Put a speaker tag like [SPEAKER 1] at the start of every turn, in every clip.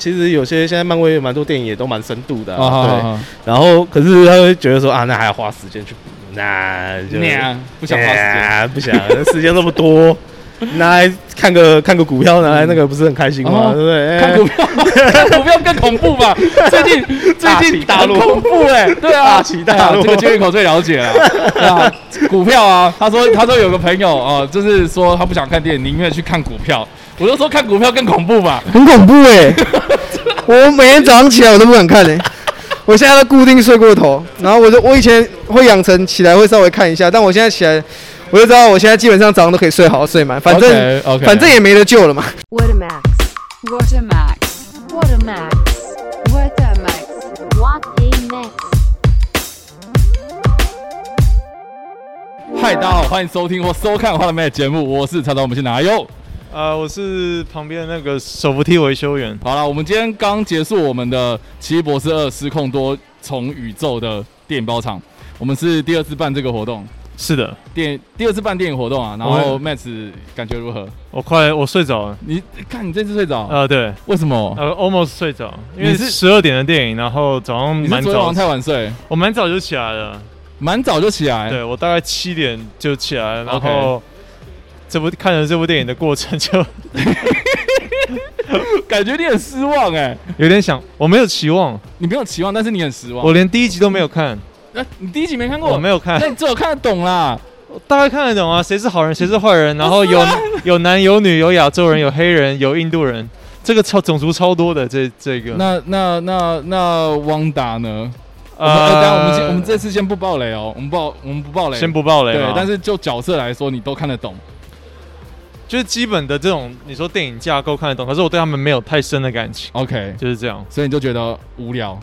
[SPEAKER 1] 其实有些现在漫威有蛮多电影也都蛮深度的、
[SPEAKER 2] 啊
[SPEAKER 1] 啊，对。
[SPEAKER 2] 啊
[SPEAKER 1] 然后可是他会觉得说啊，那还要花时间去补，那就
[SPEAKER 2] 那不想花时间。
[SPEAKER 1] 啊，不想，时间那么多， 拿来看个看个股票，拿来那个不是很开心吗？
[SPEAKER 2] 哦
[SPEAKER 1] 对不对？哎
[SPEAKER 2] 看股票， 看股票更恐怖 吧？最近最近
[SPEAKER 1] 大起大
[SPEAKER 2] 很
[SPEAKER 1] 落
[SPEAKER 2] 恐怖哎、对啊，
[SPEAKER 1] 大起大落
[SPEAKER 2] 哎呀这个接一口最 了解了。对啊，股票啊，他说他说有个朋友哦、呃就是说他不想看电影，宁愿去看股票。我就说看股票更恐怖吧。
[SPEAKER 3] 很恐怖哎、 我每天早上起来我都不敢看哎、我现在都固定睡过头，然后我就我以前会养成起来会稍微看一下，但我现在起来我就知道我现在基本上早上都可以睡好睡满，反正
[SPEAKER 2] OK，
[SPEAKER 3] 反正也没得救了嘛。
[SPEAKER 4] What a max.
[SPEAKER 5] What a max.
[SPEAKER 4] What a max.
[SPEAKER 5] What a max.
[SPEAKER 4] What a max.
[SPEAKER 2] 嗨，大家好，欢迎收听或收看《花了妹》节目，我是常常我们去哪哟？
[SPEAKER 6] 呃，我是旁边那个手扶梯维修员。
[SPEAKER 2] 好了，我们今天刚结束我们的《奇异博士二：失控多重宇宙》的电影包场，我们是第二次办这个活动，
[SPEAKER 6] 是的，
[SPEAKER 2] 电第二次办电影活动啊。然后
[SPEAKER 6] 哦我
[SPEAKER 2] Max 感觉如何？
[SPEAKER 6] 我快我睡着了。
[SPEAKER 2] 你看你这次睡着，
[SPEAKER 6] 呃，对，
[SPEAKER 2] 为什么？
[SPEAKER 6] 呃，almost 睡着，因
[SPEAKER 2] 哦你
[SPEAKER 6] 为
[SPEAKER 2] 是
[SPEAKER 6] 十二点的电影，然后早上
[SPEAKER 2] 你是
[SPEAKER 6] 蛮
[SPEAKER 2] 昨天晚
[SPEAKER 6] 早
[SPEAKER 2] 上，太晚睡，
[SPEAKER 6] 我蛮早就起来了。
[SPEAKER 2] 蛮早就起来。
[SPEAKER 6] 对我大概七点就起来了，然
[SPEAKER 2] 哎 OK
[SPEAKER 6] 后这部看了这部电影的过 程就
[SPEAKER 2] 感觉你很失望哎、
[SPEAKER 6] 有点想，我没有期望，
[SPEAKER 2] 你没有期望，但是你很失望。
[SPEAKER 6] 我连第一集都没有看，
[SPEAKER 2] 哎、你第一集没看过，
[SPEAKER 6] 我没
[SPEAKER 2] 有，
[SPEAKER 6] 有看
[SPEAKER 2] 那，你最好看得懂啦。
[SPEAKER 6] 我大概看得懂啊，谁是好人，谁是坏人，然后有
[SPEAKER 2] 啊
[SPEAKER 6] 有男有女，有亚洲人，有黑人，有印度人，这个超种族超多的这这个。
[SPEAKER 2] 那那那那汪达呢？呃，
[SPEAKER 6] 呃
[SPEAKER 2] 当然我们先我们这次先不爆雷哦，我们爆我们不爆雷，
[SPEAKER 6] 先不爆雷嘛，
[SPEAKER 2] 对，但是就角色来说，你都看得懂。
[SPEAKER 6] 就是基本的这种，你说电影架构看得懂，可是我对他们没有太深的感情，
[SPEAKER 2] OK，
[SPEAKER 6] 就是这样，
[SPEAKER 2] 所以你就觉得无聊。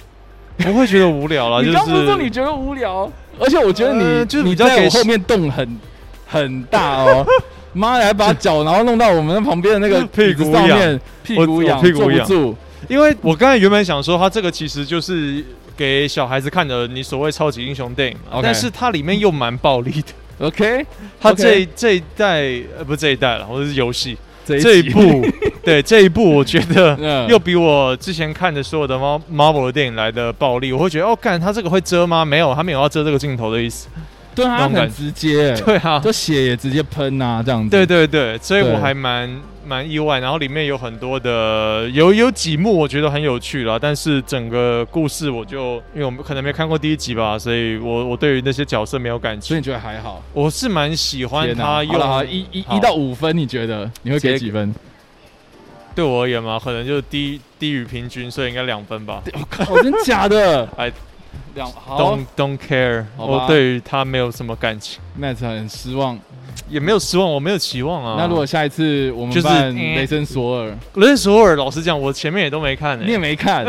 [SPEAKER 6] 不会觉得无聊啊 啦，就
[SPEAKER 2] 你刚不是说你
[SPEAKER 6] 是
[SPEAKER 2] 觉得无聊？而且我觉得你、
[SPEAKER 6] 呃就是
[SPEAKER 2] 你
[SPEAKER 6] 比较
[SPEAKER 2] 在
[SPEAKER 6] 给
[SPEAKER 2] 我后面动很很大哦。妈的，还把脚然后弄到我们旁边的那个
[SPEAKER 6] 屁股
[SPEAKER 2] 椅子上
[SPEAKER 6] 痒
[SPEAKER 2] 面，屁
[SPEAKER 6] 我
[SPEAKER 2] 股
[SPEAKER 6] 我
[SPEAKER 2] 痒，
[SPEAKER 6] 屁股
[SPEAKER 2] 坐不
[SPEAKER 6] 痒
[SPEAKER 2] 住。
[SPEAKER 6] 因为我刚才原本想说，它这个其实就是给小孩子看的，你所谓超级英雄电影嘛
[SPEAKER 2] OK
[SPEAKER 6] 但是它里面又蛮暴 力的。
[SPEAKER 2] OK，
[SPEAKER 6] 它
[SPEAKER 2] OK
[SPEAKER 6] 这一这一代呃不是这一代了，或者是游戏
[SPEAKER 2] 这
[SPEAKER 6] 这一
[SPEAKER 2] 集
[SPEAKER 6] 部，对这一部，我觉得
[SPEAKER 2] 嗯
[SPEAKER 6] 又比我之前看的所有的 Mar- Marvel 的电影来的暴力。我会觉得哦，干他这个会遮吗？没有，他没有要遮这个镜头的意思。
[SPEAKER 2] 对啊，
[SPEAKER 6] 那
[SPEAKER 2] 他
[SPEAKER 6] 种感
[SPEAKER 2] 很直接，欸
[SPEAKER 6] 对啊，
[SPEAKER 2] 就血也直接喷啊，这样子。
[SPEAKER 6] 对对对，所以
[SPEAKER 2] 对
[SPEAKER 6] 我还蛮蛮意外。然后里面有很多的有有几幕我觉得很有趣啦，但是整个故事我就因为我们可能没看过第一集吧，所以我我对于那些角色没有感
[SPEAKER 2] 所以
[SPEAKER 6] 情。
[SPEAKER 2] 你觉得还好？
[SPEAKER 6] 我是蛮喜欢
[SPEAKER 2] 天哪
[SPEAKER 6] 他
[SPEAKER 2] 好了好了
[SPEAKER 6] 用
[SPEAKER 2] 一一
[SPEAKER 6] 好
[SPEAKER 2] 一到五分，你觉得你会给
[SPEAKER 6] 结
[SPEAKER 2] 几 分？
[SPEAKER 6] 对我而言嘛，可能就低低于平均，所以应该两分吧。
[SPEAKER 2] 靠，哦真假的？
[SPEAKER 6] 哎，
[SPEAKER 2] 两好
[SPEAKER 6] Don't don't care，
[SPEAKER 2] 好吧
[SPEAKER 6] 我对于他没有什么感情，
[SPEAKER 2] ，Matt 很失望。
[SPEAKER 6] 也没有失望，我没有期望啊。
[SPEAKER 2] 那如果下一次我
[SPEAKER 6] 就
[SPEAKER 2] 们
[SPEAKER 6] 是
[SPEAKER 2] 办
[SPEAKER 6] 嗯
[SPEAKER 2] 雷神索尔，
[SPEAKER 6] 雷索尔，老实讲，我前面也都没看欸呢、
[SPEAKER 2] 你也没 看，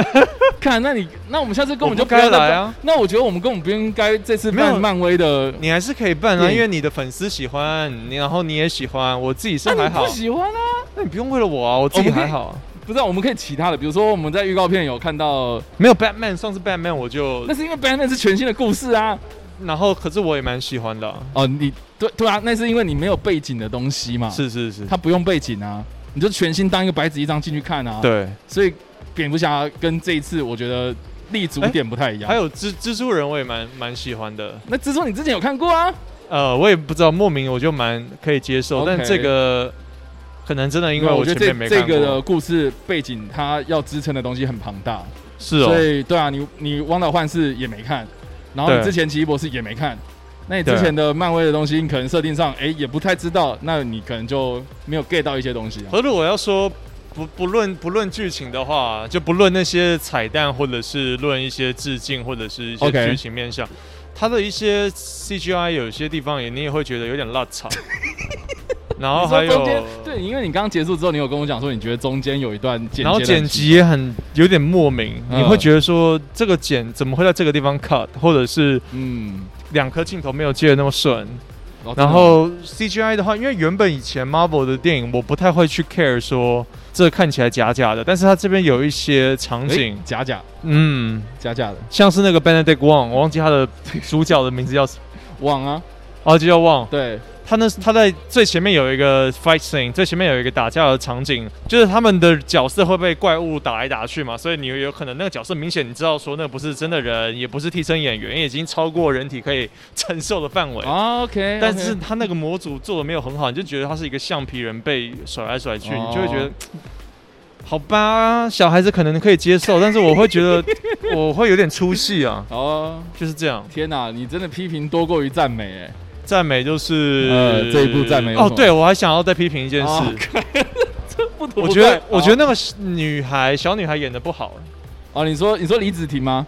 [SPEAKER 2] 看，那你那我们下次根本就
[SPEAKER 6] 我不该
[SPEAKER 2] 要再
[SPEAKER 6] 来
[SPEAKER 2] 办
[SPEAKER 6] 啊。
[SPEAKER 2] 那我觉得我们根本不应该这次
[SPEAKER 6] 没有
[SPEAKER 2] 办漫威的，
[SPEAKER 6] 你还是可以办啊，
[SPEAKER 2] 电影
[SPEAKER 6] 因为你的粉丝喜欢，你然后你也喜欢，我自己是
[SPEAKER 2] 那
[SPEAKER 6] 还
[SPEAKER 2] 你
[SPEAKER 6] 好
[SPEAKER 2] 不，喜欢啊？
[SPEAKER 6] 那你不用为了我啊，我自己
[SPEAKER 2] 我们可以
[SPEAKER 6] 还好。
[SPEAKER 2] 不是啊，我们可以其他的，比如说我们在预告片有看到，
[SPEAKER 6] 没有 Batman，上次 Batman 我就
[SPEAKER 2] 那，是因为 Batman 是全新的故事啊。
[SPEAKER 6] 然后可是我也蛮喜欢的啊、
[SPEAKER 2] 哦，你对对啊，那是因为你没有背景的东西嘛，
[SPEAKER 6] 是是是，
[SPEAKER 2] 他不用背景啊，你就全新当一个白纸一张进去看啊。，
[SPEAKER 6] 对，
[SPEAKER 2] 所以蝙蝠侠跟这一次我觉得立足点不太一样。
[SPEAKER 6] 还有蜘蜘蛛人我也蛮蛮喜欢的，
[SPEAKER 2] 那蜘蛛你之前有看过啊？
[SPEAKER 6] 呃，我也不知道莫名我就蛮可以接受
[SPEAKER 2] OK
[SPEAKER 6] 但这个可能真的因为
[SPEAKER 2] 我觉得
[SPEAKER 6] 前面没
[SPEAKER 2] 这
[SPEAKER 6] 看
[SPEAKER 2] 这
[SPEAKER 6] 过，
[SPEAKER 2] 个的故事背景它要支撑的东西很庞大，
[SPEAKER 6] 是
[SPEAKER 2] 所
[SPEAKER 6] 哦，
[SPEAKER 2] 以对啊，你你汪岛幻视也没看，然后你
[SPEAKER 6] 对
[SPEAKER 2] 之前奇异博士也没看。那你
[SPEAKER 6] 对
[SPEAKER 2] 之前的漫威的东西，你可能设定上，哎、也不太知道，那你可能就没有 get 到一些东西啊。
[SPEAKER 6] 可是我要说。不不论不论剧情的话，就不论那些彩蛋，或者是论一些致敬，或者是一些
[SPEAKER 2] OK
[SPEAKER 6] 剧情面向它的一些 CGI 有些地方也你也会觉得有点落 差。然后
[SPEAKER 2] 你
[SPEAKER 6] 还
[SPEAKER 2] 说中间
[SPEAKER 6] 有，
[SPEAKER 2] 对，因为你刚结束之后，你有跟我讲说，你觉得中间有一段剪接的
[SPEAKER 6] 然后剪
[SPEAKER 2] 很奇
[SPEAKER 6] 辑也很有点莫名，
[SPEAKER 2] 嗯
[SPEAKER 6] 你会觉得说这个剪怎么会在这个地方 cut，或者是
[SPEAKER 2] 嗯，
[SPEAKER 6] 两颗镜头没有接的那么顺。
[SPEAKER 2] 哦
[SPEAKER 6] 然后 CGI 的话，因为原本以前 Marvel 的电影我不太会去 care 说这看起来假假的，但是它这边有一些场
[SPEAKER 2] 真的
[SPEAKER 6] 景
[SPEAKER 2] 诶，假假
[SPEAKER 6] 嗯，
[SPEAKER 2] 假假的
[SPEAKER 6] 像是 那个 Benedict Wong，我忘记他的主角的名字叫什么，
[SPEAKER 2] 网啊，
[SPEAKER 6] 哦就叫 Wong，
[SPEAKER 2] 对，
[SPEAKER 6] 他那他在最前面有一个 fight scene，最前面有一个打架的场景，就是他们的角色会被怪物打来打去嘛，所以你有可能那个角色明显你知道说那不是真的人，也不是替身演员，也已经超过人体可以承受的范围。
[SPEAKER 2] 啊，OK，
[SPEAKER 6] 但是他那个模组做的没有很好，你就觉得他是一个橡皮人被甩来甩去，
[SPEAKER 2] 哦
[SPEAKER 6] 你就会觉得。好吧，小孩子可能可以接 受，但是我会觉得我会有点出戏啊，
[SPEAKER 2] 哦，
[SPEAKER 6] 就是这样。
[SPEAKER 2] 天哪，你真的批评多过于赞美哎。
[SPEAKER 6] 赞美就是、
[SPEAKER 2] 呃这一部赞美有什
[SPEAKER 6] 哦，
[SPEAKER 2] 么
[SPEAKER 6] 对我还想要再批评一件事，
[SPEAKER 2] 哦这不得不
[SPEAKER 6] 我觉得
[SPEAKER 2] 怪
[SPEAKER 6] 我觉得那个女孩小女孩演的 不好，
[SPEAKER 2] 哦，你说你说李子婷吗？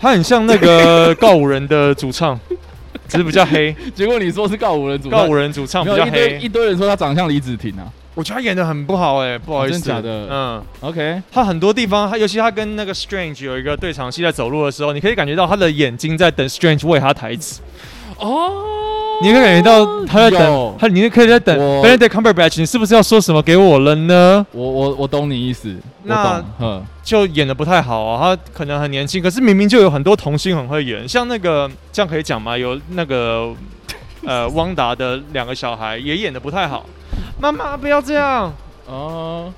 [SPEAKER 6] 她很像那个告五人的主唱，只是比较 黑，
[SPEAKER 2] 结果你说是告五人组，
[SPEAKER 6] 告五人主唱
[SPEAKER 2] 没
[SPEAKER 6] 比
[SPEAKER 2] 有
[SPEAKER 6] 较
[SPEAKER 2] 一堆一
[SPEAKER 6] 黑，
[SPEAKER 2] 堆人说他长得像李子婷啊。
[SPEAKER 6] 我觉得她演的很不好哎、不好意思，
[SPEAKER 2] 哦真假的
[SPEAKER 6] 嗯。
[SPEAKER 2] OK，
[SPEAKER 6] 他很多地方，他尤其他跟那个 Strange 有一个对场戏，在走路的时候，你可以感觉到他的眼睛在等 Strange 喂他台词，
[SPEAKER 2] 哦
[SPEAKER 6] 你可以感觉到他在
[SPEAKER 2] 有
[SPEAKER 6] 等他，你可以在等
[SPEAKER 2] 我
[SPEAKER 6] Benedict Cumberbatch，你是不是要说什么给我了呢？
[SPEAKER 2] 我我我懂你意思，我
[SPEAKER 6] 那
[SPEAKER 2] 懂，嗯，
[SPEAKER 6] 就演的不太好啊，他可能很年轻，可是明明就有很多童星很会演，像那个这样可以讲吗？有那个 呃汪达的两个小孩也演的不太好，妈妈不要这样，
[SPEAKER 2] 哦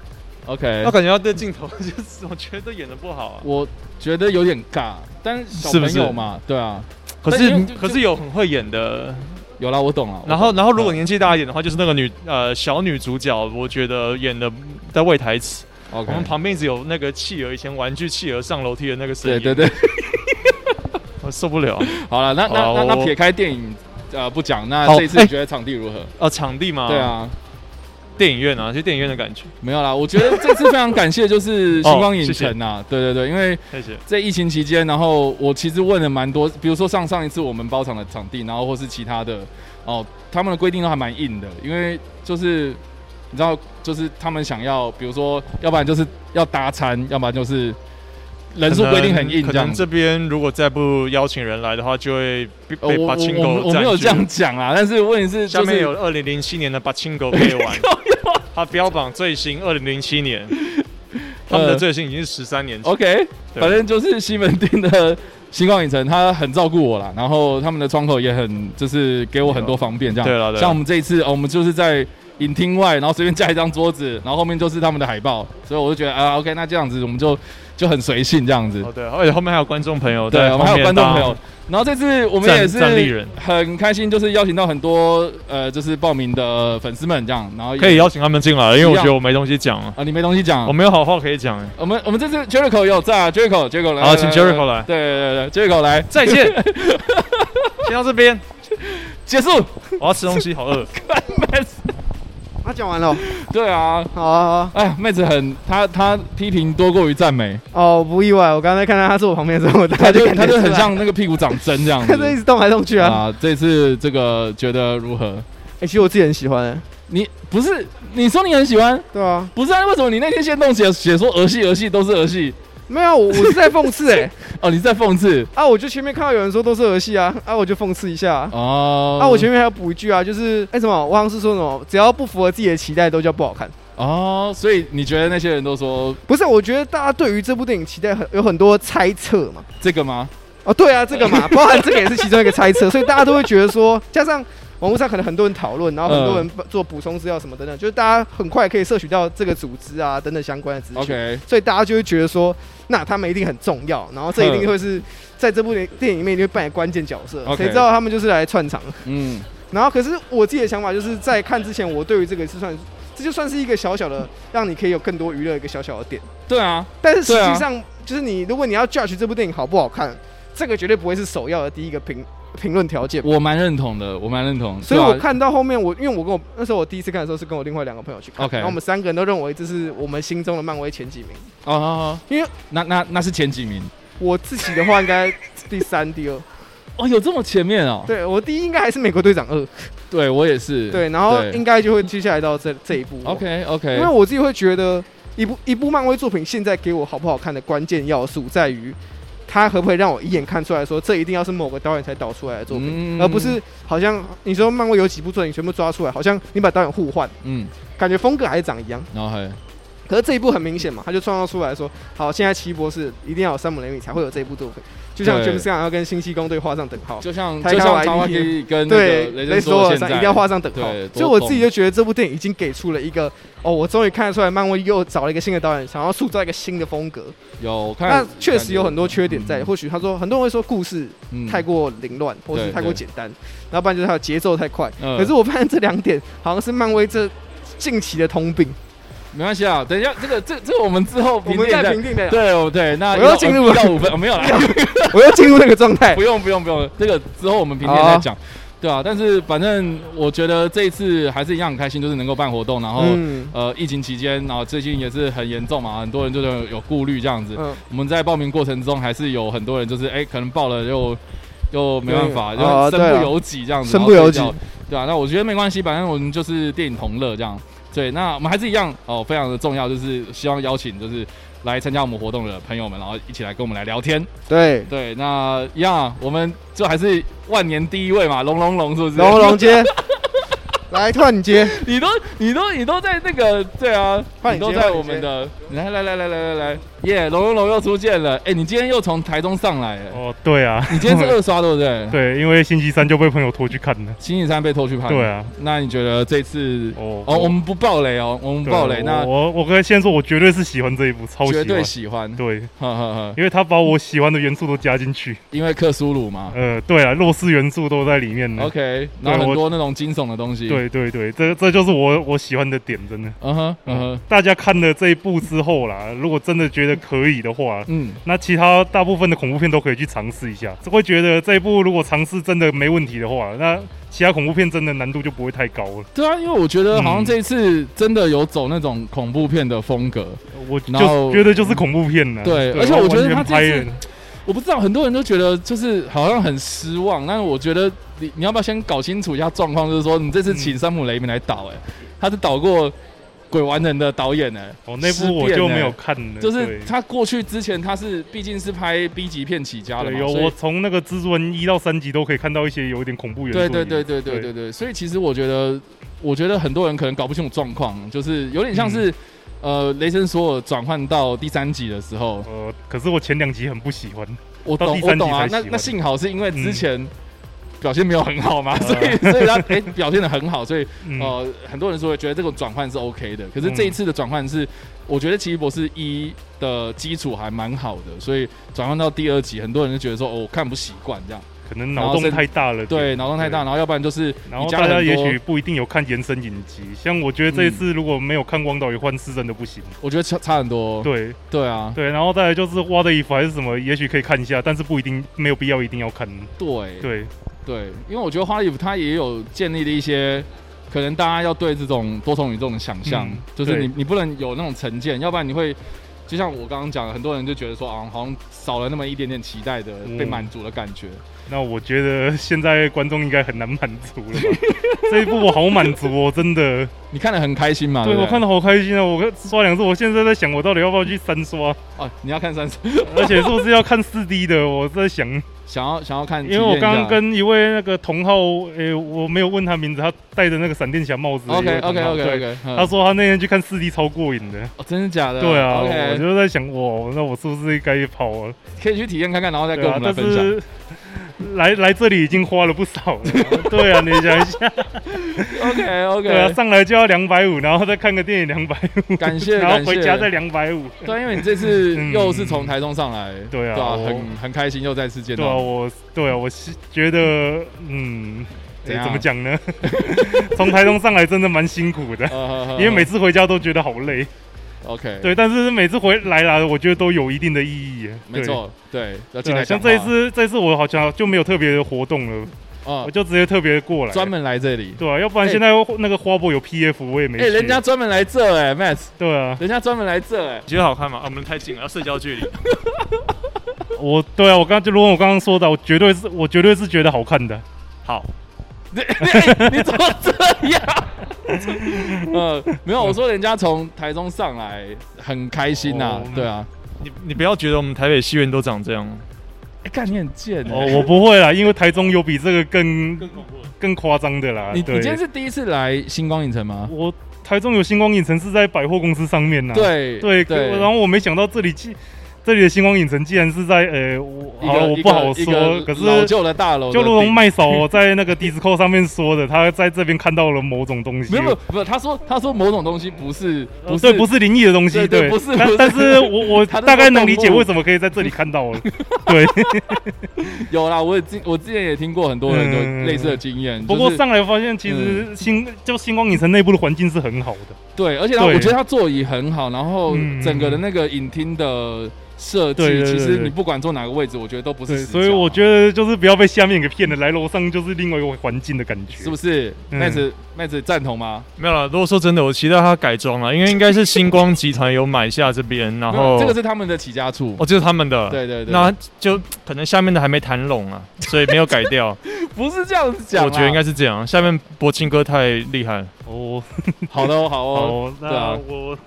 [SPEAKER 2] ，OK，
[SPEAKER 6] 他感觉要对镜头， 就是我觉得演的不好啊。
[SPEAKER 2] 我觉得有点尬，但是小
[SPEAKER 6] 是不
[SPEAKER 2] 朋
[SPEAKER 6] 是
[SPEAKER 2] 友嘛，对啊，
[SPEAKER 6] 可
[SPEAKER 2] 但
[SPEAKER 6] 是
[SPEAKER 2] 因为
[SPEAKER 6] 可是有很会演的，
[SPEAKER 2] 有啦，我懂了。
[SPEAKER 6] 然后，然后如果
[SPEAKER 2] 嗯
[SPEAKER 6] 年纪大一点的话，就是那个女呃小女主角，我觉得演的在喂台词。
[SPEAKER 2] 我
[SPEAKER 6] 我们旁边一直有那个企鹅，以前玩具企鹅上楼梯的那个声
[SPEAKER 2] 对
[SPEAKER 6] 音，
[SPEAKER 2] 对 对，
[SPEAKER 6] 我受不了。
[SPEAKER 2] 好了，那那
[SPEAKER 6] 好啦
[SPEAKER 2] 那那
[SPEAKER 6] 我
[SPEAKER 2] 撇开电影呃不讲，那
[SPEAKER 6] 好
[SPEAKER 2] 这一次
[SPEAKER 6] 哎
[SPEAKER 2] 你觉得场地如何？
[SPEAKER 6] 啊，场地嘛，
[SPEAKER 2] 对，啊，
[SPEAKER 6] 电影院啊，就电影院的感觉。
[SPEAKER 2] 没有啦，我觉得这次非常感谢就是星光
[SPEAKER 6] 哦
[SPEAKER 2] 影
[SPEAKER 6] 谢谢
[SPEAKER 2] 城啊，对对对，因为
[SPEAKER 6] 谢谢。
[SPEAKER 2] 在疫情期间，然后我其实问了蛮多，比如说上上一次我们包场的场地，然后或是其他的哦，他们的规定都还蛮硬的，因为就是你知道，就是他们想要，比如说，要不然就是要搭餐，要不然就是人数规定很硬
[SPEAKER 6] 可
[SPEAKER 2] 这样
[SPEAKER 6] 能
[SPEAKER 2] 子。
[SPEAKER 6] 这边如果再不邀请人来的话，就会被
[SPEAKER 2] 呃
[SPEAKER 6] 被
[SPEAKER 2] 我
[SPEAKER 6] 八
[SPEAKER 2] 我
[SPEAKER 6] 青
[SPEAKER 2] 我
[SPEAKER 6] 狗
[SPEAKER 2] 我没有这样讲啦，但是问题是
[SPEAKER 6] 下
[SPEAKER 2] 就
[SPEAKER 6] 面
[SPEAKER 2] 是
[SPEAKER 6] 有二零零七年的八 青狗可以玩，它标榜最新二零零 七年，他们的最新已经是十三年前。
[SPEAKER 2] 呃 OK，
[SPEAKER 6] 对
[SPEAKER 2] 反正就是西门町的星光影城，他很照顾我啦，然后他们的窗口也很就是给我很多方便，这样。
[SPEAKER 6] 对啦对啦
[SPEAKER 2] 像我们这一次、哦，我们就是在影厅外，然后随便架一张桌子，然后后面就是他们的海报，所以我就觉得啊，OK，那这样子我们就就很随性这样子。
[SPEAKER 6] 哦对，而且后面还有观众朋友
[SPEAKER 2] 对，
[SPEAKER 6] 在
[SPEAKER 2] 我
[SPEAKER 6] 后
[SPEAKER 2] 们
[SPEAKER 6] 面
[SPEAKER 2] 还有观众朋
[SPEAKER 6] 搭
[SPEAKER 2] 友。然后这次我们
[SPEAKER 6] 站
[SPEAKER 2] 也是
[SPEAKER 6] 站立人
[SPEAKER 2] 很开心，就是邀请到很多呃，就是报名的粉丝们这样，然后也
[SPEAKER 6] 可以邀请他们进来，因为
[SPEAKER 2] 一
[SPEAKER 6] 我
[SPEAKER 2] 样
[SPEAKER 6] 觉得我没东西讲了，
[SPEAKER 2] 啊啊，你没东西讲
[SPEAKER 6] 我，没有好话可以讲。哎
[SPEAKER 2] 我们我们这次 Jericho 也有在啊，Jericho Jericho 来，
[SPEAKER 6] 好请 Jericho 来
[SPEAKER 2] 对对对对，Jericho 来，
[SPEAKER 6] 再见， 先到这边，
[SPEAKER 2] 结束。
[SPEAKER 6] 我要吃东西，好饿。
[SPEAKER 3] 他讲完了，哦
[SPEAKER 2] 对啊，
[SPEAKER 3] 好啊好啊，
[SPEAKER 2] 哎，妹子很，她她批评多过于赞美，
[SPEAKER 3] 哦，不意外，我刚才看到他坐我旁边的时候，我大
[SPEAKER 2] 她
[SPEAKER 3] 概
[SPEAKER 2] 就
[SPEAKER 3] 感觉
[SPEAKER 2] 她就
[SPEAKER 3] 出
[SPEAKER 2] 很
[SPEAKER 3] 来，
[SPEAKER 2] 像那个屁股长针这样
[SPEAKER 3] 他就一
[SPEAKER 2] 子。
[SPEAKER 3] 直动来动去啊。
[SPEAKER 2] 啊，这次这个觉得如何？
[SPEAKER 3] 哎，其实我自己很喜欢欸，
[SPEAKER 2] 你不是你说你很喜欢，
[SPEAKER 3] 对啊，
[SPEAKER 2] 不是啊？为什么你那天先动写写说儿戏儿戏都是儿戏？
[SPEAKER 3] 没有啊，我我是在讽刺哎，
[SPEAKER 2] 哦，你在讽刺
[SPEAKER 3] 啊，我就前面看到有人说都是儿戏啊，啊，我就讽刺一下啊。
[SPEAKER 2] 哦？
[SPEAKER 3] 啊，我前面还要补一句啊，就是哎、什么，我好像是说什么，只要不符合自己的期待都叫不好看。
[SPEAKER 2] 哦，所以你觉得那些人都说
[SPEAKER 3] 不是，我觉得大家对于这部电影期待很有很多猜测嘛。
[SPEAKER 2] 这个吗？
[SPEAKER 3] 哦，对啊，这个嘛，包含这个也是其中一个猜测，所以大家都会觉得说，加上网络上可能很多人讨论，然后很多人做补充资料什么等等，就是大家很快可以摄取到这个组织啊等等相关的资讯。
[SPEAKER 2] OK，
[SPEAKER 3] 所以大家就会觉得说，那他们一定很重要，然后这一定会是在这部电电影里面一定会扮演关键角色。
[SPEAKER 2] OK
[SPEAKER 3] 谁知道他们就是来串场的。
[SPEAKER 2] 嗯，
[SPEAKER 3] 然后，可是我自己的想法就是在看之前，我对于这个是算，这就算是一个小小的，让你可以有更多娱乐一个小小的点。
[SPEAKER 2] 对啊，
[SPEAKER 3] 但是实
[SPEAKER 2] 对啊
[SPEAKER 3] 际上，就是你如果你要 judge 这部电影好不好看，这个绝对不会是首要的第一个评评论条件。
[SPEAKER 2] 我蛮认同的，我蛮认同。
[SPEAKER 3] 所以
[SPEAKER 2] 对啊
[SPEAKER 3] 我看到后面，我因为我跟我那时候我第一次看的时候是跟我另外两个朋友去看
[SPEAKER 2] OK
[SPEAKER 3] 然后我们三个人都认为这是我们心中的漫威前几名。
[SPEAKER 2] 哦哦，哦
[SPEAKER 3] 因为
[SPEAKER 2] 那那那是前几名
[SPEAKER 3] 我自己的话应该第三、第二，
[SPEAKER 2] 哦，有这么前面哦？
[SPEAKER 3] 对我第一应该还是美国队长二，
[SPEAKER 2] 对我也是。
[SPEAKER 3] 对，然后
[SPEAKER 2] 对
[SPEAKER 3] 应该就会接下来到这这一步。
[SPEAKER 2] OK
[SPEAKER 3] 因
[SPEAKER 2] OK，
[SPEAKER 3] 为我自己会觉得一部一部漫威作品现在给我好不好看的关键要素在于。它可不可以让我一眼看出来说，这一定要是某个导演才导出来的作品，
[SPEAKER 2] 嗯
[SPEAKER 3] 而不是好像你说漫威有几部作品全部抓出来，好像你把导演互换，
[SPEAKER 2] 嗯，
[SPEAKER 3] 感觉风格还是长一样。
[SPEAKER 2] 然后还
[SPEAKER 3] 可是这一部很明显嘛，他就创造出来说，好，现在奇异博士一定要有山姆雷米才会有这一部作品，就像
[SPEAKER 2] 对
[SPEAKER 3] James Gunn 要跟星际公队画上等号，
[SPEAKER 2] 就像
[SPEAKER 3] 太
[SPEAKER 2] 就
[SPEAKER 3] 高
[SPEAKER 2] 像
[SPEAKER 3] 了
[SPEAKER 2] 查瓦
[SPEAKER 3] 一
[SPEAKER 2] 基跟那
[SPEAKER 3] 对
[SPEAKER 2] 个雷神
[SPEAKER 3] 索
[SPEAKER 2] 说
[SPEAKER 3] 尔
[SPEAKER 2] 现
[SPEAKER 3] 上
[SPEAKER 2] 在
[SPEAKER 3] 一定要画上等号
[SPEAKER 2] 对，多
[SPEAKER 3] 所以我自己
[SPEAKER 2] 懂
[SPEAKER 3] 就觉得这部电影已经给出了一个，哦，我终于看得出来漫威又找了一个新的导演，想要塑造一个新的风格。
[SPEAKER 2] 有我看
[SPEAKER 3] 那，确实有很多缺点在，或许他说很多人会说故事
[SPEAKER 2] 嗯
[SPEAKER 3] 太过凌乱，或是
[SPEAKER 2] 对
[SPEAKER 3] 太过
[SPEAKER 2] 对
[SPEAKER 3] 简单，然后不然就是它的节奏太快。
[SPEAKER 2] 嗯
[SPEAKER 3] 可是我发现这两点好像是漫威这近期的通病。
[SPEAKER 2] 没关系啊，等一下这个这这我们之后
[SPEAKER 3] 我
[SPEAKER 2] 评
[SPEAKER 3] 们
[SPEAKER 2] 论
[SPEAKER 3] 再
[SPEAKER 2] 再
[SPEAKER 3] 评定的，
[SPEAKER 2] 对哦对，那
[SPEAKER 3] 我要进入
[SPEAKER 2] 一到五分，哦没有啦，
[SPEAKER 3] 我要进入那个状 态
[SPEAKER 2] 不。用不用不用，这个之后我们明天再讲，对啊，但是反正我觉得这一次还是一样很开心，就是能够办活动，
[SPEAKER 7] 哦
[SPEAKER 2] 然后。
[SPEAKER 3] 嗯
[SPEAKER 2] 呃，疫情期间，然后最近也是很严重嘛，很多人就是有有顾虑这样子。
[SPEAKER 3] 嗯，
[SPEAKER 2] 我们在报名过程中，还是有很多人就是哎、可能报了又又没办法，
[SPEAKER 3] 对哦
[SPEAKER 2] 就身
[SPEAKER 3] 对啊
[SPEAKER 2] 不由己这样子，
[SPEAKER 3] 身不由己
[SPEAKER 2] 然后睡觉，对啊，那我觉得没关系，反正我们就是电影同乐这样。对，那我们还是一样哦，非常的重要，就是希望邀请就是来参加我们活动的朋友们，然后一起来跟我们来聊天。
[SPEAKER 3] 对，
[SPEAKER 2] 对，那一样啊，我们就还是万年第一位嘛，龙龙龙是不是？
[SPEAKER 3] 龙龙 接，来突然你接，
[SPEAKER 2] 你都你都你都在那个对啊，
[SPEAKER 3] 换
[SPEAKER 2] 你
[SPEAKER 3] 你
[SPEAKER 2] 都
[SPEAKER 3] 接
[SPEAKER 2] 在
[SPEAKER 3] 换你
[SPEAKER 2] 我们的来来来来来来来，耶，龙龙龙又出现了，哎、你今天又从台中上来，哎
[SPEAKER 8] 哦，对啊，
[SPEAKER 2] 你今天是二刷对不对？
[SPEAKER 8] 对，因为星期三就被朋友拖去看了。
[SPEAKER 2] 星期三被拖去拍，
[SPEAKER 8] 对。啊，
[SPEAKER 2] 那你觉得这次
[SPEAKER 8] 哦
[SPEAKER 2] 哦，我们不爆雷哦，我们不
[SPEAKER 8] 对
[SPEAKER 2] 爆雷，
[SPEAKER 8] 我
[SPEAKER 2] 那
[SPEAKER 8] 我我跟先说，我绝对是喜欢这一部，超喜
[SPEAKER 2] 绝
[SPEAKER 8] 欢，
[SPEAKER 2] 对喜欢，
[SPEAKER 8] 对，
[SPEAKER 2] 呵呵呵，
[SPEAKER 8] 因为他把我喜欢的元素都加进去，
[SPEAKER 2] 因为克苏鲁嘛。
[SPEAKER 8] 呃，对啊，洛斯元素都在里面呢。
[SPEAKER 2] OK，然后
[SPEAKER 8] 嗯对
[SPEAKER 2] 很
[SPEAKER 8] 我
[SPEAKER 2] 多那种惊悚的东西。，
[SPEAKER 8] 对对对，这这就是我我喜欢的点，真的。
[SPEAKER 2] 嗯哼，嗯哼，
[SPEAKER 8] 大家看了这一部之后啦，如果真的觉得可以的话，
[SPEAKER 2] 嗯，
[SPEAKER 8] 那其他大部分的恐怖片都可以去尝试一下。会觉得这一部如果尝试真的没问题的话，那其他恐怖片真的难度就不会太高了。
[SPEAKER 2] 对啊，因为我觉得好像
[SPEAKER 8] 嗯
[SPEAKER 2] 这一次真的有走那种恐怖片的风格，
[SPEAKER 8] 我
[SPEAKER 2] 然后
[SPEAKER 8] 就觉得就是恐怖片了。
[SPEAKER 2] 对而且我觉得他
[SPEAKER 8] 完全
[SPEAKER 2] 这
[SPEAKER 8] 拍
[SPEAKER 2] 次
[SPEAKER 8] 了
[SPEAKER 2] 我不知道，很多人都觉得就是好像很失望，但是我觉得你你要不要先搞清楚一下状况，就是说你这次请山姆雷明来导、哎、他是导过《鬼玩人》的导演、哎，
[SPEAKER 8] 哦，那
[SPEAKER 2] 尸
[SPEAKER 8] 部我
[SPEAKER 2] 变
[SPEAKER 8] 就
[SPEAKER 2] 呢
[SPEAKER 8] 没有看了。
[SPEAKER 2] 就是
[SPEAKER 8] 对
[SPEAKER 2] 他过去之前他是毕竟是拍 B 级片起家的嘛，
[SPEAKER 8] 对有
[SPEAKER 2] 所以
[SPEAKER 8] 我从那个蜘蛛人一到三集都可以看到一些有一点恐怖元素。
[SPEAKER 2] 对对对对对对对，所以其实我觉得，我觉得很多人可能搞不清楚状况，就是有点像
[SPEAKER 8] 嗯
[SPEAKER 2] 是。呃，雷神索尔转换到第三集的时候，
[SPEAKER 8] 呃，可是我前两集很不喜欢，
[SPEAKER 2] 我
[SPEAKER 8] 到
[SPEAKER 2] 懂，
[SPEAKER 8] 第
[SPEAKER 2] 我
[SPEAKER 8] 三集
[SPEAKER 2] 懂啊
[SPEAKER 8] 才。喜
[SPEAKER 2] 那
[SPEAKER 8] 欢嗯
[SPEAKER 2] 那幸好是因为之前表现没有很好嘛， 所 以所以他哎、表现的很好，所以
[SPEAKER 8] 呃嗯，
[SPEAKER 2] 呃很多人说觉得这个转换是 OK 的。可是这一次的转换是，我觉得奇异博士一的基础还蛮好的，所以转换到第二集，很多人就觉得说哦我看不习惯这样，
[SPEAKER 8] 可能
[SPEAKER 2] 然
[SPEAKER 8] 脑
[SPEAKER 2] 后
[SPEAKER 8] 洞
[SPEAKER 2] 甚
[SPEAKER 8] 太大了。
[SPEAKER 2] 对，脑洞太大，然后要不然就是
[SPEAKER 8] 然
[SPEAKER 2] 你
[SPEAKER 8] 后
[SPEAKER 2] 加了
[SPEAKER 8] 大家
[SPEAKER 2] 很
[SPEAKER 8] 也
[SPEAKER 2] 多
[SPEAKER 8] 许不一定有看延伸影集，像我觉得这一次如果没有看《光岛与幻视》，真的不行。
[SPEAKER 2] 我觉得差差很多，
[SPEAKER 8] 对
[SPEAKER 2] 对啊，
[SPEAKER 8] 对，然后再来就是挖的衣服还是什么，也许可以看一下，但是不一定没有必要一定要看。
[SPEAKER 2] 对
[SPEAKER 8] 对，
[SPEAKER 2] 对，因为我觉得花衣服它也有建立了一些，可能大家要对这种多重宇宙的想象，
[SPEAKER 8] 嗯
[SPEAKER 2] 就是
[SPEAKER 8] 对
[SPEAKER 2] 你你不能有那种成见，要不然你会。就像我刚刚讲的，很多人就觉得说啊，好像少了那么一点点期待的
[SPEAKER 8] 嗯
[SPEAKER 2] 被满足的感觉。
[SPEAKER 8] 那我觉得现在观众应该很难满足了吧？ 这一部我好满足哦，真的。
[SPEAKER 2] 你看得很开心嘛？对不
[SPEAKER 8] 对
[SPEAKER 2] 对，
[SPEAKER 8] 我看的好开心啊！我刷两次，我现在在想，我到底要不要去三刷？
[SPEAKER 2] 啊，你要看三次，
[SPEAKER 8] 而且是不是要看四 D 的？我在想，
[SPEAKER 2] 想要想要看，
[SPEAKER 8] 因为我
[SPEAKER 2] 体验一下
[SPEAKER 8] 刚刚跟一位那个同号，诶、我没有问他名字，他戴着那个闪电侠帽子的一
[SPEAKER 2] OK
[SPEAKER 8] 位同
[SPEAKER 2] OK
[SPEAKER 8] 好。
[SPEAKER 2] OK
[SPEAKER 8] 对
[SPEAKER 2] OK，
[SPEAKER 8] 他说他那天去看四 D 超过瘾的。
[SPEAKER 2] 哦真的假的？
[SPEAKER 8] 对啊我
[SPEAKER 2] ，OK，
[SPEAKER 8] 就在想，哇，那我是不是该跑啊？
[SPEAKER 2] 可以去体验看看，然后再
[SPEAKER 8] 对
[SPEAKER 2] 跟我
[SPEAKER 8] 啊，
[SPEAKER 2] 们来
[SPEAKER 8] 但
[SPEAKER 2] 分享。
[SPEAKER 8] 是 来来这里已经花了不少 了。对啊，你想一下，
[SPEAKER 2] OK
[SPEAKER 8] 对啊，
[SPEAKER 2] OK，
[SPEAKER 8] 上来就要两百五，然后再看个电影两百五，
[SPEAKER 2] 感谢
[SPEAKER 8] 然
[SPEAKER 2] 感
[SPEAKER 8] 后
[SPEAKER 2] 谢
[SPEAKER 8] 回。家再两百五。
[SPEAKER 2] 对，因为你这次
[SPEAKER 8] 嗯
[SPEAKER 2] 又是从台中上来，
[SPEAKER 8] 对啊我
[SPEAKER 2] 很很开心又再次见
[SPEAKER 8] 对 啊，
[SPEAKER 2] 到。
[SPEAKER 8] 我对啊，我是觉得，嗯，
[SPEAKER 2] 怎
[SPEAKER 8] 诶
[SPEAKER 2] 样
[SPEAKER 8] 怎么讲呢？ 从台东上来真的蛮辛苦 的，
[SPEAKER 2] 呃
[SPEAKER 8] 因为每次回家都觉得好累。
[SPEAKER 2] OK，
[SPEAKER 8] 对，，但是每次回来啦，我觉得都有一定的意义。
[SPEAKER 2] 没错，对，要
[SPEAKER 8] 对，
[SPEAKER 2] 进
[SPEAKER 8] 对啊
[SPEAKER 2] 来
[SPEAKER 8] 像
[SPEAKER 2] 讲
[SPEAKER 8] 这一
[SPEAKER 2] 话
[SPEAKER 8] 次，这一次我好像就没有特别的活动了，
[SPEAKER 2] 啊
[SPEAKER 8] 我，就直接特别过来，
[SPEAKER 2] 专门来这里。
[SPEAKER 8] 对啊，要不然
[SPEAKER 2] 哎
[SPEAKER 8] 现在那个花博有 PF 我也没
[SPEAKER 2] 哎，
[SPEAKER 8] 去。
[SPEAKER 2] 人家专门来这哎，Matt，
[SPEAKER 8] 对啊，
[SPEAKER 2] 人家专门来这哎，
[SPEAKER 6] 觉得好看吗？啊，我们太近了，要社交距离。
[SPEAKER 8] 我对啊，我刚就如果我刚刚说的，我绝对是我绝对是觉得好看的。
[SPEAKER 6] 好，
[SPEAKER 2] 你你你怎么这样？ 呃，没有，我说人家从台中上来很开心呐
[SPEAKER 8] 哦，
[SPEAKER 2] 对啊。
[SPEAKER 6] 你你不要觉得我们台北戏院都长这样。啊
[SPEAKER 2] 哎，干你很贱
[SPEAKER 8] 哦，
[SPEAKER 2] 哎！
[SPEAKER 8] 我不会啦，因为台中有比这个更
[SPEAKER 6] 怖。
[SPEAKER 8] 更夸张的啦。
[SPEAKER 2] 你你
[SPEAKER 8] 对
[SPEAKER 2] 今天是第一次来星光影城吗？
[SPEAKER 8] 我台中有星光影城是在百货公司上面呐、
[SPEAKER 2] 对
[SPEAKER 8] 对
[SPEAKER 2] 对，
[SPEAKER 8] 然后我没想到这里既这里的星光影城竟然是在呃，我
[SPEAKER 2] 一
[SPEAKER 8] 好了
[SPEAKER 2] 个
[SPEAKER 8] 我
[SPEAKER 2] 一
[SPEAKER 8] 不好
[SPEAKER 2] 个一个
[SPEAKER 8] 说，可是
[SPEAKER 2] 老旧的大楼的
[SPEAKER 8] 就
[SPEAKER 2] 顶，
[SPEAKER 8] 如同麦嫂在那个 Disco 上面说的，他在这边看到了某种东 西，
[SPEAKER 2] 没有没有没 有，他说他说某种东西不是
[SPEAKER 8] 呃
[SPEAKER 2] 不是
[SPEAKER 8] 对，不是灵异的东西，
[SPEAKER 2] 对对不是
[SPEAKER 8] 但
[SPEAKER 2] 不是
[SPEAKER 8] 但是我 我
[SPEAKER 2] 他是说
[SPEAKER 8] 大概能理解
[SPEAKER 2] 动物
[SPEAKER 8] 为什么可以在这里看到了。 对，
[SPEAKER 2] 有啦，我也之我之前也听过很多人
[SPEAKER 8] 嗯
[SPEAKER 2] 有类似的经验，
[SPEAKER 8] 不
[SPEAKER 2] 就
[SPEAKER 8] 过
[SPEAKER 2] 是
[SPEAKER 8] 上来发现其
[SPEAKER 2] 嗯
[SPEAKER 8] 实星就星光影城内部的环境是很好的，
[SPEAKER 2] 对，而且他
[SPEAKER 8] 对
[SPEAKER 2] 我觉得他座椅很好，然后
[SPEAKER 8] 嗯
[SPEAKER 2] 整个的那个影厅的设
[SPEAKER 8] 对对
[SPEAKER 2] 计，
[SPEAKER 8] 对
[SPEAKER 2] 其
[SPEAKER 8] 对
[SPEAKER 2] 实
[SPEAKER 8] 对
[SPEAKER 2] 你不管坐哪个位置，我觉得都不
[SPEAKER 8] 对，
[SPEAKER 2] 是死角
[SPEAKER 8] 所以我
[SPEAKER 2] 啊
[SPEAKER 8] 觉得就是不要被下面给骗了，来楼上就是另外一个环境的感觉，
[SPEAKER 2] 是不是
[SPEAKER 8] 嗯
[SPEAKER 2] 妹子妹子赞同吗？
[SPEAKER 6] 没有了。如果说真的，我期待它改装了，因为应该是星光集团有买下这边，然
[SPEAKER 2] 没有啊
[SPEAKER 6] 后
[SPEAKER 2] 这个是他们的起家处，
[SPEAKER 6] 哦，这是他们的，
[SPEAKER 2] 对对对
[SPEAKER 6] 那就可能下面的还没谈拢 啊，所以没有改掉。
[SPEAKER 2] 不是这样子讲啦。
[SPEAKER 6] 我觉得应该是这样，啊下面博清哥太厉害了，
[SPEAKER 8] 哦，
[SPEAKER 2] 好的哦，好哦。
[SPEAKER 8] 好，
[SPEAKER 2] 对
[SPEAKER 8] 那
[SPEAKER 2] 啊
[SPEAKER 8] 我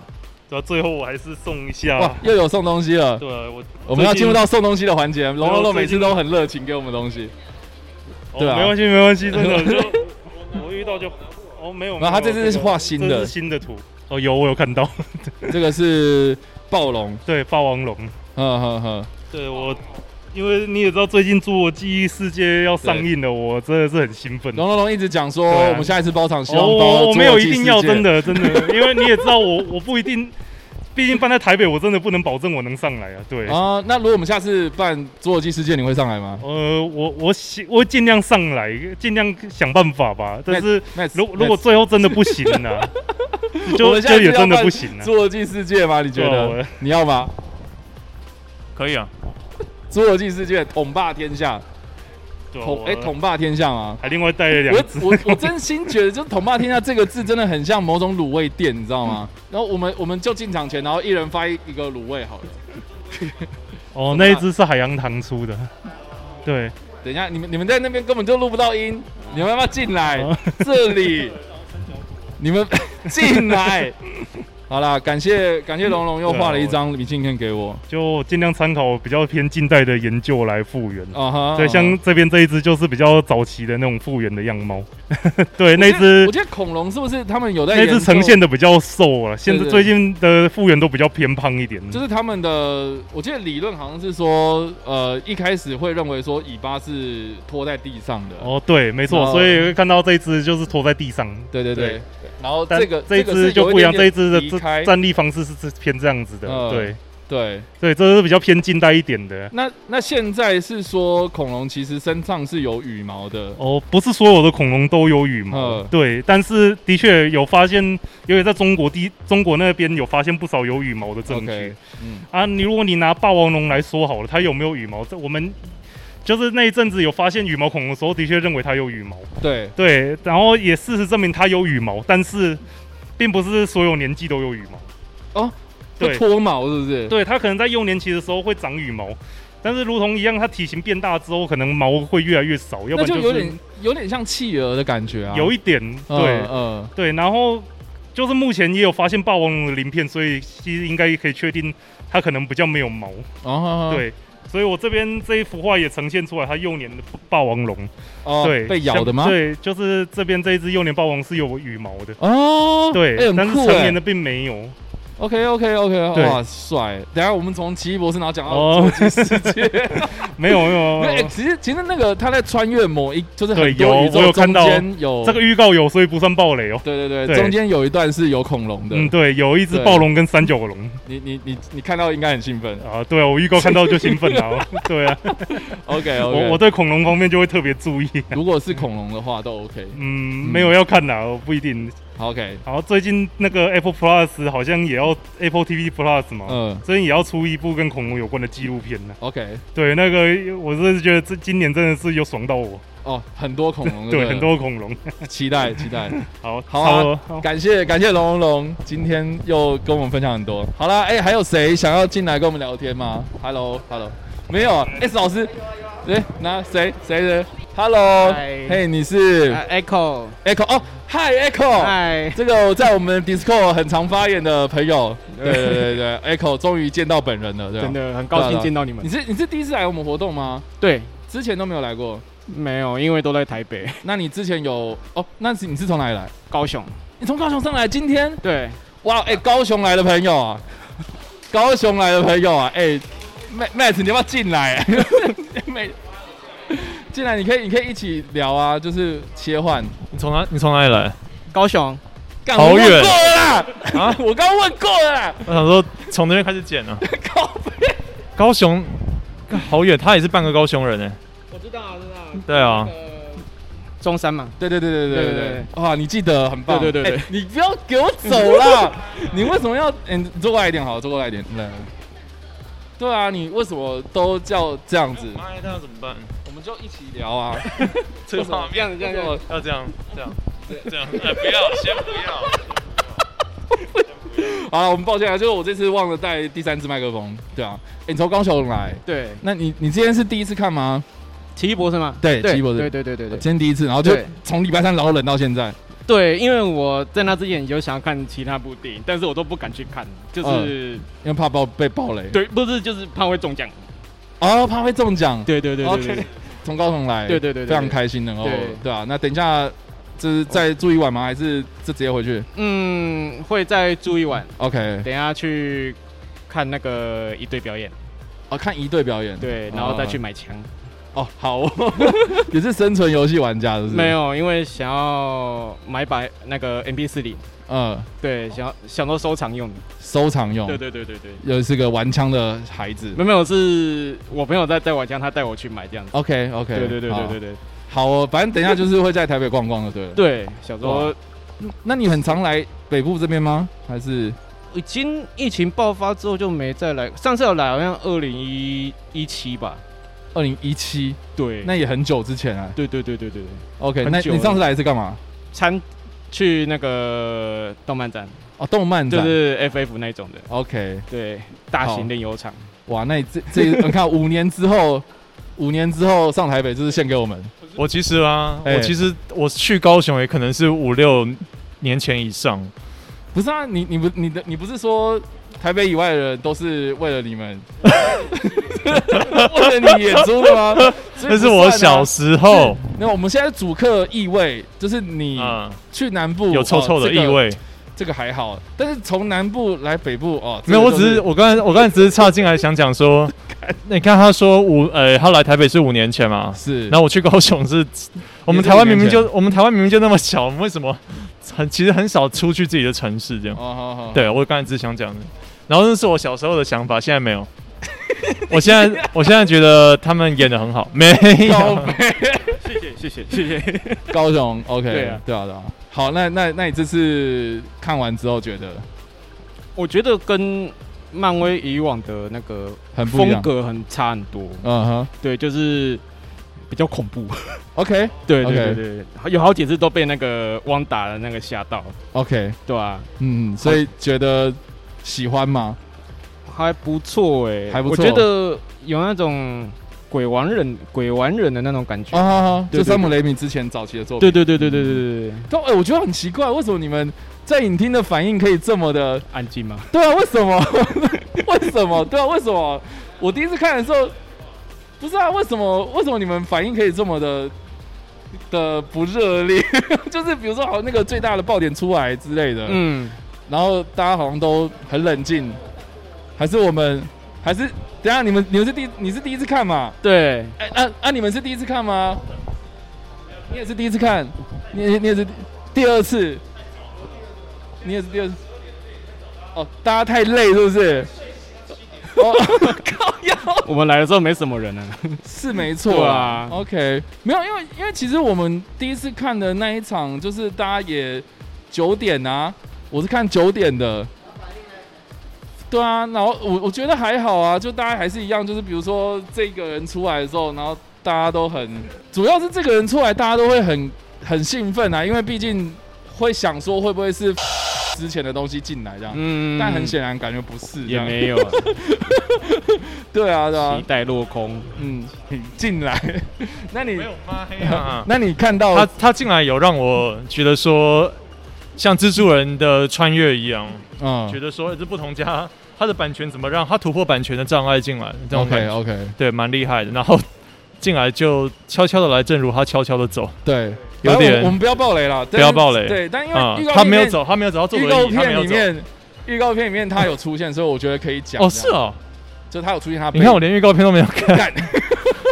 [SPEAKER 8] 到最后我还是送一下
[SPEAKER 2] 哇，，又有送东西了。
[SPEAKER 8] 对啊我
[SPEAKER 2] 我们要
[SPEAKER 8] 最近
[SPEAKER 2] 进入到送东西的环节，龙龙龙每
[SPEAKER 8] 最近
[SPEAKER 2] 次都很热情给我们东西，
[SPEAKER 8] 哦
[SPEAKER 2] 对啊
[SPEAKER 8] 没关系没 关系，真的就我遇到就哦没有，
[SPEAKER 2] 然后他这次是画新的
[SPEAKER 8] 这是新的图，哦有我有看到，
[SPEAKER 2] 这个是暴龙，
[SPEAKER 8] 对霸王龙。
[SPEAKER 2] 呵呵呵，
[SPEAKER 8] 对我，因为你也知道最近《侏罗纪世界》要上映了，我真的是很兴奋。
[SPEAKER 2] 龙龙龙一直讲说
[SPEAKER 8] 对啊哦
[SPEAKER 2] 我们下一次包场希望包
[SPEAKER 8] 我我没有
[SPEAKER 2] 侏罗纪
[SPEAKER 8] 一定要
[SPEAKER 2] 世界
[SPEAKER 8] 真，的真的，因为你也知道我我不 一定，毕竟办在台北，我真的不能保证我能上来啊。对，
[SPEAKER 2] 啊、那如果我们下次办侏罗纪世界，你会上来吗？
[SPEAKER 8] 呃，我我希我尽量上来，尽量想办法吧。但是
[SPEAKER 2] 那
[SPEAKER 8] 如如果最后真的不行 呢、
[SPEAKER 2] 我
[SPEAKER 8] 就
[SPEAKER 2] 们下
[SPEAKER 8] 就
[SPEAKER 2] 次
[SPEAKER 8] 也
[SPEAKER 2] 要
[SPEAKER 8] 真的
[SPEAKER 2] 办
[SPEAKER 8] 不行啊了、
[SPEAKER 2] 侏罗纪世界吗？你觉
[SPEAKER 8] 对
[SPEAKER 2] 得
[SPEAKER 8] 啊
[SPEAKER 2] 你要吗？
[SPEAKER 6] 可 以啊，
[SPEAKER 2] 侏罗纪世界统霸天下，
[SPEAKER 8] 对啊。
[SPEAKER 2] 统哎、
[SPEAKER 8] 我
[SPEAKER 2] 统霸天下吗？
[SPEAKER 8] 还另外带了两
[SPEAKER 2] 我
[SPEAKER 8] 只，
[SPEAKER 2] 我我真心觉得，就是“统霸天下”这个字真的很像某种卤味店，你知道 吗？然后我们我们就进场前，然后一人发一一个卤味好了。
[SPEAKER 8] 哦，那一只是海洋堂出的，对。
[SPEAKER 2] 等一下，你们你们在那边根本就录不到音，
[SPEAKER 8] 啊
[SPEAKER 2] 你们要不要进来？这里， 你们进来。好啦，感谢感谢龙龙又画了一张明信片给我。
[SPEAKER 8] 就尽量参考比较偏近代的研究来复原。
[SPEAKER 2] 啊哈，
[SPEAKER 8] 嗯对，像这边这一只就是比较早期的那种复原的样貌。 对，那一只
[SPEAKER 2] 我觉得恐龙是不是他们有在
[SPEAKER 8] 那一
[SPEAKER 2] 研
[SPEAKER 8] 只
[SPEAKER 2] 究
[SPEAKER 8] 呈现，的比较瘦了，现在
[SPEAKER 2] 对对
[SPEAKER 8] 最近的复原都比较偏胖一点。
[SPEAKER 2] 就是他们的，我记得理论好像是说，呃，一开始会认为说尾巴是拖在地上的，
[SPEAKER 8] 哦，对，没错，
[SPEAKER 2] 哦
[SPEAKER 8] 所以会看到这一只就是拖在地上。
[SPEAKER 2] 对对对
[SPEAKER 8] 对，
[SPEAKER 2] 然后
[SPEAKER 8] 但
[SPEAKER 2] 这个
[SPEAKER 8] 这一
[SPEAKER 2] 个
[SPEAKER 8] 只
[SPEAKER 2] 是
[SPEAKER 8] 就
[SPEAKER 2] 有
[SPEAKER 8] 不一样，这一
[SPEAKER 2] 点
[SPEAKER 8] 只的
[SPEAKER 2] 离
[SPEAKER 8] 这
[SPEAKER 2] 开
[SPEAKER 8] 站立方式是是偏这样子的。
[SPEAKER 2] 嗯
[SPEAKER 8] 对，
[SPEAKER 2] 对。
[SPEAKER 8] 对，这是比较偏近代一点的。
[SPEAKER 2] 那那现在是说恐龙其实身上是有羽毛的，
[SPEAKER 8] 哦，不是所有的恐龙都有羽毛
[SPEAKER 2] 嗯，
[SPEAKER 8] 对，但是的确有发现，因为在中国地中国那边有发现不少有羽毛的证据
[SPEAKER 2] OK，嗯
[SPEAKER 8] 啊。你如果你拿霸王龙来说好了，它有没有羽毛？这我们就是那一阵子有发现羽毛恐龙的时候，的确认为它有羽毛，
[SPEAKER 2] 对，
[SPEAKER 8] 对，然后也事实证明它有羽毛，但是并不是所有年纪都有羽毛。
[SPEAKER 2] 哦，
[SPEAKER 8] 对
[SPEAKER 2] 会脱毛是不是？
[SPEAKER 8] 对，它可能在幼年期的时候会长羽毛，但是如同一样，它体型变大之后，可能毛会越来越少，要
[SPEAKER 2] 那
[SPEAKER 8] 不然
[SPEAKER 2] 就有
[SPEAKER 8] 是
[SPEAKER 2] 点有点像企鹅的感觉啊，
[SPEAKER 8] 有一点对。
[SPEAKER 2] 嗯嗯
[SPEAKER 8] 对，然后就是目前也有发现霸王龙的鳞片，所以其实应该可以确定它可能比较没有毛。
[SPEAKER 2] 哦，
[SPEAKER 8] 对，所以我这边这一幅画也呈现出来它幼年的霸王龙。
[SPEAKER 2] 哦
[SPEAKER 8] 对，
[SPEAKER 2] 被咬的吗
[SPEAKER 8] 像？对，就是这边这一只幼年霸王是有羽毛的。
[SPEAKER 2] 哦，
[SPEAKER 8] 对，
[SPEAKER 2] 哎，很
[SPEAKER 8] 但是
[SPEAKER 2] 酷
[SPEAKER 8] 成年
[SPEAKER 2] 哎
[SPEAKER 8] 的并没有。
[SPEAKER 2] ，OK OK
[SPEAKER 8] 对
[SPEAKER 2] OK，哇，帅！等一下我们从奇异博士然后讲到
[SPEAKER 8] 哦，
[SPEAKER 2] 世 界，
[SPEAKER 8] 没有没
[SPEAKER 2] 那
[SPEAKER 8] 有没
[SPEAKER 2] 哎
[SPEAKER 8] 有。
[SPEAKER 2] 其实其实那个他在穿越某一，就是
[SPEAKER 8] 对
[SPEAKER 2] 很多
[SPEAKER 8] 有
[SPEAKER 2] 宇
[SPEAKER 8] 我有
[SPEAKER 2] 宙
[SPEAKER 8] 看
[SPEAKER 2] 中
[SPEAKER 8] 到
[SPEAKER 2] 间有
[SPEAKER 8] 这个预告有，所以不算暴雷哦。
[SPEAKER 2] 对对
[SPEAKER 8] 对
[SPEAKER 2] 对，中间有一段是有恐龙的，
[SPEAKER 8] 嗯，对，有一只
[SPEAKER 2] 对
[SPEAKER 8] 暴龙跟三角龙
[SPEAKER 2] 你你你你看到应该很兴奋。
[SPEAKER 8] 啊，对啊，我预告看到就兴奋了 哦，对啊，
[SPEAKER 2] OK
[SPEAKER 8] 我
[SPEAKER 2] OK，
[SPEAKER 8] 我对恐龙方面就会特别注意，
[SPEAKER 2] 如果是恐龙的话都 OK。
[SPEAKER 8] 嗯，没有要看啦，我不一定，
[SPEAKER 2] 好 OK，
[SPEAKER 8] 好，最近那个 Apple Plus 好像也要 Apple TV Plus 嘛，
[SPEAKER 2] 嗯
[SPEAKER 8] 最近也要出一部跟恐龙有关的纪录片呢。
[SPEAKER 2] OK，
[SPEAKER 8] 对，那个我真是觉得这今年真的是有爽到我，
[SPEAKER 2] 哦，很多恐
[SPEAKER 7] 嗯
[SPEAKER 2] 龙，
[SPEAKER 8] 对，
[SPEAKER 2] 不
[SPEAKER 8] 很多恐龙。
[SPEAKER 2] 期待期 待。
[SPEAKER 8] 好，
[SPEAKER 2] 好
[SPEAKER 8] 差不
[SPEAKER 2] 啊
[SPEAKER 8] 多，好哦
[SPEAKER 2] 感谢感谢龙龙龙，今天又跟我们分享很多。好啦，哎、还有谁想要进来跟我们聊天吗？Hello Hello，没有啊？S 老师，哎、那谁谁谁？Hello，
[SPEAKER 7] 嗨
[SPEAKER 2] 嘿，你是
[SPEAKER 7] 啊 Echo，
[SPEAKER 2] Echo 哦，Hi Echo，
[SPEAKER 7] 嗨，
[SPEAKER 2] 这个我在我们 Discord 很常发言的朋 友，对对对对，Echo 终于见到本人了，对吧
[SPEAKER 7] 真的很高兴见到你
[SPEAKER 2] 你
[SPEAKER 7] 们。
[SPEAKER 2] 是你是第一次来我们活动吗？
[SPEAKER 7] 对，啊
[SPEAKER 2] 之前都没有来过。
[SPEAKER 7] 没有，因为都在台北、
[SPEAKER 2] 那你之前有哦？那是你是从哪里来？
[SPEAKER 7] 高雄，
[SPEAKER 2] 你从高雄上来，今天
[SPEAKER 7] 对，
[SPEAKER 2] 哇，哎、高雄来的朋友啊， 高雄来的朋友啊，哎、麦 m a t 你要不要进来？ 麦进来，你可以，你可以一起聊啊，就是切换。
[SPEAKER 6] 你从哪？你从哪里来？
[SPEAKER 7] 高雄
[SPEAKER 2] 干
[SPEAKER 6] 好
[SPEAKER 2] 我问
[SPEAKER 6] 远
[SPEAKER 2] 够了啦，！
[SPEAKER 6] 啊
[SPEAKER 2] 我刚问够了啦，
[SPEAKER 6] 我想说从那边开始剪 啊。
[SPEAKER 2] 靠背。
[SPEAKER 6] 高雄，干好远，他也是半个高雄人哎。
[SPEAKER 7] 我知道，知道，
[SPEAKER 6] 对啊，
[SPEAKER 7] 中山嘛，
[SPEAKER 2] 对对对对对对
[SPEAKER 7] 对对
[SPEAKER 2] 对，哇，你记得很棒。
[SPEAKER 7] 对对对对
[SPEAKER 2] 哎你不要给我走 啦！你为什么要？哎你坐过来一点好，坐过来一点。来，来对啊，你为什么都叫这样子？
[SPEAKER 6] 妈呀，那要怎么办？
[SPEAKER 2] 我们就一起聊 啊。
[SPEAKER 6] 这个画面
[SPEAKER 7] 这样这样
[SPEAKER 6] 要这样这样这样，哎不 要，先不要。
[SPEAKER 2] 好了，我们抱歉啊，就是我这次忘了带第三支麦克风。对啊，哎你从高雄来，
[SPEAKER 7] 对，
[SPEAKER 2] 那你你今天是第一次看吗？
[SPEAKER 7] 奇异博士嘛，
[SPEAKER 2] 对奇异博士
[SPEAKER 7] 对对对对
[SPEAKER 3] 呃
[SPEAKER 7] 对
[SPEAKER 2] 今天第一次，然后就
[SPEAKER 7] 对
[SPEAKER 2] 从礼拜三老冷到现在。
[SPEAKER 7] 对，因为我在那之前有想要看其他部电影，但是我都不敢去看，
[SPEAKER 3] 嗯
[SPEAKER 7] 就是、
[SPEAKER 2] 因为怕爆被爆雷，
[SPEAKER 7] 对，不是就是怕会中奖，
[SPEAKER 2] 哦，怕会中奖，
[SPEAKER 7] 对对对对
[SPEAKER 2] OK
[SPEAKER 7] 对对
[SPEAKER 2] 从高雄来，
[SPEAKER 7] 对对对对
[SPEAKER 2] 非常开心能够，
[SPEAKER 7] 对
[SPEAKER 2] 对啊，那等一下就是再住一晚吗？还是就直接回去
[SPEAKER 7] 嗯，会再住一晚，
[SPEAKER 2] ？OK，
[SPEAKER 7] 等一下去看那个一队表演，
[SPEAKER 2] 哦，看一队表演，
[SPEAKER 7] 对，然后再去
[SPEAKER 2] 哦，
[SPEAKER 7] 买枪，
[SPEAKER 2] 哦，好哦，也是生存游戏玩家，是不是？
[SPEAKER 7] 没，有，因为想要买把那个 MP 四零，
[SPEAKER 2] 嗯，
[SPEAKER 7] 对，想要想说收藏用的，
[SPEAKER 2] 收藏用，
[SPEAKER 7] 对对对对对，
[SPEAKER 2] 又是个玩枪的孩子
[SPEAKER 7] 没有没有，是我朋友在带我枪，他带我去买这样子，
[SPEAKER 2] ，OK OK，
[SPEAKER 7] 对对对对对对
[SPEAKER 2] 好哦，反正等一下就是会在台北逛逛的，对了。
[SPEAKER 7] 对，想
[SPEAKER 3] 哦
[SPEAKER 7] 说
[SPEAKER 2] 那你很常来北部这边吗？还是
[SPEAKER 7] 已经疫情爆发之后就没再来，上次有来好像二零一一七吧。
[SPEAKER 2] 二零一七？
[SPEAKER 7] 对，
[SPEAKER 2] 那也很久之前啊。
[SPEAKER 7] 对对对对对对，
[SPEAKER 2] OK，那
[SPEAKER 7] 很久
[SPEAKER 2] 你
[SPEAKER 7] 了
[SPEAKER 2] 上次来是干嘛？
[SPEAKER 7] 参去那个动漫展，
[SPEAKER 2] 哦，动漫
[SPEAKER 7] 就
[SPEAKER 2] 展。
[SPEAKER 7] 是 FF 那一种的，
[SPEAKER 2] OK，
[SPEAKER 7] 对，大型炼油厂。
[SPEAKER 2] 哇，那你这这你看五年之后，五年之后上台北就是献给我们。
[SPEAKER 6] 我其实啊，
[SPEAKER 2] 哎
[SPEAKER 6] 我其实我去高雄也可能是五六年前以上，
[SPEAKER 2] 不是啊，你你不你的你不是说台北以外的人都是为了你们， 为了你演出的吗？所以
[SPEAKER 6] 那
[SPEAKER 2] 不
[SPEAKER 6] 是
[SPEAKER 2] 算啊
[SPEAKER 6] 我小时候
[SPEAKER 2] 是，那我们现在主客意味就是你
[SPEAKER 6] 嗯，
[SPEAKER 2] 去南部
[SPEAKER 6] 有臭臭
[SPEAKER 2] 哦
[SPEAKER 6] 的
[SPEAKER 2] 这个
[SPEAKER 6] 异味。
[SPEAKER 2] 这个还好，但是从南部来北部哦，这
[SPEAKER 6] 没
[SPEAKER 2] 个
[SPEAKER 6] 有，我
[SPEAKER 2] 就
[SPEAKER 6] 只是我刚才我刚才只是插进来想 讲说，你看他说五呃，他来台北是五年前嘛，
[SPEAKER 2] 是
[SPEAKER 6] 然后我去高雄是，我们台湾明明就我们台湾明明就那么小，我们为什么很其实很少出去自己的城市这样？
[SPEAKER 2] 哦好好，
[SPEAKER 6] 对我刚才只是想讲的，然后那是我小时候的想法，现在没有。我现在我现在觉得他们演的很好，没
[SPEAKER 2] 高
[SPEAKER 6] 有。
[SPEAKER 7] 谢谢谢谢谢谢。
[SPEAKER 2] 高雄 OK
[SPEAKER 7] 对啊
[SPEAKER 2] 对啊对啊，好那那那你这次看完之后觉得
[SPEAKER 7] 我觉得跟漫威以往的那个
[SPEAKER 2] 很不一
[SPEAKER 7] 风
[SPEAKER 2] 样，
[SPEAKER 7] 格很差很多，
[SPEAKER 2] 嗯哼
[SPEAKER 7] 对，就是比较恐怖。
[SPEAKER 2] ，OK
[SPEAKER 7] 对对
[SPEAKER 2] OK
[SPEAKER 7] 对对对，有好几次都被那个汪达的那个吓到，
[SPEAKER 2] OK，
[SPEAKER 7] 对啊，
[SPEAKER 2] 嗯，所以觉得喜欢吗？
[SPEAKER 7] 还不错哎、
[SPEAKER 2] 还不错
[SPEAKER 7] 我觉得有那种鬼玩人、鬼玩人的那种感觉。
[SPEAKER 2] 啊，
[SPEAKER 7] 对
[SPEAKER 2] 就
[SPEAKER 7] 对
[SPEAKER 2] 山姆雷米之前早期的作品，
[SPEAKER 7] 对对对对对对对对，
[SPEAKER 2] 都哎，我觉得很奇怪，为什么你们在影厅的反应可以这么的？
[SPEAKER 7] 安静吗？
[SPEAKER 2] 对啊，为什么？ 为什么？对啊，为什么？我第一次看的时候，不是啊，为什么？为什么你们反应可以这么的的不热烈？ 就是比如说，好那个最大的爆点出来之类的，嗯，
[SPEAKER 7] 嗯，
[SPEAKER 2] 然后大家好像都很冷静，还是我们，还是等一下你们你们是第你是第一次看嘛？
[SPEAKER 7] 对，
[SPEAKER 2] 哎、啊啊，你们是第一次看吗？你也是第一次看，你也你也是第二次，你也是第二次。哦，大家太累是不是？哦，靠腰
[SPEAKER 7] 我们来的时候没什么人啊。
[SPEAKER 2] 是没错
[SPEAKER 7] 对
[SPEAKER 2] 啊
[SPEAKER 7] 啊。
[SPEAKER 2] OK，没有，因为因为其实我们第一次看的那一场，就是大家也九点啊，我是看九点的。对啊，然后我我觉得还好啊，就大家还是一样，就是比如说这个人出来的时候，然后大家都很，主要是这个人出来，大家都会很很兴奋啊，因为毕竟会想说会不会是之前的东西进来这样，
[SPEAKER 7] 嗯，
[SPEAKER 2] 但很显然感觉不是这
[SPEAKER 7] 也
[SPEAKER 2] 样，
[SPEAKER 7] 没 有啊，
[SPEAKER 2] 对啊对啊
[SPEAKER 7] 期，待落空。
[SPEAKER 2] 嗯，进 来，那你
[SPEAKER 6] 妈
[SPEAKER 2] 那你看到
[SPEAKER 6] 啊他他进来有让我觉得说，像蜘蛛人的穿越一样，
[SPEAKER 2] 嗯
[SPEAKER 6] 觉得说欸这不同家他的版权怎么让他突破版权的障碍进来，这种感
[SPEAKER 2] OK
[SPEAKER 6] 觉
[SPEAKER 7] 哦
[SPEAKER 2] OK，
[SPEAKER 6] 对，蛮厉害的。然后进来就悄悄的来，正如他悄悄的走，
[SPEAKER 2] 对，
[SPEAKER 6] 有
[SPEAKER 2] 反正我我
[SPEAKER 6] 点
[SPEAKER 2] 们不要暴雷了，不
[SPEAKER 6] 要爆雷
[SPEAKER 2] 对，但因为
[SPEAKER 6] 啊
[SPEAKER 2] 预告、，
[SPEAKER 6] 他没有，走，他没有走到作
[SPEAKER 2] 预
[SPEAKER 6] 为
[SPEAKER 2] 告
[SPEAKER 6] 他没
[SPEAKER 2] 片
[SPEAKER 6] 有
[SPEAKER 2] 里
[SPEAKER 6] 走。
[SPEAKER 2] 面，预告片里面他有出现，所以我觉得可以讲。
[SPEAKER 6] 哦，
[SPEAKER 2] 这
[SPEAKER 6] 是
[SPEAKER 2] 样，
[SPEAKER 6] 哦，
[SPEAKER 2] 就他有出现他，
[SPEAKER 6] 你看我连预告片都没有 看，
[SPEAKER 2] 干，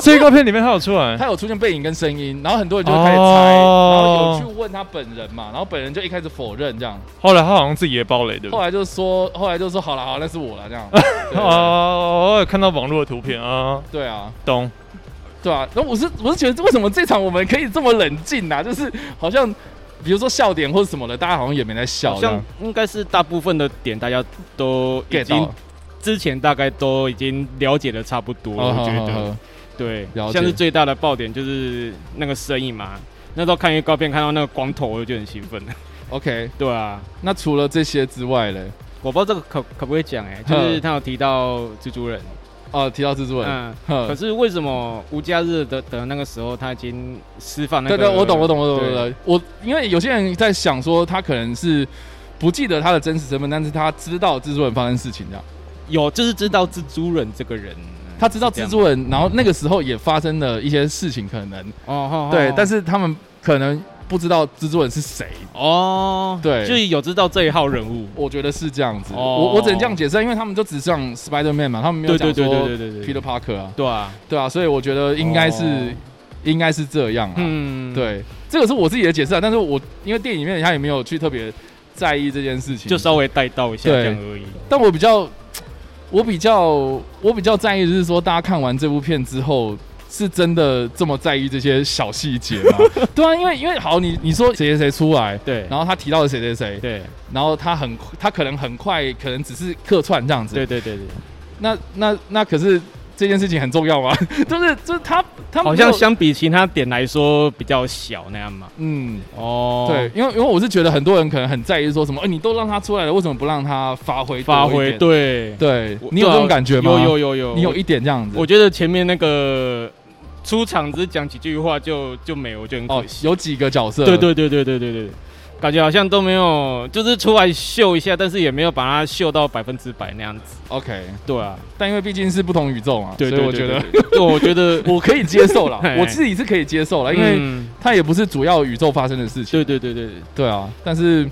[SPEAKER 6] 这预告片里面他有出来
[SPEAKER 2] 他有出现背影跟声音，然后很多人就
[SPEAKER 6] 哦
[SPEAKER 2] 开始猜，然后有去问他本人嘛，然后本人就一开始否认这样，
[SPEAKER 6] 后来他好像自己也爆雷，对不
[SPEAKER 2] 后
[SPEAKER 6] 对？
[SPEAKER 2] 来就说，后来就说好了好了，那是我了 这样。对啊
[SPEAKER 6] 哦，我有看到网络的图片啊，
[SPEAKER 2] 对啊，
[SPEAKER 6] 懂。
[SPEAKER 2] 对啊，然后我是我是觉得为什么这场我们可以这么冷静啊？就是好像比如说笑点或者什么的，大家好像也没在笑
[SPEAKER 7] 好
[SPEAKER 2] 这样。
[SPEAKER 7] 像应该是大部分的点大家都已
[SPEAKER 2] get 到
[SPEAKER 7] 经
[SPEAKER 2] 了
[SPEAKER 7] 之前大概都已经了解的差不多，
[SPEAKER 2] 哦
[SPEAKER 7] 我觉
[SPEAKER 2] 好好
[SPEAKER 7] 得
[SPEAKER 2] 好
[SPEAKER 7] 对
[SPEAKER 2] 了，解
[SPEAKER 7] 像是最大的爆点就是那个生意嘛。那时候看预告片看到那个光头，我就很兴奋。
[SPEAKER 2] OK，
[SPEAKER 7] 对啊，
[SPEAKER 2] 那除了这些之外嘞，
[SPEAKER 7] 我不知道这个可可不可以讲哎、就是
[SPEAKER 2] 嗯
[SPEAKER 7] 他有提到蜘蛛人，
[SPEAKER 2] 哦，提到蜘蛛人，
[SPEAKER 7] 嗯，
[SPEAKER 2] 哼
[SPEAKER 7] 可是为什么无假日的的那个时候他已经释放那个？
[SPEAKER 2] 对对，我懂，我懂，我懂，我
[SPEAKER 7] 对
[SPEAKER 2] 懂。我因为有些人在想说，他可能是不记得他的真实身份，但是他知道蜘蛛人发生事情这样，
[SPEAKER 7] 有就是知道蜘蛛人这个人，
[SPEAKER 2] 他知道
[SPEAKER 7] 是这
[SPEAKER 2] 蜘
[SPEAKER 7] 样
[SPEAKER 2] 蛛人，然后那个时候也发生了一些事情，可能
[SPEAKER 7] 哦，好好
[SPEAKER 2] 对
[SPEAKER 7] 好，
[SPEAKER 2] 但是他们可能不知道蜘蛛人是谁，
[SPEAKER 7] 哦，
[SPEAKER 2] 对
[SPEAKER 7] 就是有知道这一号人物，
[SPEAKER 2] 我觉得是这样子。
[SPEAKER 7] 哦
[SPEAKER 2] 我我只能这样解释，因为他们就只像 Spider Man 嘛，他们没有讲
[SPEAKER 7] 对对对
[SPEAKER 2] 说
[SPEAKER 7] 对对对
[SPEAKER 2] Peter
[SPEAKER 7] 对
[SPEAKER 2] Parker 啊，
[SPEAKER 7] 对啊，
[SPEAKER 2] 对啊，所以我觉得应该是
[SPEAKER 7] 哦
[SPEAKER 2] 应该是这样啊。
[SPEAKER 7] 嗯，，
[SPEAKER 2] 对，这个是我自己的解释啊，但是我因为电影里面他也没有去特别在意这件事情，
[SPEAKER 7] 就稍微带到一下
[SPEAKER 2] 对
[SPEAKER 7] 这样而已。
[SPEAKER 2] 但我比较，我比较，我比较在意的是说，大家看完这部片之后，是真的这么在意这些小细节 吗？对啊，因为因为好，你你说谁谁谁出来，
[SPEAKER 7] 对，
[SPEAKER 2] 然后他提到了谁谁谁，
[SPEAKER 7] 对
[SPEAKER 2] 然后他很他可能很快，可能只是客串这样子。
[SPEAKER 7] 对对对对，
[SPEAKER 2] 那那那可是这件事情很重要 吗？就是就是他他没有
[SPEAKER 7] 好像相比其他点来说比较小那样嘛。
[SPEAKER 2] 嗯。
[SPEAKER 7] 哦，
[SPEAKER 2] 对，，因为因为我是觉得很多人可能很在意说什么，呃，你都让他出来了，为什么不让他发挥
[SPEAKER 7] 发
[SPEAKER 2] 多一
[SPEAKER 7] 挥
[SPEAKER 2] 点？
[SPEAKER 7] 对，
[SPEAKER 2] 对
[SPEAKER 7] 我
[SPEAKER 2] 你有
[SPEAKER 7] 对啊
[SPEAKER 2] 这种感觉吗？
[SPEAKER 7] 有有有有，
[SPEAKER 2] 你有
[SPEAKER 7] 我
[SPEAKER 2] 一点这样子。
[SPEAKER 7] 哦我觉得前面那个出场只讲几句话就就没有，我觉得很
[SPEAKER 2] 哦
[SPEAKER 7] 可，惜。
[SPEAKER 2] 有几个角色，
[SPEAKER 7] 对对对对对对对，感觉好像都没有，就是出来秀一下，但是也没有把它秀到百分之百那样子。
[SPEAKER 2] ，OK。
[SPEAKER 7] 对啊，
[SPEAKER 2] 但因为毕竟是不同宇宙嘛，
[SPEAKER 7] 对
[SPEAKER 2] 所以
[SPEAKER 7] 对
[SPEAKER 2] 我觉得
[SPEAKER 7] 对，对我觉得
[SPEAKER 2] 我可以接受 啦，
[SPEAKER 7] 嘿
[SPEAKER 2] 我自己是可以接受啦，因为
[SPEAKER 7] 嗯
[SPEAKER 2] 它也不是主要宇宙发生的事情。
[SPEAKER 7] 对对对对，对
[SPEAKER 2] 对啊，但是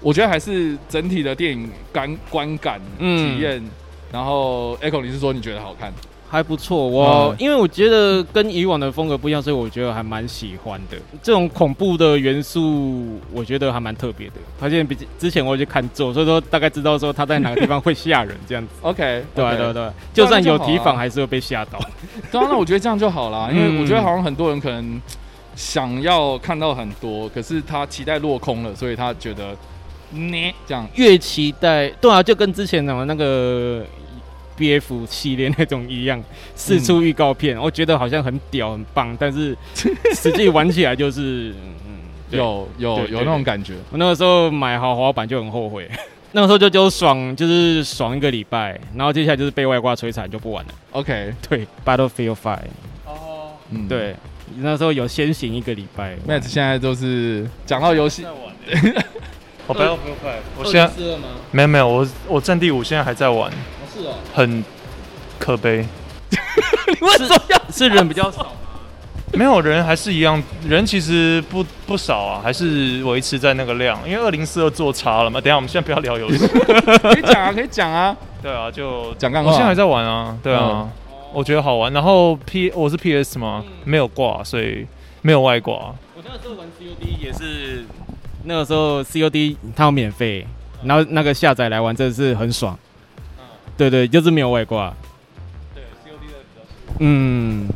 [SPEAKER 2] 我觉得还是整体的电影感观感
[SPEAKER 7] 嗯
[SPEAKER 2] 体验。然后 Echo，你是说你觉得好看？
[SPEAKER 7] 还不错。我、
[SPEAKER 2] 嗯
[SPEAKER 7] 因为我觉得跟以往的风格不一样，所以我觉得还蛮喜欢的。这种恐怖的元素，我觉得还蛮特别的。而且比之前我去看咒，所以说大概知道说他在哪个地方会吓人这样 子。
[SPEAKER 2] OK，
[SPEAKER 7] 对啊
[SPEAKER 2] OK
[SPEAKER 7] 对啊对啊，就算有提
[SPEAKER 2] 那就好
[SPEAKER 7] 防，
[SPEAKER 2] 啊
[SPEAKER 7] 还是会被吓到。
[SPEAKER 2] 当啊然，我觉得这样就好啦，因为
[SPEAKER 7] 嗯
[SPEAKER 2] 我觉得好像很多人可能想要看到很多，可是他期待落空了，所以他觉得呢这样。
[SPEAKER 7] 越期待，对啊，就跟之前讲的那个 B F 系列那种一样，试出预告片，我觉得好像很屌很棒，但是实际玩起来就是，嗯嗯，对
[SPEAKER 2] 有有
[SPEAKER 7] 对
[SPEAKER 2] 有
[SPEAKER 7] 对
[SPEAKER 2] 那种
[SPEAKER 7] 对
[SPEAKER 2] 感觉，
[SPEAKER 7] 我那个时候买豪华版就很后悔，那个时候就就爽，就是爽一个礼拜，然后接下来就是被外挂摧残就不玩了。
[SPEAKER 2] OK，
[SPEAKER 7] 对，Battlefield Five，
[SPEAKER 2] 嗯，
[SPEAKER 7] 对，那时候有先行一个礼拜。
[SPEAKER 2] ，Matt 现在都是讲到游戏，
[SPEAKER 6] 好吧，我现在
[SPEAKER 7] 在吗？
[SPEAKER 6] 没有没有，我我战地五现在还在玩，
[SPEAKER 7] 是哦，
[SPEAKER 6] 很可 悲。
[SPEAKER 7] 是人比较少。
[SPEAKER 6] 没有人还是一样，人其实不不少啊，还是维持在那个量，因为二零四二做差了嘛。等一下我们现在不要聊游戏，
[SPEAKER 2] 可以讲啊，可以讲啊，
[SPEAKER 6] 对啊，就
[SPEAKER 2] 讲干
[SPEAKER 6] 我
[SPEAKER 2] 话。
[SPEAKER 6] 现在还在玩啊，对啊，
[SPEAKER 7] 嗯
[SPEAKER 6] 我觉得好玩。然后 P 我是 PS 嘛，没有挂，所以没有外挂。
[SPEAKER 7] 我那个时候玩 COD 也是，那个时候 COD 它有免费，然后那个下载来玩真的是很爽。嗯对对，就是没有外挂。对 COD 的嗯，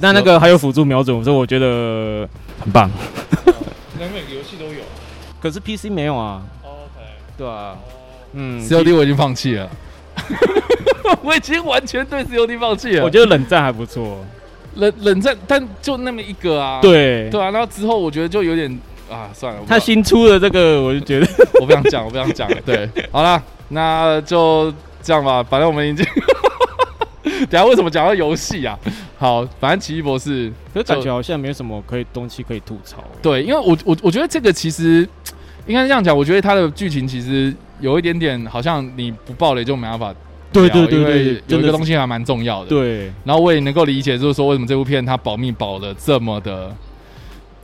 [SPEAKER 7] 那那个还有辅助瞄准，所以我觉得很棒。
[SPEAKER 6] 那每个游戏都有。
[SPEAKER 7] 可是 PC 没有啊，
[SPEAKER 6] OK，
[SPEAKER 7] 对啊，嗯
[SPEAKER 2] COD 我已经放弃 了，我已经完全对 COD 放弃了。
[SPEAKER 7] 我觉得冷战还不错，
[SPEAKER 2] 冷冷战，但就那么一个啊。
[SPEAKER 7] 对
[SPEAKER 2] 对，啊，然后之后我觉得就有点啊，算了，我不
[SPEAKER 7] 他新出的这个我就 觉得
[SPEAKER 2] 我不想讲，我不想讲。对，好啦，那就这样吧，反正我们已经。等一下为什么讲到游戏啊？好，反正奇异博士
[SPEAKER 7] 可是感觉好像没有什么可以东西可以吐槽。
[SPEAKER 2] 对，因为我我我觉得这个其实应该是这样讲，我觉得它的剧情其实有一点点好像你不爆雷就没办法
[SPEAKER 7] 对
[SPEAKER 2] 聊
[SPEAKER 7] 对对
[SPEAKER 2] 因
[SPEAKER 7] 对
[SPEAKER 2] 为，有一个东
[SPEAKER 7] 西，
[SPEAKER 2] 西还蛮重要的。，
[SPEAKER 7] 对，
[SPEAKER 2] 然后我也能够理解，就是说为什么这部片它保密保的这么的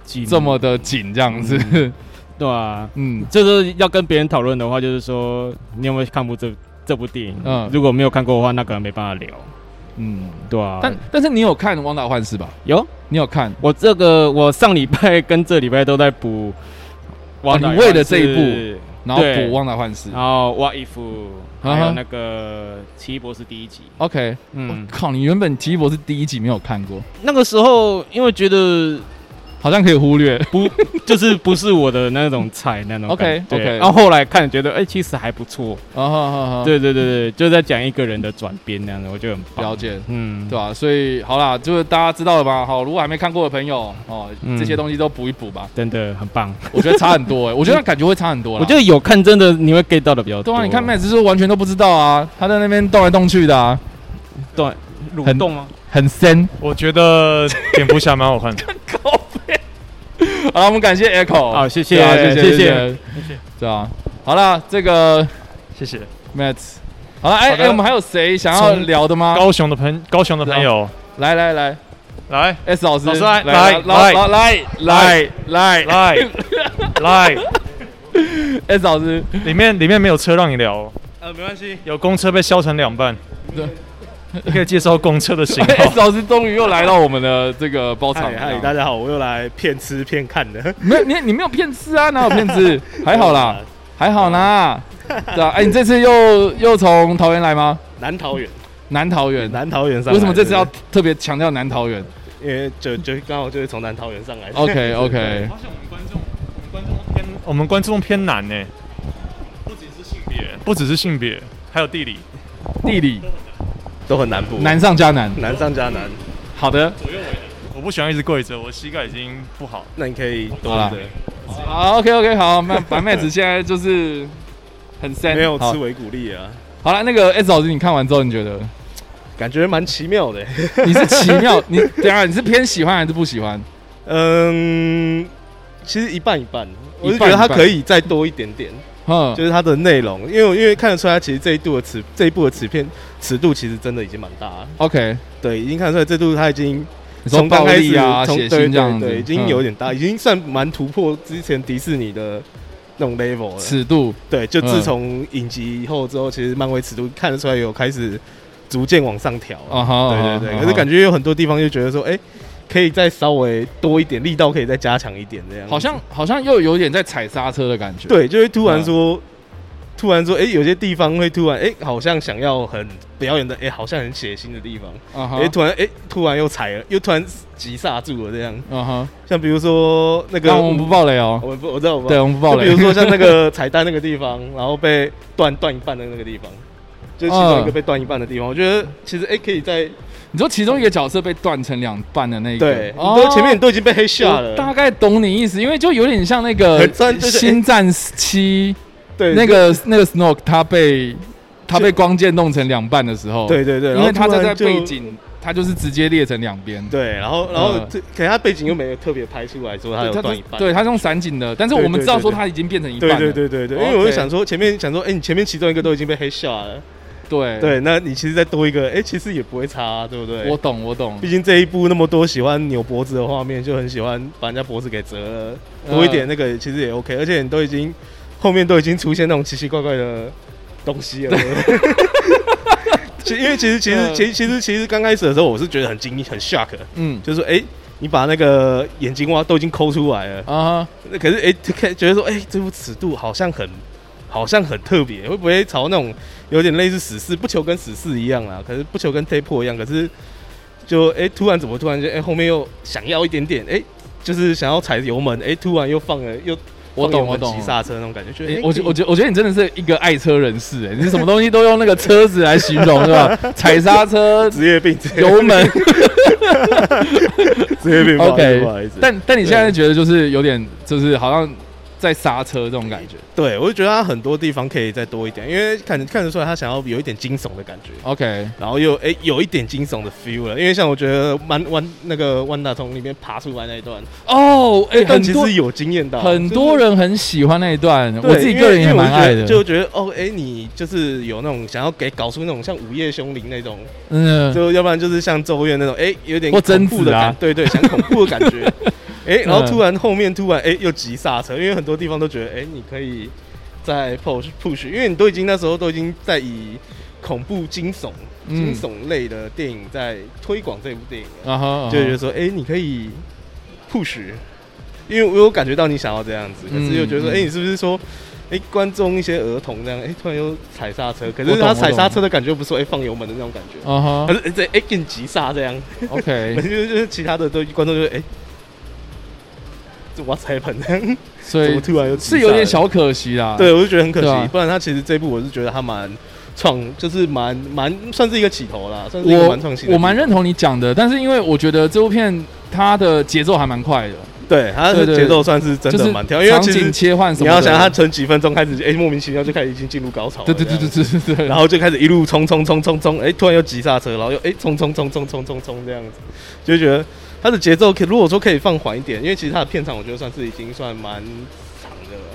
[SPEAKER 7] 紧，
[SPEAKER 2] 这么的紧这样子，
[SPEAKER 7] 对啊，
[SPEAKER 2] 嗯，
[SPEAKER 7] 就是要跟别人讨论的话，就是说你有没有看过这这部电影？
[SPEAKER 2] 嗯
[SPEAKER 7] 如果没有看过的话，那可能没办法聊，
[SPEAKER 2] 嗯，
[SPEAKER 7] 对啊。
[SPEAKER 2] 但但是你有看《汪达幻视》吧？
[SPEAKER 7] 有
[SPEAKER 2] 你有看？
[SPEAKER 7] 我这个，我上礼拜跟这礼拜都在补《
[SPEAKER 2] 啊哇，你
[SPEAKER 7] 达
[SPEAKER 2] 为
[SPEAKER 7] 幻
[SPEAKER 2] 了这一
[SPEAKER 7] 视
[SPEAKER 2] 部，然后补
[SPEAKER 7] 对
[SPEAKER 2] 《汪达幻视》
[SPEAKER 7] 然后《What If》，
[SPEAKER 2] 啊哈
[SPEAKER 7] 还有那个《奇异博士》第一集，
[SPEAKER 2] ，OK，我
[SPEAKER 7] 嗯，
[SPEAKER 2] 靠，你原本《奇异博士》第一集没有看过，
[SPEAKER 7] 那个时候因为觉得
[SPEAKER 2] 好像可以忽略，
[SPEAKER 7] 不 就是不是我的那种菜那种感
[SPEAKER 2] OK，
[SPEAKER 7] 对
[SPEAKER 2] OK
[SPEAKER 7] 然后后来看觉得哎、其实还不错，
[SPEAKER 2] 啊哈哈哈，
[SPEAKER 7] 对对对对，就在讲一个人的转变那样的，我觉得很棒。
[SPEAKER 2] 了解。
[SPEAKER 7] 嗯，
[SPEAKER 2] 对吧、所以好啦，就是大家知道了吧？好，如果还没看过的朋友哦，
[SPEAKER 7] 嗯
[SPEAKER 2] 这些东西都补一补吧。
[SPEAKER 7] 真的很棒。
[SPEAKER 2] 我觉得差很多哎、我觉得感觉会差很多啦。
[SPEAKER 7] 我觉得有看真的你会 get 到的比较多。
[SPEAKER 2] 对啊，你看麦子是完全都不知道啊，他在那边动来动去的啊，
[SPEAKER 7] 对
[SPEAKER 2] 很
[SPEAKER 7] 蠕动吗？
[SPEAKER 2] 很深。
[SPEAKER 6] 我觉得蝙蝠侠蛮好看的。
[SPEAKER 2] 好了，我们感谢 Echo，
[SPEAKER 7] 好谢谢啊
[SPEAKER 2] 对
[SPEAKER 7] 谢谢
[SPEAKER 2] 谢谢，对啊。好了，这个
[SPEAKER 6] 谢谢
[SPEAKER 2] Matt，好了，哎
[SPEAKER 6] 好的
[SPEAKER 2] 哎，我们还有谁想要
[SPEAKER 6] 从
[SPEAKER 2] 聊的吗？
[SPEAKER 6] 高雄的朋高雄的朋友，
[SPEAKER 2] 来来来
[SPEAKER 6] 来
[SPEAKER 2] ，S 老师，
[SPEAKER 6] 老师来
[SPEAKER 2] 来
[SPEAKER 6] 来
[SPEAKER 2] 老来来来来
[SPEAKER 6] 来 来，
[SPEAKER 2] ，S 老师，
[SPEAKER 6] 里面里面没有车让你聊哦，
[SPEAKER 7] 呃，没关系。
[SPEAKER 6] 有公车被削成两半
[SPEAKER 2] 对。
[SPEAKER 6] 你可以介绍公车的型
[SPEAKER 2] S
[SPEAKER 6] 号。
[SPEAKER 2] 老师终于又来到我们的这个包场
[SPEAKER 1] 嗨
[SPEAKER 2] 了。
[SPEAKER 1] 嗨，大家好，我又来骗吃骗看的。
[SPEAKER 2] 没有你，你没有骗吃啊，哪有骗吃？还好啦，还好啦。对啊，哎，你这次又又从桃园来吗？
[SPEAKER 9] 南桃园，
[SPEAKER 2] 南桃 园，
[SPEAKER 9] 南桃园上来。
[SPEAKER 2] 为什么这次要
[SPEAKER 9] 对
[SPEAKER 2] 特别强调南桃园
[SPEAKER 9] 不对？因为就就刚好就是从南桃园上来。
[SPEAKER 2] 哦？OK OK，
[SPEAKER 6] 发现我们观众，我们观众偏，我们观众偏难呢，不只是性别，不只是性别，还有地理。
[SPEAKER 2] 地理
[SPEAKER 9] 都很南部，啊
[SPEAKER 2] 难上加难。
[SPEAKER 9] 南上加南。
[SPEAKER 2] 好的，
[SPEAKER 6] 我不喜欢一直跪着，我膝盖已经不好。
[SPEAKER 9] 那你可以多
[SPEAKER 2] 好啦
[SPEAKER 9] 的，
[SPEAKER 2] 好 OK OK，好，那白妹子现在就是很 sad，
[SPEAKER 9] 没有
[SPEAKER 2] 好
[SPEAKER 9] 吃维骨力啊，
[SPEAKER 2] 好了，那个 S 老师，你看完之后你觉得
[SPEAKER 9] 感觉蛮奇妙的。
[SPEAKER 2] 你是奇妙，你等一下你是偏喜欢还是不喜欢？
[SPEAKER 9] 嗯，其实一半一半，我
[SPEAKER 2] 一
[SPEAKER 9] 是觉
[SPEAKER 2] 半
[SPEAKER 9] 得它
[SPEAKER 2] 一半
[SPEAKER 9] 可以再多一点点，
[SPEAKER 2] 嗯
[SPEAKER 9] 就是它的内容，因为我因为看得出来，其实这一度的尺这一部的尺片尺度其实真的已经蛮大了，
[SPEAKER 2] ，OK，
[SPEAKER 9] 对，已经看得出来这度它已经
[SPEAKER 2] 你说
[SPEAKER 9] 从
[SPEAKER 2] 暴
[SPEAKER 9] 刚开始
[SPEAKER 2] 力啊、
[SPEAKER 9] 从
[SPEAKER 2] 血
[SPEAKER 9] 对
[SPEAKER 2] 腥这样
[SPEAKER 9] 对
[SPEAKER 2] 子，
[SPEAKER 9] 对，已经有
[SPEAKER 2] 嗯
[SPEAKER 9] 点大，已经算蛮突破之前迪士尼的那种 level 了。
[SPEAKER 2] 尺度，
[SPEAKER 9] 对，就
[SPEAKER 2] 嗯
[SPEAKER 9] 自从影集以后之后，其实漫威尺度看得出来有开始逐渐往上调
[SPEAKER 2] 啊
[SPEAKER 9] 了。
[SPEAKER 2] 哈，
[SPEAKER 9] 对对
[SPEAKER 2] 啊
[SPEAKER 9] 对，
[SPEAKER 2] 哈
[SPEAKER 9] 可是感觉有很多地方就觉得说，哎，可以再稍微多一点力道，可以再加强一点这样。
[SPEAKER 2] 好像好像又有点在踩刹车的感觉。
[SPEAKER 9] 对，就会突然
[SPEAKER 2] 嗯
[SPEAKER 9] 说。突然说，哎、有些地方会突然，哎、好像想要很表演的，哎、好像很血腥的地方，
[SPEAKER 2] 啊哈
[SPEAKER 9] 哎、，突然，哎、突然又踩了，又突然急刹住了这样。
[SPEAKER 2] 啊哈，
[SPEAKER 9] 像比如说那个，
[SPEAKER 2] 那我们不爆雷哦
[SPEAKER 9] 我，们不，我知道我们
[SPEAKER 2] 对，我们不爆
[SPEAKER 9] 就比
[SPEAKER 2] 雷
[SPEAKER 9] 如。说像那个彩蛋那个地方，然后被断断一半的那个地方，就是其
[SPEAKER 2] 啊
[SPEAKER 9] 中一个被断一半的地方，我觉得其实哎、可以在
[SPEAKER 2] 你说其中一个角色被断成两半的那一个，
[SPEAKER 9] 对，你
[SPEAKER 2] 哦
[SPEAKER 9] 都前面你都已经被黑下
[SPEAKER 2] 我
[SPEAKER 9] 了，
[SPEAKER 2] 大概懂你意思，因为就有点像那个
[SPEAKER 9] 很真
[SPEAKER 2] 《
[SPEAKER 9] 就是
[SPEAKER 2] 星战七》
[SPEAKER 9] 对
[SPEAKER 2] 那个那个 Snoke，他被他
[SPEAKER 9] 就
[SPEAKER 2] 被光剑弄成两半的时候，
[SPEAKER 9] 对，对对，
[SPEAKER 2] 因为他
[SPEAKER 9] 然后突
[SPEAKER 2] 站在
[SPEAKER 9] 然就
[SPEAKER 2] 背。景，他就是直接裂成两边，
[SPEAKER 9] 对，然后然后
[SPEAKER 2] 嗯
[SPEAKER 9] 这、可能他背景又没有特别拍出来说他有
[SPEAKER 2] 他
[SPEAKER 9] 断
[SPEAKER 2] 是
[SPEAKER 9] 一半，
[SPEAKER 2] 对他是用散景的，但是我们
[SPEAKER 9] 对对
[SPEAKER 2] 知道说
[SPEAKER 9] 对对
[SPEAKER 2] 他已经变成一
[SPEAKER 9] 对
[SPEAKER 2] 半了，
[SPEAKER 9] 对对对对，因为
[SPEAKER 2] OK
[SPEAKER 9] 我就想说前面想说，哎、你前面其中一个都已经被黑下了，
[SPEAKER 2] 对
[SPEAKER 9] 对，那你其实再多一个，哎、其实也不会差、对不对？
[SPEAKER 2] 我懂我懂
[SPEAKER 9] 毕，竟这一部那么多喜欢扭脖子的画面，就很喜欢把人家脖子给折了，多一点那个其实也 OK。而且你都已经后面都已经出现那种奇奇怪怪的东西了。 其因为其实其实
[SPEAKER 2] 嗯
[SPEAKER 9] 其实其实其实刚开始的时候，我是觉得很惊很 shock，
[SPEAKER 2] 嗯
[SPEAKER 9] 就是哎、诶你把那个眼睛挖都已经抠出来了，
[SPEAKER 2] 啊哈，
[SPEAKER 9] 那可是哎、就看觉得说哎、诶这部尺度好像很好像很特别，会不会朝那种有点类似史诗不求跟史诗一样啦？可是不求跟 t a p e 一样，可是就哎、诶突然怎么突然间哎、诶后面又想要一点点哎、诶就是想要踩油门哎、诶突然又放了又
[SPEAKER 2] 我
[SPEAKER 9] 放油
[SPEAKER 2] 懂我
[SPEAKER 9] 门
[SPEAKER 2] 懂
[SPEAKER 9] 急。刹车那种感觉，觉得、哎
[SPEAKER 2] 欸
[SPEAKER 9] 诶
[SPEAKER 2] 我觉
[SPEAKER 9] 可以
[SPEAKER 2] 我觉我觉得你真的是一个爱车人士哎、你什么东西都用那个车子来形容 是吧？踩刹车、
[SPEAKER 9] 职业病，职业
[SPEAKER 2] 油门
[SPEAKER 9] 职业病 不好意思不好意
[SPEAKER 2] ，OK
[SPEAKER 9] 思。。
[SPEAKER 2] 但但你现在觉得就是有点就是好像在刹车这种感觉
[SPEAKER 9] 对，我就觉得他很多地方可以再多一点，因为看看得出来他想要有一点惊悚的感觉。
[SPEAKER 2] ，OK
[SPEAKER 9] 然后又哎、诶有一点惊悚的 feel 了，因为像我觉得万万那个万大同里面爬出来那一段，
[SPEAKER 2] 哦哎、
[SPEAKER 9] 但
[SPEAKER 2] 很
[SPEAKER 9] 其
[SPEAKER 2] 多
[SPEAKER 9] 实有惊艳到
[SPEAKER 2] 很多。人很喜欢那一段，
[SPEAKER 9] 就是
[SPEAKER 2] 我自己
[SPEAKER 9] 对
[SPEAKER 2] 个人
[SPEAKER 9] 因为
[SPEAKER 2] 也蛮爱
[SPEAKER 9] 因为我
[SPEAKER 2] 的，
[SPEAKER 9] 就觉得就觉得哦，哎、你就是有那种想要给搞出那种像午夜凶铃那种，
[SPEAKER 2] 嗯
[SPEAKER 9] 就要不然就是像咒怨那种，哎、有点
[SPEAKER 2] 或贞
[SPEAKER 9] 恐怖
[SPEAKER 2] 子
[SPEAKER 9] 的
[SPEAKER 2] 啊
[SPEAKER 9] 感，对对，想恐怖的感觉。哎、哎、然后
[SPEAKER 7] 嗯
[SPEAKER 9] 突然后面突然哎、又急刹车，因为很多地方都觉得哎、你可以再 push push，因为你都已经那时候都已经在以恐怖惊悚惊
[SPEAKER 2] 嗯
[SPEAKER 9] 悚类的电影在推广这部电影了，
[SPEAKER 2] 啊哈，
[SPEAKER 9] 就觉得说哎、你可以 push，因为我有感觉到你想要这样子，可是又觉得说
[SPEAKER 2] 嗯嗯
[SPEAKER 9] 哎、你是不是说？哎、观众一些儿童这样，哎、突然又踩刹车，可
[SPEAKER 2] 我
[SPEAKER 9] 是
[SPEAKER 2] 懂
[SPEAKER 9] 他
[SPEAKER 2] 我
[SPEAKER 9] 踩刹
[SPEAKER 2] 懂
[SPEAKER 9] 车的感觉不是说哎、放油门的那种感觉，
[SPEAKER 2] 啊哈
[SPEAKER 9] 可是哎这哎更急刹这样，可
[SPEAKER 2] ，OK，
[SPEAKER 9] 是就是其他的都观众就会哎，这我踩 盆，怎
[SPEAKER 2] 所以
[SPEAKER 9] 么突然又
[SPEAKER 2] 是有点
[SPEAKER 9] 急刹了，
[SPEAKER 2] 小可惜啦。
[SPEAKER 9] 对我就觉得很可惜。
[SPEAKER 2] 对啊
[SPEAKER 9] 不然他其实这一部我是觉得他蛮创，就是蛮蛮算是一个起头啦，算是一个
[SPEAKER 2] 我
[SPEAKER 9] 蛮创新的
[SPEAKER 2] 我蛮认同你讲的，但是因为我觉得这部片它的节奏还蛮快的，
[SPEAKER 9] 对他的
[SPEAKER 2] 对对
[SPEAKER 9] 节奏算是真
[SPEAKER 2] 就
[SPEAKER 9] 的
[SPEAKER 2] 是
[SPEAKER 9] 蛮跳，因为
[SPEAKER 2] 场
[SPEAKER 9] 其
[SPEAKER 2] 景
[SPEAKER 9] 实
[SPEAKER 2] 切换什
[SPEAKER 9] 你
[SPEAKER 2] 么的，
[SPEAKER 9] 要想他从几分钟开始，哎莫名其妙就开始已经进入高潮了，
[SPEAKER 2] 对对对
[SPEAKER 9] 这
[SPEAKER 2] 对
[SPEAKER 9] 样子。
[SPEAKER 2] 对对对，
[SPEAKER 9] 然后就开始一路冲冲冲冲冲，哎、突然又急刹车，然后又哎冲冲冲冲冲冲冲这样子，就觉得它的节奏可如果说可以放缓一点，因为其实它的片长我觉得算是已经算蛮长的了，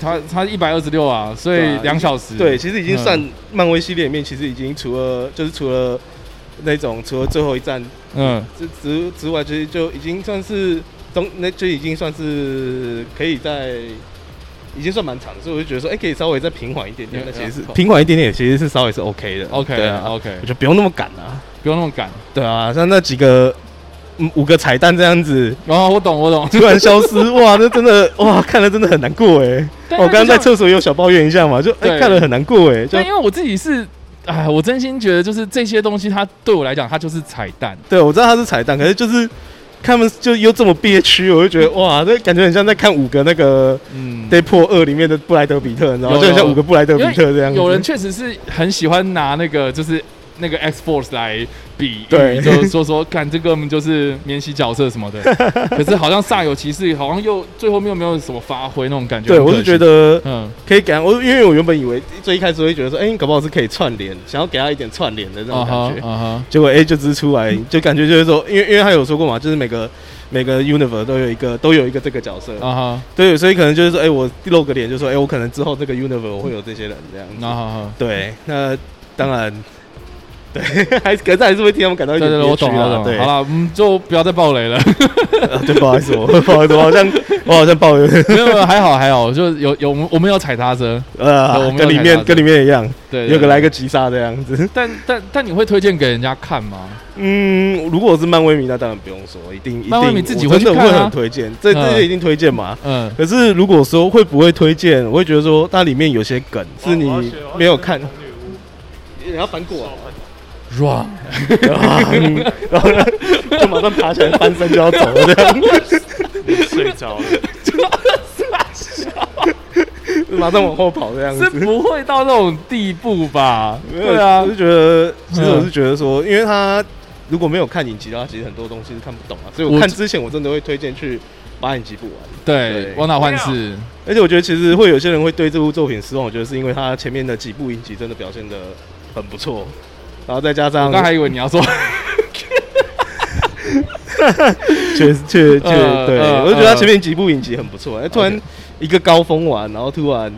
[SPEAKER 2] 他他一百二十六啊，所
[SPEAKER 9] 对
[SPEAKER 2] 以
[SPEAKER 9] 啊
[SPEAKER 2] 两小时，
[SPEAKER 9] 对，其实已经算
[SPEAKER 2] 嗯
[SPEAKER 9] 漫威系列里面，其实已经除了就是除了那种除了最后一战
[SPEAKER 2] 嗯
[SPEAKER 9] 之之之外，其实就已经算是中那就已经算是可以在。已经算蛮长，所以我就觉得说，哎、可以稍微再平缓一点点，那其实是嗯平缓一点点，其实是稍微是 OK 的
[SPEAKER 2] ，OK
[SPEAKER 9] 对啊
[SPEAKER 2] OK，
[SPEAKER 9] 我就不用那么赶啊。
[SPEAKER 2] 不用那么赶。
[SPEAKER 9] 对啊，像那几个嗯五个彩蛋这样子
[SPEAKER 2] 然哦后我懂我懂，
[SPEAKER 9] 突然消失，哇， 那真的哇，看了真的很难过哎。
[SPEAKER 2] 但
[SPEAKER 9] 我刚刚在
[SPEAKER 2] 就像
[SPEAKER 9] 厕所有小抱怨一下嘛，就哎、
[SPEAKER 2] 对
[SPEAKER 9] 看了很难过哎，就
[SPEAKER 2] 对，因为我自己是，哎，我真心觉得就是这些东西，它对我来讲，它就是彩蛋。
[SPEAKER 9] 对我知道它是彩蛋，可是就是。他们就又这么憋屈，我就觉得哇，那感觉很像在看五个那个
[SPEAKER 2] 嗯
[SPEAKER 9] 《Day 破二》里面的布莱德比特，你知道吗？
[SPEAKER 2] 有
[SPEAKER 9] 就很像
[SPEAKER 2] 有
[SPEAKER 9] 五个布莱德比
[SPEAKER 2] 因为
[SPEAKER 9] 特这样子。
[SPEAKER 2] 有人确实是很喜欢拿那个就是那个 X Force 来比喻，
[SPEAKER 9] 对
[SPEAKER 2] 就是说说看这个我们就是免洗角色什么的，可是好像煞有其事，好像又最后面又没有什么发挥那种感觉。
[SPEAKER 9] 对
[SPEAKER 2] 很可
[SPEAKER 9] 我
[SPEAKER 2] 惜
[SPEAKER 9] 是觉，得
[SPEAKER 2] 嗯，
[SPEAKER 9] 可以给他，我因为我原本以为最一开始会觉得说，哎、你搞不好是可以串联，想要给他一点串联的那
[SPEAKER 2] 啊
[SPEAKER 9] 种感觉。
[SPEAKER 2] 哈啊哈，
[SPEAKER 9] 结果 A 就只是出来，就感觉就是说，因为因为他有说过嘛，就是每个每个 universe 都有一个都有一个这个角色，
[SPEAKER 2] 啊哈，
[SPEAKER 9] 对，所以可能就是说，哎、我露个脸，就说，哎、我可能之后这个 universe 我会有这些人这样
[SPEAKER 2] 啊
[SPEAKER 9] 子。
[SPEAKER 2] 哈，
[SPEAKER 9] 对，那当然，对， 还是可是还是会替他们感到一
[SPEAKER 2] 对
[SPEAKER 9] 点
[SPEAKER 2] 对对，
[SPEAKER 9] 憋
[SPEAKER 2] 我
[SPEAKER 9] 屈
[SPEAKER 2] 懂
[SPEAKER 9] 啦
[SPEAKER 2] 了，我
[SPEAKER 9] 对，
[SPEAKER 2] 懂。好了，嗯，就不要再爆雷了，
[SPEAKER 9] 啊对，不好意思，我不好意思，我好像我好像抱怨，
[SPEAKER 2] 没有没有，还好还好，就有有我们我们有踩踏车，对我
[SPEAKER 9] 呃，
[SPEAKER 2] 没有
[SPEAKER 9] 跟里
[SPEAKER 2] 看
[SPEAKER 9] 面
[SPEAKER 2] 到
[SPEAKER 9] 跟里面一样，
[SPEAKER 2] 对，对
[SPEAKER 9] 有个来个，急刹这样子。
[SPEAKER 2] 但但但你会推荐给人家看吗？
[SPEAKER 9] 嗯，如果我是漫威迷，那当然不用说，一定一定，
[SPEAKER 2] 漫威迷自己
[SPEAKER 9] 我
[SPEAKER 2] 会
[SPEAKER 9] 真
[SPEAKER 2] 去
[SPEAKER 9] 的
[SPEAKER 2] 看
[SPEAKER 9] 会
[SPEAKER 2] 啊
[SPEAKER 9] 很推荐，这这
[SPEAKER 2] 嗯
[SPEAKER 9] 些一定推荐嘛。
[SPEAKER 2] 嗯，
[SPEAKER 9] 可是如果说会不会推荐，我会觉得说它里面有些梗是你没有看，你要啊翻过来，
[SPEAKER 2] wrong，
[SPEAKER 9] 然后呢 就马上爬起来翻身就要走了这样，
[SPEAKER 6] 睡着了。
[SPEAKER 9] 马上往后跑这样
[SPEAKER 2] 是
[SPEAKER 9] 子。
[SPEAKER 2] 不会到那种地步吧？
[SPEAKER 9] 没有
[SPEAKER 2] 对啊
[SPEAKER 9] 我，是觉得，其实
[SPEAKER 2] 嗯
[SPEAKER 9] 我是觉得说，因为他如果没有看影集的话，其实很多东西是看不懂啊。所以
[SPEAKER 2] 我
[SPEAKER 9] 我看之前，我真的会推荐去把影集补完。
[SPEAKER 2] 对
[SPEAKER 9] 对，
[SPEAKER 2] 汪大幻视，
[SPEAKER 9] 而且我觉得，其实会有些人会对这部作品失望，我觉得是因为他前面的几部影集真的表现的很不错，然后再加上
[SPEAKER 2] 我刚还以为你要 说，
[SPEAKER 9] 确确确，
[SPEAKER 2] 呃
[SPEAKER 9] 对，
[SPEAKER 2] 呃
[SPEAKER 9] 我就觉得他前面几部影集很不错，哎突然
[SPEAKER 2] OK
[SPEAKER 9] 一个高峰完，然后突然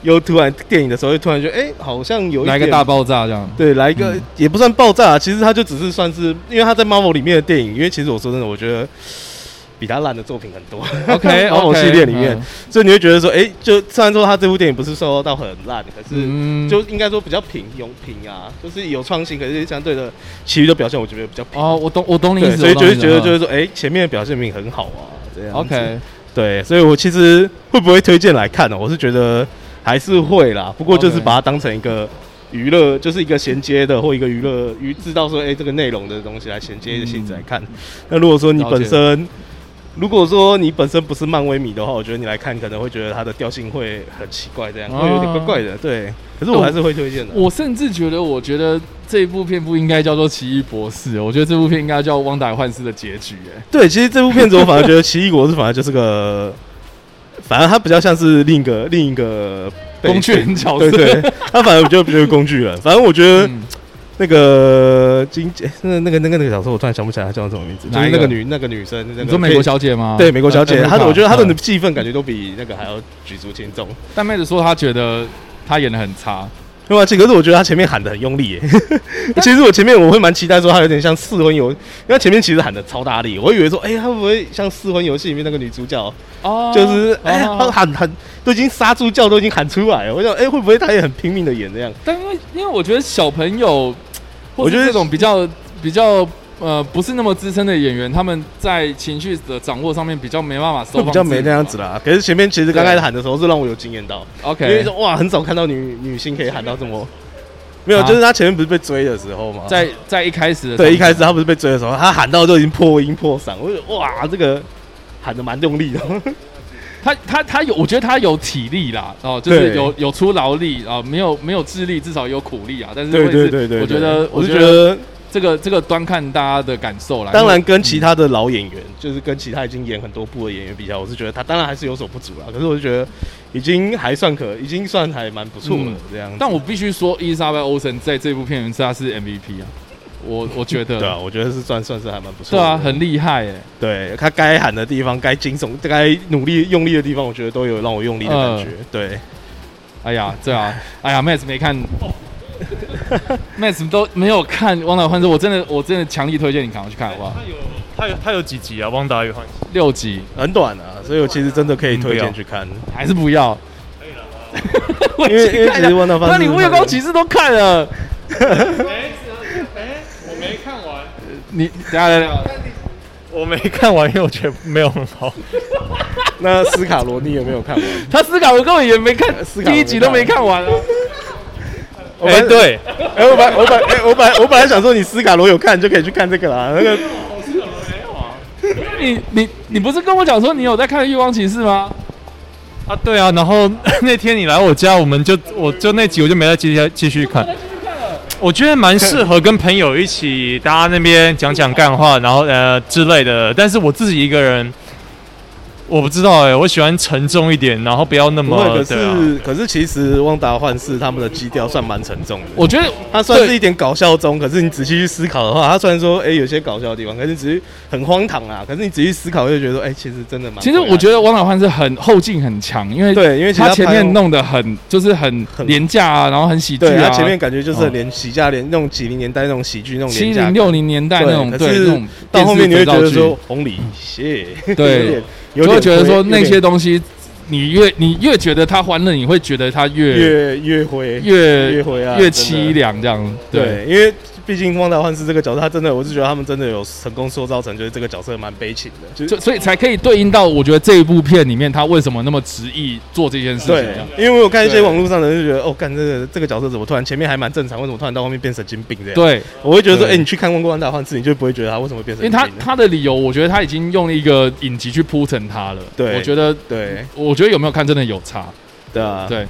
[SPEAKER 9] 又突然电影的时候，又突然觉得哎、好像有一
[SPEAKER 2] 来个
[SPEAKER 9] 点
[SPEAKER 2] 大爆炸这 样。
[SPEAKER 9] 对，来一个、
[SPEAKER 2] 嗯
[SPEAKER 9] 也不算爆炸，其实他就只是算是，因为他在 Marvel 里面的电影，因为其实我说真的，我觉得比他烂的作品很 多
[SPEAKER 2] OK，
[SPEAKER 9] Marvel
[SPEAKER 2] OK，
[SPEAKER 9] 系列里面
[SPEAKER 2] 嗯，
[SPEAKER 9] 所以你会觉得说，哎、就虽然说他这部电影不是受到很烂，可是。
[SPEAKER 2] 嗯，
[SPEAKER 9] 就应该说比较平庸平啊，就是有创新，可是相对的其余的表现我觉得比较平。
[SPEAKER 2] 哦，我懂，我懂你意
[SPEAKER 9] 对，
[SPEAKER 2] 思，
[SPEAKER 9] 所以就会觉得就是
[SPEAKER 2] 是
[SPEAKER 9] 说，哎、前面的表现明明很好啊，这样子。
[SPEAKER 2] OK，
[SPEAKER 9] 对，所以我其实会不会推荐来看呢、我是觉得还是会啦，不过就是
[SPEAKER 2] OK
[SPEAKER 9] 把它当成一个娱乐，就是一个衔接的或一个娱乐娱，知道说，哎、这个内容的东西来衔接的性质来看。那如果说你
[SPEAKER 2] 嗯了解
[SPEAKER 9] 本身，如果说你本身不是漫威迷的话，我觉得你来看可能会觉得它的调性会很奇怪，这样、
[SPEAKER 2] 啊
[SPEAKER 9] 会有点怪怪的。对，可是我还是会推荐的。
[SPEAKER 2] 我甚至觉得，我觉得这部片不应该叫做《奇异博士》，我觉得这部片应该叫《汪达与幻视》的结局。哎，
[SPEAKER 9] 对，其实这部片子我反而觉得《奇异博士》反而就是个，反而它比较像是另一个另一个被
[SPEAKER 2] 工具人角色
[SPEAKER 9] 对对，他反而我觉得比较是工具人。反正我觉得
[SPEAKER 2] 嗯
[SPEAKER 9] 那个金姐，那那个那个那个角色，我突然想不起来她叫什么名字，就
[SPEAKER 2] 哪
[SPEAKER 9] 是
[SPEAKER 2] 一
[SPEAKER 9] 那
[SPEAKER 2] 个
[SPEAKER 9] 个女那个女生，那
[SPEAKER 2] 你
[SPEAKER 9] 个
[SPEAKER 2] 说美国
[SPEAKER 9] 小
[SPEAKER 2] 小姐吗？
[SPEAKER 9] 对美国小 姐，
[SPEAKER 2] 呃
[SPEAKER 9] 她的我觉得她，的
[SPEAKER 2] 嗯
[SPEAKER 9] 戏份感觉都比那个还要举足轻重。
[SPEAKER 2] 但妹子说她觉得她演的很差，
[SPEAKER 9] 没有啊，这可是我觉得他前面喊的很用力耶。 其实我前面我会蛮期待说他有点像四魂游，因为他前面其实喊的超大力，我以为说，哎、他会不会像四魂游戏里面那个女主角，
[SPEAKER 2] 哦
[SPEAKER 9] 就是哎、
[SPEAKER 2] 哦
[SPEAKER 9] 他喊喊都已经杀猪叫都已经喊出来了，我想哎、会不会他也很拼命的演 这样？
[SPEAKER 2] 但因为因为我觉得小朋友，
[SPEAKER 9] 我
[SPEAKER 2] 我
[SPEAKER 9] 觉
[SPEAKER 2] 觉
[SPEAKER 9] 得
[SPEAKER 2] 得这种比较比较呃不是那么资深的演员，他们在情绪的掌握上面比较没办法收
[SPEAKER 9] 就
[SPEAKER 2] 放，
[SPEAKER 9] 比较没那样子。啦。可是前面其实刚开始喊的时候是让我有惊艳到，因为
[SPEAKER 2] OK，
[SPEAKER 9] 说哇，很少看到女女性可以喊到这么。没有，
[SPEAKER 2] 啊
[SPEAKER 9] 就是他前面不是被追的时候嘛，
[SPEAKER 2] 在在一开始的
[SPEAKER 9] 对一开
[SPEAKER 2] 始
[SPEAKER 9] 始他不是被追的时候，他喊到都已经破音破嗓，我就觉得哇，这个喊的蛮用力的。
[SPEAKER 2] 他他他有，我觉得他有体力啦，哦，就是
[SPEAKER 9] 对
[SPEAKER 2] 有有出劳力啊、没有没有智力，至少有苦力啊。但是
[SPEAKER 9] 对
[SPEAKER 2] 会是
[SPEAKER 9] 对对对，
[SPEAKER 2] 我觉得
[SPEAKER 9] 对我
[SPEAKER 2] 我
[SPEAKER 9] 就
[SPEAKER 2] 觉
[SPEAKER 9] 觉
[SPEAKER 2] 得
[SPEAKER 9] 得，
[SPEAKER 2] 这个这个端看大家的感受啦。
[SPEAKER 9] 当然
[SPEAKER 2] 因为
[SPEAKER 9] 跟其他的老演员，就是跟其他已经演很多部的演员比较，我是觉得他当然还是有所不足啦。可是我就觉得已经还算可，已经算还蛮不错了
[SPEAKER 2] 嗯
[SPEAKER 9] 这样子。
[SPEAKER 2] 但我必须说，伊莎贝欧神在这部片里面她是 MVP 啊，我我觉得
[SPEAKER 9] 对啊，我觉得是算算是还蛮不错
[SPEAKER 2] 对
[SPEAKER 9] 的。
[SPEAKER 2] 啊，很厉害哎、
[SPEAKER 9] 对他该喊的地方、该惊悚、该努力用力的地方，我觉得都有让我用力的感觉。对，
[SPEAKER 2] 哎呀，对啊，哎呀，Max 没看、m a x 都没有看《汪达幻视》，我真的我真的强力推荐你赶快去看好不好？
[SPEAKER 6] 他有他有几集啊？汪达与幻想
[SPEAKER 2] 六集
[SPEAKER 9] 很短啊，所以我其实真的可以推荐去看，
[SPEAKER 2] 还是不要？我
[SPEAKER 9] 因为
[SPEAKER 2] 已
[SPEAKER 9] 因
[SPEAKER 2] 经
[SPEAKER 9] 为
[SPEAKER 2] 看
[SPEAKER 9] 其实
[SPEAKER 2] 了，
[SPEAKER 9] 《万达》
[SPEAKER 2] 那你《乌有高骑士》都看了，
[SPEAKER 9] 哎
[SPEAKER 6] 我没看完，
[SPEAKER 2] 你等一下等一下，
[SPEAKER 6] 我没看完，因为我觉得没有很好。
[SPEAKER 9] 那斯卡罗尼有没有看完？
[SPEAKER 2] 他思考我根本也没看，
[SPEAKER 9] 思考我没看
[SPEAKER 2] 第一集都没看完啊。
[SPEAKER 9] 我
[SPEAKER 6] 哎、
[SPEAKER 9] 本来，
[SPEAKER 6] 对，
[SPEAKER 9] 哎、我本来我本来哎、我本来我本来想说你斯卡罗有看，你就可以去看这个啦。那个
[SPEAKER 2] 你你你不是跟我讲说你有在看《月光骑士》吗？
[SPEAKER 6] 啊，对啊，然后 那天你来我家，我们就我就那集我就没再继续继续看。我觉得蛮适合跟朋友一起，大家那边讲讲干话，然后呃之类的。但是我自己一个人，我不知道哎、我喜欢沉重一点，然后不要那
[SPEAKER 9] 不会，
[SPEAKER 6] 么
[SPEAKER 9] 可
[SPEAKER 6] 对啊。
[SPEAKER 9] 是可是其实《旺达幻视》他们的基调算蛮沉重的。
[SPEAKER 2] 我觉得
[SPEAKER 9] 它算是
[SPEAKER 2] 对
[SPEAKER 9] 一点搞笑中，可是你仔细去思考的话，它虽然说哎、有些搞笑的地方，可是只是很荒唐啊。可是你仔细思考，就觉得说哎、其实真的蛮……
[SPEAKER 2] 其实我觉得《汪达幻视》很后劲很强，因为
[SPEAKER 9] 对，因为其实
[SPEAKER 2] 他前
[SPEAKER 9] 拍
[SPEAKER 2] 面弄得很就是很
[SPEAKER 9] 很
[SPEAKER 2] 廉价啊，然后很喜剧
[SPEAKER 9] 对
[SPEAKER 2] 啊，
[SPEAKER 9] 他前面感觉就是
[SPEAKER 2] 哦
[SPEAKER 9] 很连喜家连那种几零年代那种喜剧那种
[SPEAKER 2] 七
[SPEAKER 9] 廉价
[SPEAKER 2] 零
[SPEAKER 9] 感
[SPEAKER 2] 六零年代那种
[SPEAKER 9] 对可
[SPEAKER 2] 对
[SPEAKER 9] 是
[SPEAKER 2] 那种
[SPEAKER 9] 到后面你会觉得
[SPEAKER 2] 电视肥皂
[SPEAKER 9] 说
[SPEAKER 2] 剧，
[SPEAKER 9] 红里谢，
[SPEAKER 2] 对
[SPEAKER 9] 有点有
[SPEAKER 2] 就
[SPEAKER 9] 点
[SPEAKER 2] 会觉得
[SPEAKER 9] 灰
[SPEAKER 2] 说
[SPEAKER 9] 有
[SPEAKER 2] 那些
[SPEAKER 9] 点
[SPEAKER 2] 东西，你越你越觉得它欢乐，你会觉得它越
[SPEAKER 9] 越越灰
[SPEAKER 2] 越
[SPEAKER 9] 越灰啊，
[SPEAKER 2] 越
[SPEAKER 9] 真
[SPEAKER 2] 凄
[SPEAKER 9] 的。
[SPEAKER 2] 凉这样。对，
[SPEAKER 9] 对，因为毕竟汪达幻视这个角色，他真的，我是觉得他们真的有成功塑造成，就是这个角色蛮悲情的，就是
[SPEAKER 2] 就所以才可以对应到我觉得这一部片里面他为什么那么执意做这件事情
[SPEAKER 9] 对
[SPEAKER 2] 这样。，
[SPEAKER 9] 因为我有看一些
[SPEAKER 2] 对
[SPEAKER 9] 网络上的人就觉得，哦，干这个这个角色怎么突然前面还蛮正常，为什么突然到后面变神经病这样？，
[SPEAKER 2] 对，
[SPEAKER 9] 我会觉得说，
[SPEAKER 2] 对
[SPEAKER 9] 哎、你去看《汪达幻视》，你就不会觉得他为什么会变
[SPEAKER 2] 因
[SPEAKER 9] 神
[SPEAKER 2] 为
[SPEAKER 9] 经病
[SPEAKER 2] 他
[SPEAKER 9] 了？
[SPEAKER 2] 他的理由，我觉得他已经用了一个影集去铺陈他了。
[SPEAKER 9] 对
[SPEAKER 2] 我觉得，
[SPEAKER 9] 对
[SPEAKER 2] 我觉得有没有看真的有差。
[SPEAKER 9] 对啊，
[SPEAKER 2] 对，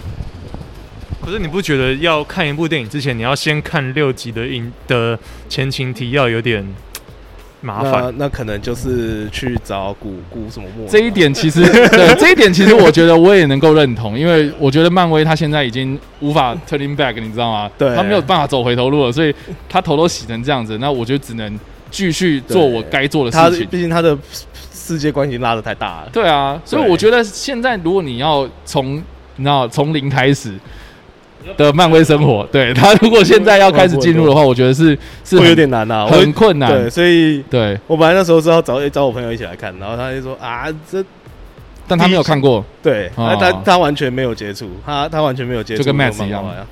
[SPEAKER 6] 可是你不觉得要看一部电影之前，你要先看六集的影的前情提要有点麻
[SPEAKER 9] 那
[SPEAKER 6] 烦？
[SPEAKER 9] 那可能就是去找古古什么莫
[SPEAKER 2] 这一点 其实，对这一点其实，我觉得我也能够认同，因为我觉得漫威他现在已经无法 turning back，你知道吗？
[SPEAKER 9] 对
[SPEAKER 2] 他没有办法走回头路了，所以他头都洗成这样子，那我就只能继续做
[SPEAKER 9] 对
[SPEAKER 2] 我该做
[SPEAKER 9] 他
[SPEAKER 2] 的事情。
[SPEAKER 9] 毕竟他的世界观已经拉的太大了。
[SPEAKER 2] 对啊，所以我觉得现在如果你要从你知道从零开始的漫威生活， 对他如果现在要开始进入的话，我觉得是是
[SPEAKER 9] 会
[SPEAKER 2] 很
[SPEAKER 9] 有点难啊，
[SPEAKER 2] 很困
[SPEAKER 9] 我对，
[SPEAKER 2] 难。
[SPEAKER 9] 所以
[SPEAKER 2] 对，
[SPEAKER 9] 我本来那时候是要找哎诶找我朋友一起来看，然后他就说啊，这
[SPEAKER 2] 但他没有看过，
[SPEAKER 9] 对，
[SPEAKER 2] 哦
[SPEAKER 9] 他他他完全没有接触，他他完全没有接触
[SPEAKER 2] 就
[SPEAKER 9] 这
[SPEAKER 2] 跟
[SPEAKER 9] 个漫
[SPEAKER 2] Max 一样
[SPEAKER 9] 画呀，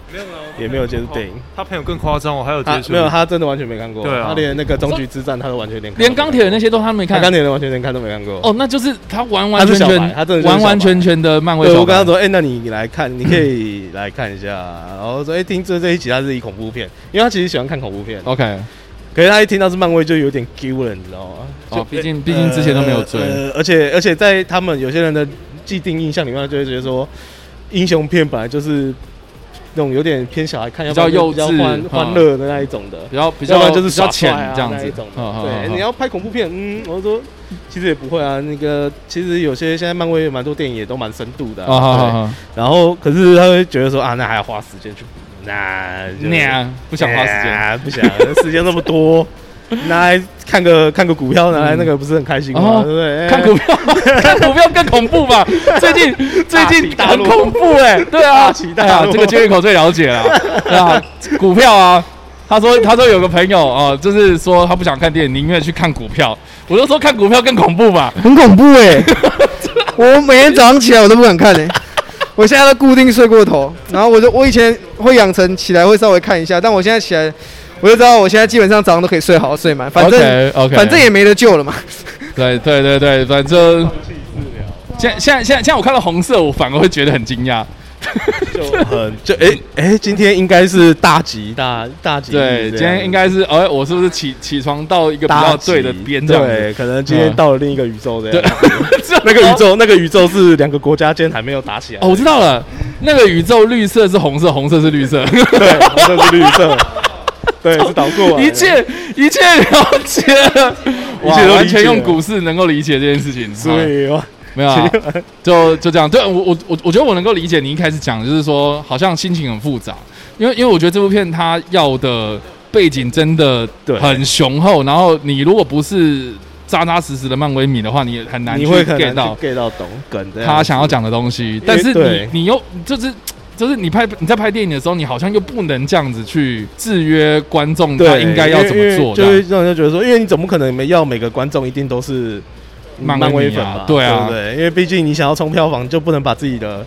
[SPEAKER 9] 也没有接触电影，
[SPEAKER 6] 他朋友更夸张，我还有
[SPEAKER 9] 他
[SPEAKER 6] 接触
[SPEAKER 9] 啊没有，他真的完全没看过，
[SPEAKER 6] 对啊
[SPEAKER 9] 他连那个终局之战他都完全连看
[SPEAKER 2] 连钢铁人那些都他没
[SPEAKER 9] 他
[SPEAKER 2] 看。
[SPEAKER 9] 钢铁人完全连看都没看过。
[SPEAKER 2] 哦，那就是他完完
[SPEAKER 9] 他
[SPEAKER 2] 全
[SPEAKER 9] 是小白
[SPEAKER 2] 全，
[SPEAKER 9] 他真的就是
[SPEAKER 2] 完完
[SPEAKER 9] 小白
[SPEAKER 2] 全全的漫威
[SPEAKER 9] 对，
[SPEAKER 2] 小
[SPEAKER 9] 我跟他
[SPEAKER 2] 白。
[SPEAKER 9] 说，哎、那你来看，你可以来看一下。然后说，哎、听这这一集他是一恐怖片，因为他其实喜欢看恐怖片，
[SPEAKER 2] OK，
[SPEAKER 9] 可是他一听到是漫威就有点 Q 了，你知道吗？就呃
[SPEAKER 2] 哦，毕竟毕竟之前都没有追，
[SPEAKER 9] 呃呃而且而且在他们有些人的既定印象里面，他就会觉得说，英雄片本来就是那种有点偏小孩看，
[SPEAKER 2] 比
[SPEAKER 9] 要
[SPEAKER 2] 较
[SPEAKER 9] 不然就
[SPEAKER 2] 幼
[SPEAKER 9] 比较
[SPEAKER 2] 稚
[SPEAKER 9] 欢
[SPEAKER 2] 嗯
[SPEAKER 9] 欢乐的那一种的。
[SPEAKER 2] 比较比
[SPEAKER 9] 要不
[SPEAKER 2] 较
[SPEAKER 9] 然就是
[SPEAKER 2] 比较
[SPEAKER 9] 耍
[SPEAKER 2] 浅
[SPEAKER 9] 帅啊
[SPEAKER 2] 这样
[SPEAKER 9] 那一
[SPEAKER 2] 子
[SPEAKER 9] 种。的
[SPEAKER 2] 嗯
[SPEAKER 9] 对，你。
[SPEAKER 2] 嗯嗯
[SPEAKER 9] 要拍恐怖片，嗯，我说其实也不会啊。那个其实有些现在漫威有蛮多电影也都蛮深度的
[SPEAKER 2] 啊好好
[SPEAKER 9] 对
[SPEAKER 2] 好，
[SPEAKER 9] 然后可是他会觉得说啊，那还要花时间去补，那就
[SPEAKER 2] 那不
[SPEAKER 9] 不
[SPEAKER 2] 想花时间。
[SPEAKER 9] 不想时间那么多，拿来看个看个股票，拿来那个不是很开心
[SPEAKER 2] 哦
[SPEAKER 9] 吗？对不对？
[SPEAKER 2] 看股票，看股票更恐 怖吧？最近最近
[SPEAKER 9] 大起大
[SPEAKER 2] 很
[SPEAKER 9] 落
[SPEAKER 2] 恐怖哎、对 啊，
[SPEAKER 9] 大起大
[SPEAKER 2] 哎呀
[SPEAKER 9] 落
[SPEAKER 2] 这个接运口最了 解了啊，股票啊。他说：“他说有个朋友啊、就是说他不想看电影，宁愿去看股票。我就说看股票更恐怖吧。
[SPEAKER 3] 很恐怖 哎、我每天早上起来我都不敢看哎、我现在都固定睡过头，然后我就我以前会养成起来会稍微看一下，但我现在起来我就知道我现在基本上早上都可以睡好睡满，反正
[SPEAKER 2] OK，, o k
[SPEAKER 3] 反正也没得救了嘛。
[SPEAKER 2] 对对对对，反正现在现在现在现在我看到红色，我反而会觉得很惊讶。
[SPEAKER 9] 就很就哎哎、今天应该是大吉大大吉利这样，
[SPEAKER 2] 对，今天应该是哎、我是不是起起床到一个比
[SPEAKER 9] 大
[SPEAKER 2] 较
[SPEAKER 9] 吉
[SPEAKER 2] 对的边这样子？
[SPEAKER 9] 对，可能今天
[SPEAKER 2] 嗯
[SPEAKER 9] 到了另一个宇宙这样。
[SPEAKER 2] 这
[SPEAKER 9] 那个宇宙，那个宇宙是两个国家间还没有打起来
[SPEAKER 2] 哦，我知道了，那个宇宙绿色是红色，红色是绿色，
[SPEAKER 9] 对，这是绿 色，对，是倒过来的
[SPEAKER 2] 一切一切了解了，哇
[SPEAKER 9] 一切都理解了
[SPEAKER 2] 完全用股市能够理解这件事情，
[SPEAKER 9] 所以哇
[SPEAKER 2] 啊没 有啊，就就这样。对我我我我觉得我能够理解你一开始讲，的就是说好像心情很复杂，因为因为我觉得这部片它要的背景真的
[SPEAKER 9] 对
[SPEAKER 2] 很雄厚，然后你如果不是扎扎实实的漫威迷的话，你也很难
[SPEAKER 9] 你
[SPEAKER 2] 去
[SPEAKER 9] 会很
[SPEAKER 2] get
[SPEAKER 9] 难
[SPEAKER 2] 到
[SPEAKER 9] 去 get 到懂梗这样子。
[SPEAKER 2] 他想要讲的东西，但是
[SPEAKER 9] 对
[SPEAKER 2] 你你又就是就是你拍你在拍电影的时候，你好像又不能这样子去制约观众他
[SPEAKER 9] 对
[SPEAKER 2] 应该要怎么
[SPEAKER 9] 因为
[SPEAKER 2] 做，
[SPEAKER 9] 就
[SPEAKER 2] 这
[SPEAKER 9] 会
[SPEAKER 2] 样
[SPEAKER 9] 让人家觉得说，因为你怎么可能没要每个观众一定都是
[SPEAKER 2] 漫威
[SPEAKER 9] 威
[SPEAKER 2] 迷
[SPEAKER 9] 粉
[SPEAKER 2] 啊
[SPEAKER 9] 吧？
[SPEAKER 2] 对
[SPEAKER 9] 对
[SPEAKER 2] 啊
[SPEAKER 9] 不对？因为毕竟你想要冲票房，就不能把自己的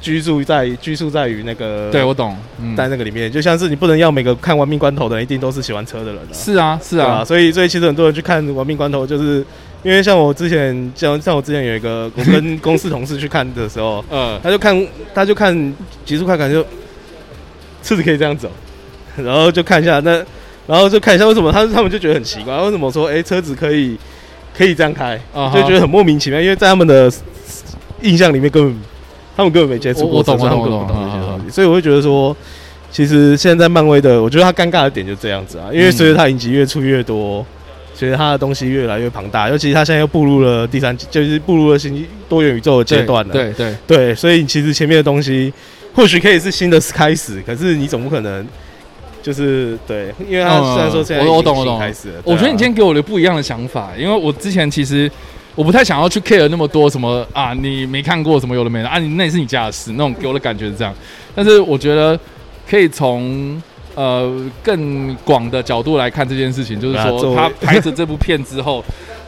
[SPEAKER 9] 居住在居住在于那个
[SPEAKER 2] 对我懂，嗯，
[SPEAKER 9] 在那个里面，就像是你不能要每个看《玩命关头》的人一定都是喜欢车的人啊。
[SPEAKER 2] 是啊是
[SPEAKER 9] 对啊，
[SPEAKER 2] 啊，
[SPEAKER 9] 所以所以其实很多人去看《亡命关头》，就是因为像我之前像像我之前有一个我跟公司同事去看的时候，
[SPEAKER 2] 呃，
[SPEAKER 9] 他就看他就看极速快感就，车子可以这样走，然后就看一下那，然后就看一下为什么他他们就觉得很奇怪，为什么说哎、车子可以可以这样开
[SPEAKER 2] 啊哈
[SPEAKER 9] 就觉得很莫名其妙，因为在他们的印象里面根本他们根本没接触
[SPEAKER 2] 我
[SPEAKER 9] 过
[SPEAKER 2] 我
[SPEAKER 9] 车，
[SPEAKER 2] 懂
[SPEAKER 9] 所以他们
[SPEAKER 2] 我
[SPEAKER 9] 根
[SPEAKER 2] 懂
[SPEAKER 9] 本不懂
[SPEAKER 2] 我
[SPEAKER 9] 这
[SPEAKER 2] 懂
[SPEAKER 9] 些
[SPEAKER 2] 啊
[SPEAKER 9] 东西，所以我会觉得说。其实现在漫威的，我觉得它尴尬的点就这样子啊，因为随着它影集越出越多，随着它的东西越来越庞大，尤其它现在又步入了第三季，就是步入了新多元宇宙的阶
[SPEAKER 2] 对
[SPEAKER 9] 段了。
[SPEAKER 2] 对对，
[SPEAKER 9] 对，所以你其实前面的东西或许可以是新的开始，可是你总不可能就是对，因为他
[SPEAKER 2] 嗯
[SPEAKER 9] 虽然说现在
[SPEAKER 2] 我我懂
[SPEAKER 9] 已经
[SPEAKER 2] 我懂
[SPEAKER 9] 开始了，对
[SPEAKER 2] 我
[SPEAKER 9] 啊
[SPEAKER 2] 觉得你今天给我的不一样的想法，因为我之前其实我不太想要去 care 那么多什么啊，你没看过什么有的没的啊，你那也是你家的事，那种给我的感觉是这样。但是我觉得可以从呃更广的角度来看这件事情，就是
[SPEAKER 9] 对啊作
[SPEAKER 2] 说
[SPEAKER 9] 为
[SPEAKER 2] 他拍着这部片之后，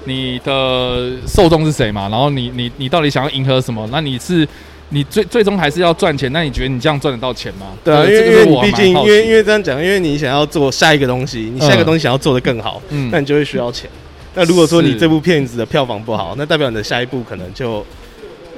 [SPEAKER 2] 你的受众是谁嘛？然后你 你你到底想要迎合什么？那你是你最最终还是要赚钱？那你觉得你这样赚得到钱吗？
[SPEAKER 9] 对啊，因为
[SPEAKER 2] 这
[SPEAKER 9] 因为
[SPEAKER 2] 个是
[SPEAKER 9] 你
[SPEAKER 2] 我
[SPEAKER 9] 毕
[SPEAKER 2] 蛮
[SPEAKER 9] 竟
[SPEAKER 2] 好
[SPEAKER 9] 因
[SPEAKER 2] 奇
[SPEAKER 9] 为因为这样讲，因为你想要做下一个东西，你下一个
[SPEAKER 2] 嗯
[SPEAKER 9] 东西想要做的更好，
[SPEAKER 2] 嗯
[SPEAKER 9] 那你就会需要钱。那如果说你
[SPEAKER 2] 是
[SPEAKER 9] 这部片子的票房不好，那代表你的下一步可能就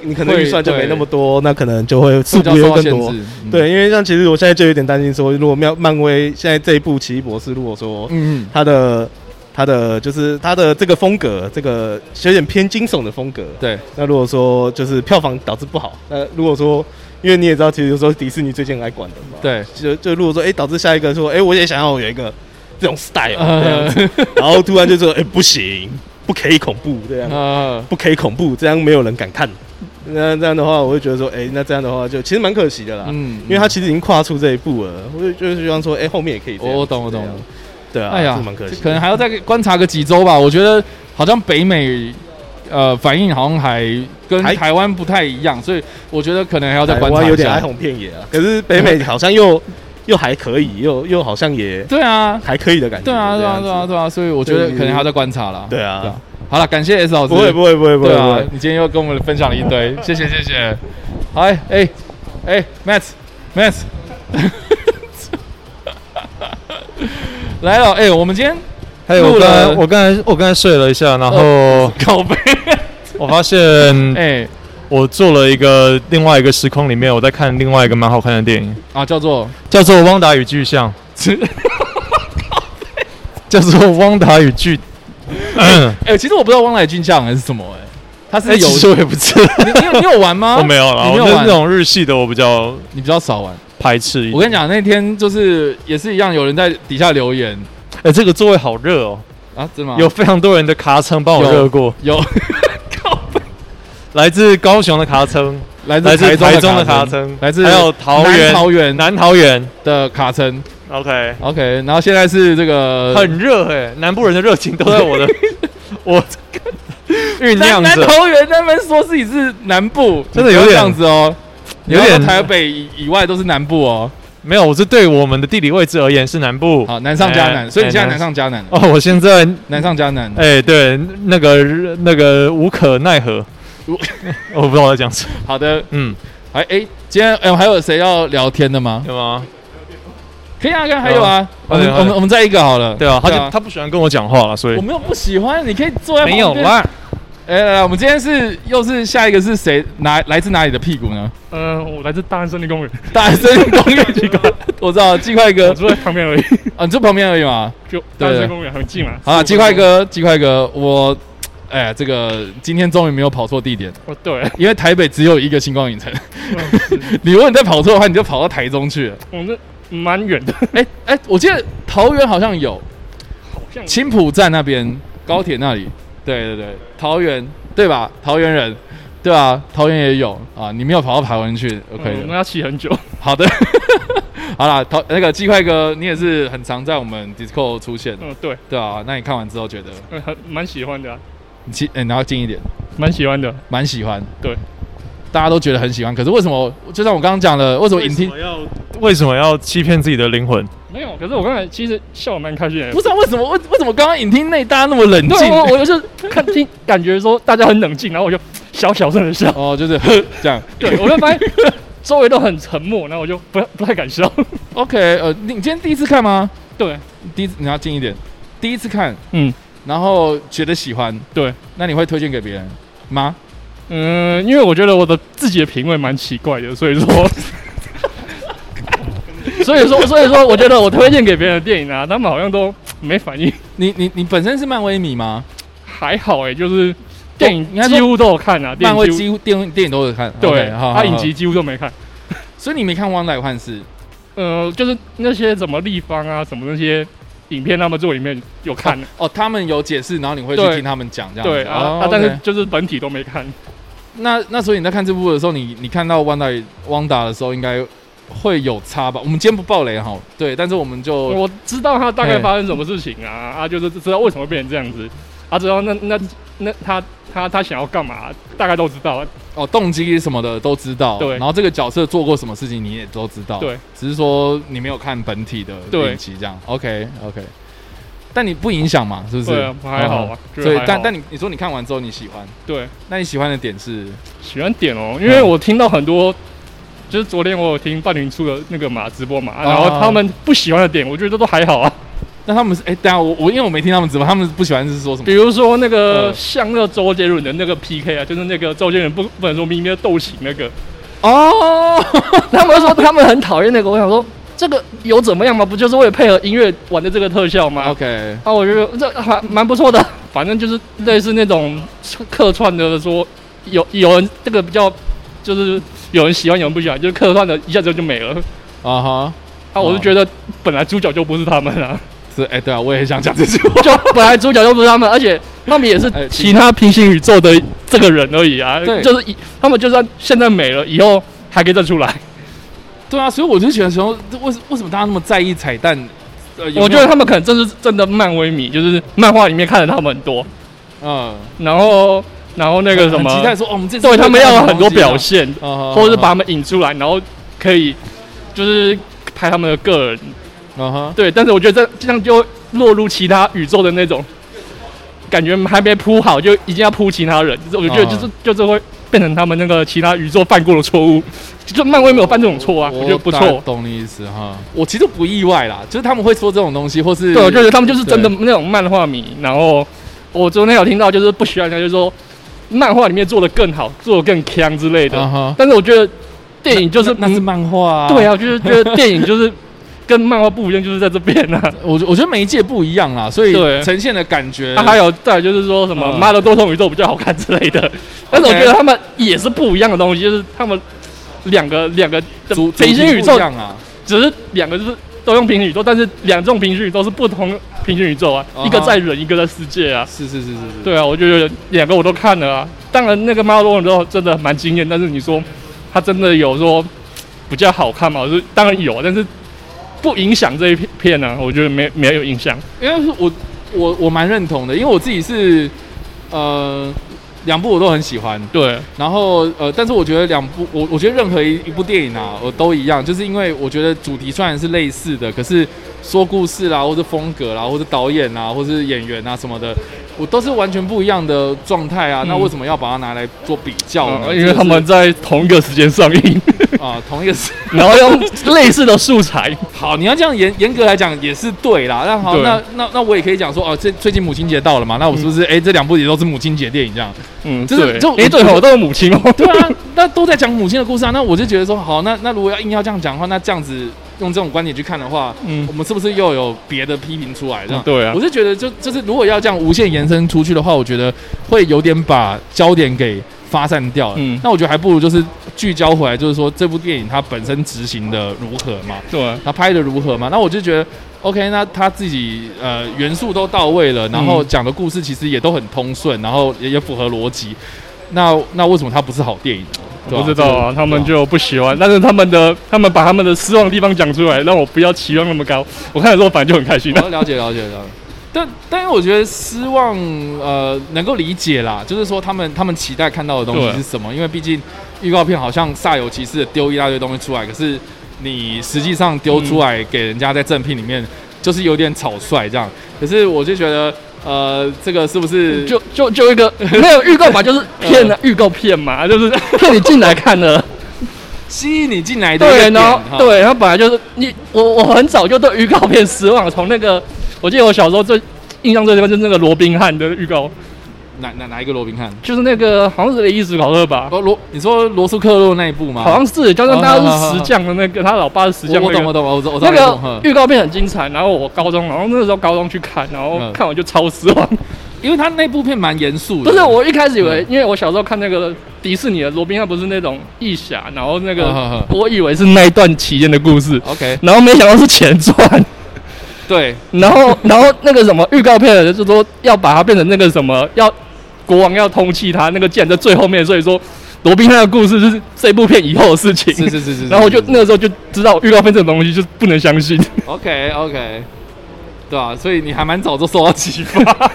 [SPEAKER 9] 你可能
[SPEAKER 2] 会
[SPEAKER 9] 预算就没
[SPEAKER 2] 对
[SPEAKER 9] 那么多，那可能就会
[SPEAKER 2] 这
[SPEAKER 9] 速
[SPEAKER 2] 个叫
[SPEAKER 9] 度又
[SPEAKER 2] 受到
[SPEAKER 9] 更
[SPEAKER 2] 限
[SPEAKER 9] 多。
[SPEAKER 2] 制，嗯
[SPEAKER 9] 对，因为像其实我现在就有点担心说，如果漫漫威现在这一部《奇异博士》，如果说
[SPEAKER 2] 嗯。
[SPEAKER 9] 他的他的就是他的这个风格，这个有点偏惊悚的风格。
[SPEAKER 2] 对，
[SPEAKER 9] 那如果说就是票房导致不好，那如果说因为你也知道，其实有时候迪士尼最近很爱管的嘛，，
[SPEAKER 2] 对，
[SPEAKER 9] 就就如果说哎、导致下一个说哎、我也想要有一个这种 style 这样
[SPEAKER 2] 呃
[SPEAKER 9] 子，然后突然就说哎、不行，不可以恐怖这样，
[SPEAKER 2] 呃，
[SPEAKER 9] 不可以恐怖这样没有人敢看。那这样的话，我会觉得说，哎、那这样的话就其实蛮可惜的啦，
[SPEAKER 2] 嗯
[SPEAKER 9] 因为他其实已经跨出这一步了，我就就是希望说，哎、后面也可以这样
[SPEAKER 2] 我我懂我
[SPEAKER 9] 这
[SPEAKER 2] 懂
[SPEAKER 9] 样，对啊，
[SPEAKER 2] 哎呀
[SPEAKER 9] 是蛮可惜
[SPEAKER 2] 这
[SPEAKER 9] 的，
[SPEAKER 2] 可能还要再观察个几周吧。我觉得好像北美呃反应好像还跟
[SPEAKER 9] 还
[SPEAKER 2] 台湾不太一样，所以我觉得可能还要再
[SPEAKER 9] 台
[SPEAKER 2] 观
[SPEAKER 9] 湾
[SPEAKER 2] 察
[SPEAKER 9] 有
[SPEAKER 2] 一
[SPEAKER 9] 点哀
[SPEAKER 2] 下。嗯
[SPEAKER 9] 鸿遍野啊。可是北美好像又又还可以，又又好像也
[SPEAKER 2] 对啊，
[SPEAKER 9] 还可以的感觉。
[SPEAKER 2] 对啊，
[SPEAKER 9] 这
[SPEAKER 2] 对
[SPEAKER 9] 样
[SPEAKER 2] 啊，
[SPEAKER 9] 子
[SPEAKER 2] 对啊，对啊，所以我觉得可能还要再观察了。
[SPEAKER 9] 对啊
[SPEAKER 2] 好了，感谢 S 老师。
[SPEAKER 9] 不会不会不会不会
[SPEAKER 2] 对
[SPEAKER 9] 不
[SPEAKER 2] 啊
[SPEAKER 9] 会，，
[SPEAKER 2] 你今天又跟我们分享了一 堆，谢谢谢谢。好，哎哎哎，Matt，Matt，来了，哎，我们今天
[SPEAKER 6] 还有
[SPEAKER 2] 录
[SPEAKER 6] 哎我刚
[SPEAKER 2] 了
[SPEAKER 6] 才我刚才我刚才睡了一下，然后
[SPEAKER 2] 搞杯，
[SPEAKER 6] 我发现
[SPEAKER 2] 哎
[SPEAKER 6] 我做了一个另外一个时空里面，我在看另外一个蛮好看的电影，
[SPEAKER 2] 啊，叫做
[SPEAKER 6] 叫做《汪达与巨像》，叫做《汪达与巨》嗯。
[SPEAKER 2] 哎、其实我不知道汪来军将还是什么、哎，他是
[SPEAKER 6] 哎，
[SPEAKER 2] 有
[SPEAKER 6] 其实我也不知道，
[SPEAKER 2] 你你有你有玩吗？
[SPEAKER 6] 我 没有啦，
[SPEAKER 2] 你没有
[SPEAKER 6] 我对那
[SPEAKER 2] 玩，
[SPEAKER 6] 种日系的我比较
[SPEAKER 2] 你比较少玩。
[SPEAKER 6] 排斥一点。
[SPEAKER 2] 我跟你讲，那天就是也是一样，有人在底下留言
[SPEAKER 6] 哎，这个座位好热哦，
[SPEAKER 2] 啊，真的吗？
[SPEAKER 6] 有非常多人的卡层帮我
[SPEAKER 2] 有
[SPEAKER 6] 热过，
[SPEAKER 2] 有，
[SPEAKER 6] 来自高雄的卡层，
[SPEAKER 2] 来
[SPEAKER 6] 来自
[SPEAKER 2] 台
[SPEAKER 6] 台
[SPEAKER 2] 中
[SPEAKER 6] 中
[SPEAKER 2] 的
[SPEAKER 6] 的
[SPEAKER 2] 卡
[SPEAKER 6] 卡
[SPEAKER 2] 层
[SPEAKER 6] 层，
[SPEAKER 2] 来自
[SPEAKER 6] 还有桃园
[SPEAKER 2] 南桃园
[SPEAKER 6] 南桃园，
[SPEAKER 2] 的卡层，
[SPEAKER 10] OK，
[SPEAKER 2] OK，然后现在是这个
[SPEAKER 10] 很热哎、南部人的热情都在我的 我酝
[SPEAKER 2] 南
[SPEAKER 10] 酿
[SPEAKER 2] 南
[SPEAKER 10] 着。
[SPEAKER 2] 投园那边说自己是南部，
[SPEAKER 10] 真的有
[SPEAKER 2] 你
[SPEAKER 10] 点
[SPEAKER 2] 不要这样子哦，
[SPEAKER 10] 有点
[SPEAKER 2] 你要到台北以以外都是南部哦。
[SPEAKER 10] 没有，我是对我们的地理位置而言是南部。
[SPEAKER 2] 好，南上加
[SPEAKER 10] 哎
[SPEAKER 2] 南，所以你现在南。
[SPEAKER 10] 哎
[SPEAKER 2] 上加南，
[SPEAKER 10] 哦，我现在
[SPEAKER 2] 南上加南。
[SPEAKER 10] 哎、对，那个那个无可奈何，
[SPEAKER 2] 无
[SPEAKER 10] 我不知道我在讲什 么。
[SPEAKER 2] 好的，
[SPEAKER 10] 嗯，
[SPEAKER 2] 哎哎，今天哎还有谁要聊天的吗？
[SPEAKER 10] 有吗？
[SPEAKER 2] 可以啊，刚还有啊，我
[SPEAKER 10] 好的
[SPEAKER 2] 们
[SPEAKER 10] 好的
[SPEAKER 2] 我们我们再一个好了。
[SPEAKER 10] 对啊，他就、
[SPEAKER 2] 啊
[SPEAKER 10] 他不喜欢跟我讲话了，所以
[SPEAKER 2] 我没有不喜欢，你可以坐在旁
[SPEAKER 10] 没
[SPEAKER 2] 边
[SPEAKER 10] 有啦。。
[SPEAKER 2] 哎，来来，我们今天是又是下一个是谁？哪来自哪里的屁股呢？
[SPEAKER 6] 呃，
[SPEAKER 8] 哦
[SPEAKER 6] 我来自大安森林公 园，
[SPEAKER 2] 大安森林公园机关，我知道，鸡块哥
[SPEAKER 6] 我住在旁边 而已，
[SPEAKER 2] 啊，你住旁边而已嘛。
[SPEAKER 6] 就大安森林公园很近嘛。
[SPEAKER 2] 好啦，鸡块，哥，
[SPEAKER 6] 嗯
[SPEAKER 2] 鸡块哥，我，哎，这个今天终于没有跑错地点，
[SPEAKER 6] 哦对，
[SPEAKER 2] 因为台北只有一个星光影城。
[SPEAKER 6] 嗯
[SPEAKER 2] 你如果你再跑错的话，你就跑到台中去了。
[SPEAKER 6] 我们这蛮远的，
[SPEAKER 2] 哎哎，我记得桃园好像有
[SPEAKER 6] 好像
[SPEAKER 2] 青浦站那边高铁那里，对对对，桃园对吧？桃园人。对啊，桃园也有啊，你没有跑到台湾去
[SPEAKER 6] 嗯
[SPEAKER 2] ，OK
[SPEAKER 6] 我
[SPEAKER 2] 的
[SPEAKER 6] 们。要骑很久。
[SPEAKER 2] 好的， 好啦，桃那个鸡块哥，你也是很常在我们 Discord 出现，
[SPEAKER 6] 嗯，对，
[SPEAKER 2] 对啊。那你看完之后觉得，
[SPEAKER 6] 嗯，很蛮喜欢的啊，
[SPEAKER 2] 你近，哎你要近一点。
[SPEAKER 6] 蛮喜欢的。
[SPEAKER 2] 蛮喜欢，
[SPEAKER 6] 对，
[SPEAKER 2] 大家都觉得很喜欢。可是为什么？就像我刚刚讲的，为什么影厅
[SPEAKER 6] 要
[SPEAKER 10] 为什么要欺骗自己的灵魂？
[SPEAKER 6] 没有？可是我刚才其实笑得蛮开心的。
[SPEAKER 2] 不知道啊为什么为为什么刚刚影厅内大家那么冷
[SPEAKER 6] 对，
[SPEAKER 2] 静？
[SPEAKER 6] 我我就是看听感觉说大家很冷静，然后我就小小声的笑。
[SPEAKER 2] 哦，就是 呵这样。
[SPEAKER 6] 对，我就发现周围都很沉默，然后我就 不不太敢 笑。
[SPEAKER 2] OK，呃，你你今天第一次看吗？
[SPEAKER 6] 对，
[SPEAKER 2] 第一次你要近一点，第一次看，
[SPEAKER 6] 嗯，
[SPEAKER 2] 然后觉得喜欢，
[SPEAKER 6] 对，
[SPEAKER 2] 那你会推荐给别人吗？
[SPEAKER 6] 嗯，因为我觉得我的自己的品味蛮奇怪的，所以说， 所以说，所以说，我觉得我推荐给别人的电影啊，他们好像都没反应，
[SPEAKER 2] 你你你本身是漫威迷吗？
[SPEAKER 6] 还好哎、就是电影
[SPEAKER 2] 应该说
[SPEAKER 6] 几乎都有看啊，电
[SPEAKER 2] 漫
[SPEAKER 6] 影
[SPEAKER 2] 威
[SPEAKER 6] 几
[SPEAKER 2] 几乎
[SPEAKER 6] 乎
[SPEAKER 2] 电影电影都有看，
[SPEAKER 6] 对
[SPEAKER 2] OK，，好
[SPEAKER 6] 他影，集
[SPEAKER 2] 好好
[SPEAKER 6] 几乎都没看。
[SPEAKER 2] 所以你没看《汪来幻视》
[SPEAKER 6] 呃，就是那些什么立方啊，什么那些影片，他们做里面有看，
[SPEAKER 2] 哦，他们有解释，然后你会去
[SPEAKER 6] 对
[SPEAKER 2] 听他们讲这样子。
[SPEAKER 6] 对
[SPEAKER 2] 哦
[SPEAKER 6] 啊，啊但是
[SPEAKER 2] OK
[SPEAKER 6] 就是本体都没看。
[SPEAKER 2] 那那所以你在看这部的时候，你你看到汪达汪达的时候，应该会有差吧？我们今天不爆雷哈，对，但是我们就
[SPEAKER 6] 我知道他大概
[SPEAKER 2] 嘿
[SPEAKER 6] 发生什么事情啊啊，就是知道为什么会变成这样子，啊，知道那那那他他他想要干嘛，大概都知道。
[SPEAKER 2] 哦动机什么的都知道，
[SPEAKER 6] 对
[SPEAKER 2] 然后这个角色做过什么事情你也都知道，
[SPEAKER 6] 对，
[SPEAKER 2] 只是说你没有看本体的
[SPEAKER 6] 对
[SPEAKER 2] 影集这样，OK OK，但你不影响嘛，是不是？
[SPEAKER 6] 对啊，还好啊，
[SPEAKER 2] 所以但但
[SPEAKER 6] 你
[SPEAKER 2] 你你说你看完之后你喜欢，
[SPEAKER 6] 对
[SPEAKER 2] 那你喜欢的点是
[SPEAKER 6] 喜欢点哦，因为我听到很多。就是昨天我有听半云出的那个嘛直播
[SPEAKER 2] 哦
[SPEAKER 6] 嘛，啊然后他们不喜欢的点，我觉得都还好啊。
[SPEAKER 2] 那他们是哎、等一下我我因为我没听他们直播，他们不喜欢是说什么
[SPEAKER 6] 比？如说那个
[SPEAKER 2] 嗯
[SPEAKER 6] 像那个周杰伦的那个 PK 啊，就是那个周杰伦不不能说咪咪的斗琴那个，
[SPEAKER 2] 哦，
[SPEAKER 6] 他们说他们很讨厌那个，我想说这个有怎么样吗？不就是为了配合音乐玩的这个特效吗
[SPEAKER 2] OK，
[SPEAKER 6] 啊，我觉得这还蛮不错的，反正就是类似那种客串的说，有有人这个比较，就是有人喜欢，有人不喜欢，就是客串的一下子就没了。
[SPEAKER 2] 啊哈，
[SPEAKER 6] 啊，我是觉得本来主角就不是他们啊，
[SPEAKER 2] 是哎、对啊，我也想讲这句话。
[SPEAKER 6] 就本来主角就不是他们，而且他们也是
[SPEAKER 2] 哎
[SPEAKER 6] 其他平行宇宙的这个人而已啊，
[SPEAKER 2] 对
[SPEAKER 6] 就是以他们就算现在没了，以后还可以再出来。
[SPEAKER 2] 对啊，所以我就觉得说，为什为什么大家那么在意彩蛋？呃，有没有
[SPEAKER 6] 我觉得他们可能真是真的漫威迷，就是漫画里面看了他们很多，
[SPEAKER 2] 嗯，
[SPEAKER 6] 然后然后那个什
[SPEAKER 2] 很
[SPEAKER 6] 么，
[SPEAKER 2] 期待说，哦，我们这次
[SPEAKER 6] 对他们
[SPEAKER 2] 看
[SPEAKER 6] 要
[SPEAKER 2] 到
[SPEAKER 6] 有很多
[SPEAKER 2] 东西啊
[SPEAKER 6] 表，现，
[SPEAKER 2] 啊
[SPEAKER 6] 或者是把他们引出来，然后可以就是拍他们的个人，
[SPEAKER 2] 啊哈，
[SPEAKER 6] 对。但是我觉得这这样就落入其他宇宙的那种感觉，还没铺好就已经要铺其他人，就是我觉得
[SPEAKER 2] 啊
[SPEAKER 6] 就是、就是会变成他们那个其他宇宙犯过的错误。就漫威没有犯这种错啊，我觉得不
[SPEAKER 2] 大概
[SPEAKER 6] 错。
[SPEAKER 2] 懂你意思哈。我其实不意外啦，就是他们会说这种东西，或是
[SPEAKER 6] 对，我觉得他们就是真的
[SPEAKER 2] 对
[SPEAKER 6] 那种漫画迷。然后我昨天有听到，就是不喜欢人家就说漫画里面做的更好，做的更强之类的。
[SPEAKER 2] 啊哈
[SPEAKER 6] 但是我觉得电影就是嗯
[SPEAKER 2] 那那是漫画、啊，
[SPEAKER 6] 对啊，我就是觉得电影就是跟漫画不一样，就是在这边 啊。
[SPEAKER 2] 我我觉得媒介不一样啦，所以
[SPEAKER 6] 对
[SPEAKER 2] 呈现的感觉，
[SPEAKER 6] 啊还有再来就是说什么
[SPEAKER 2] 嗯
[SPEAKER 6] 《妈的多重宇宙》比较好看之类的，但是我
[SPEAKER 2] OK
[SPEAKER 6] 觉得他们也是不一样的东西，就是他们两个两个的
[SPEAKER 2] 主
[SPEAKER 6] 平行宇
[SPEAKER 2] 主题不
[SPEAKER 6] 宙
[SPEAKER 2] 一，样啊，
[SPEAKER 6] 只是两个就是都用平行宇宙，但是两种平行宇宙是不同平行宇宙啊
[SPEAKER 2] 啊哈，
[SPEAKER 6] 一个在人，一个在世界啊。
[SPEAKER 2] 是是是是是，
[SPEAKER 6] 对啊，我就觉得两个我都看了啊。当然那个《妈的多重宇宙》真的蛮惊啊艳，但是你说它真的有说比较好看吗？我是当然有，但是不影响这一片片呢、我觉得没没有影响。
[SPEAKER 2] 因为我我我蛮认同的，因为我自己是呃两部我都很喜欢，
[SPEAKER 6] 对，
[SPEAKER 2] 然后呃，但是我觉得两部，我我觉得任何一一部电影啊，我都一样，就是因为我觉得主题虽然是类似的，可是说故事啦，或是风格啦，或是导演啊，或是演员啊什么的，我都是完全不一样的状态啊。那为什么要把它拿来做比较呢？
[SPEAKER 6] 呃嗯因为他们在同一个时间上映，
[SPEAKER 2] 就是啊、同一个时
[SPEAKER 6] 然后用类似的素材，
[SPEAKER 2] 好，你要这样严严格来讲也是对啦。那好，
[SPEAKER 6] 对
[SPEAKER 2] 那那那我也可以讲说，哦，这最近母亲节到了嘛，那我是不是哎、这两部也都是母亲节电影这样？
[SPEAKER 6] 嗯，
[SPEAKER 2] 就
[SPEAKER 6] 就是是
[SPEAKER 2] 就
[SPEAKER 6] 就 哎，对吼，都有母亲哦，
[SPEAKER 2] 对啊，那都在讲母亲的故事啊。那我就觉得说，好，那那如果要硬要这样讲的话，那这样子用这种观点去看的话，
[SPEAKER 6] 嗯
[SPEAKER 2] 我们是不是又有别的批评出来？这样、
[SPEAKER 6] 对啊
[SPEAKER 2] 我，是觉得就就是如果要这样无限延伸出去的话，我觉得会有点把焦点给发散掉了。
[SPEAKER 6] 嗯
[SPEAKER 2] 那我觉得还不如就是聚焦回来，就是说这部电影它本身执行的如何嘛。
[SPEAKER 6] 对啊，
[SPEAKER 2] 他拍的如何嘛？那我就觉得，OK，那他自己呃元素都到位了，然后讲的故事其实也都很通顺，然后也也符合逻辑。那那为什么它不是好电影呢？对
[SPEAKER 6] 我
[SPEAKER 2] 吧
[SPEAKER 6] 不知道啊，
[SPEAKER 2] 这个
[SPEAKER 6] 他们
[SPEAKER 2] 对吧
[SPEAKER 6] 就不喜欢，但是他们的他们把他们的失望的地方讲出来，让我不要期望那么高。我看的时候反正就很开心了。
[SPEAKER 2] 哦了解了解了解。但但是我觉得失望呃能够理解啦，就是说他们他们期待看到的东西
[SPEAKER 6] 对
[SPEAKER 2] 是什么？因为毕竟预告片好像煞有其事的丢一大堆东西出来，可是你实际上丢出来给人家在正片里面就是有点草率这样。可是我就觉得呃这个是不是
[SPEAKER 6] 嗯就就就一 个没有预告嘛，就是骗了预告片嘛， 就是骗你进来看的。
[SPEAKER 2] 吸引你进来的一个
[SPEAKER 6] 对，
[SPEAKER 2] 点
[SPEAKER 6] 然后
[SPEAKER 2] 哈
[SPEAKER 6] 对，他本来就是你我我很早就对预告片失望，从那个我记得我小时候最印象最深刻就是那个罗宾汉的预告，
[SPEAKER 2] 哪哪哪一个罗宾汉？
[SPEAKER 6] 就是那个好像是雷伊斯考特吧，
[SPEAKER 2] 哦罗，你说罗素克洛那一部吗？
[SPEAKER 6] 好像是，就是
[SPEAKER 2] 哦
[SPEAKER 6] 他
[SPEAKER 2] 好好好
[SPEAKER 6] 是石匠的那个，他老爸是石匠
[SPEAKER 2] 我
[SPEAKER 6] 那
[SPEAKER 2] 我懂我
[SPEAKER 6] 个。
[SPEAKER 2] 懂我懂我知道我知
[SPEAKER 6] 那
[SPEAKER 2] 道我
[SPEAKER 6] 个
[SPEAKER 2] 懂嗯
[SPEAKER 6] 预告片很精彩，然后我高中，然后那时候高中去看，然后
[SPEAKER 2] 嗯
[SPEAKER 6] 看完就超失望。
[SPEAKER 2] 因为他那部片蛮严肃的。
[SPEAKER 6] 不是我一开始以
[SPEAKER 2] 嗯
[SPEAKER 6] 为，因为我小时候看那个迪士尼的罗宾汉不是那种义侠，然后那
[SPEAKER 2] 嗯嗯
[SPEAKER 6] 个我以为是那一段期间的故事，
[SPEAKER 2] OK，
[SPEAKER 6] 然后没想到是前传，
[SPEAKER 2] 对，
[SPEAKER 6] 然后然后那个什么预告片的人就说要把它变成那个什么，要国王要通缉他，那个剑在最后面，所以说罗宾汉的故事是这部片以后的事情。
[SPEAKER 2] 是是是是。
[SPEAKER 6] 然后我就那
[SPEAKER 2] 是
[SPEAKER 6] 个时候就知道预告片这种东西就是不能相信，
[SPEAKER 2] OK OK，对啊，所以你还蛮早就哦受到启发。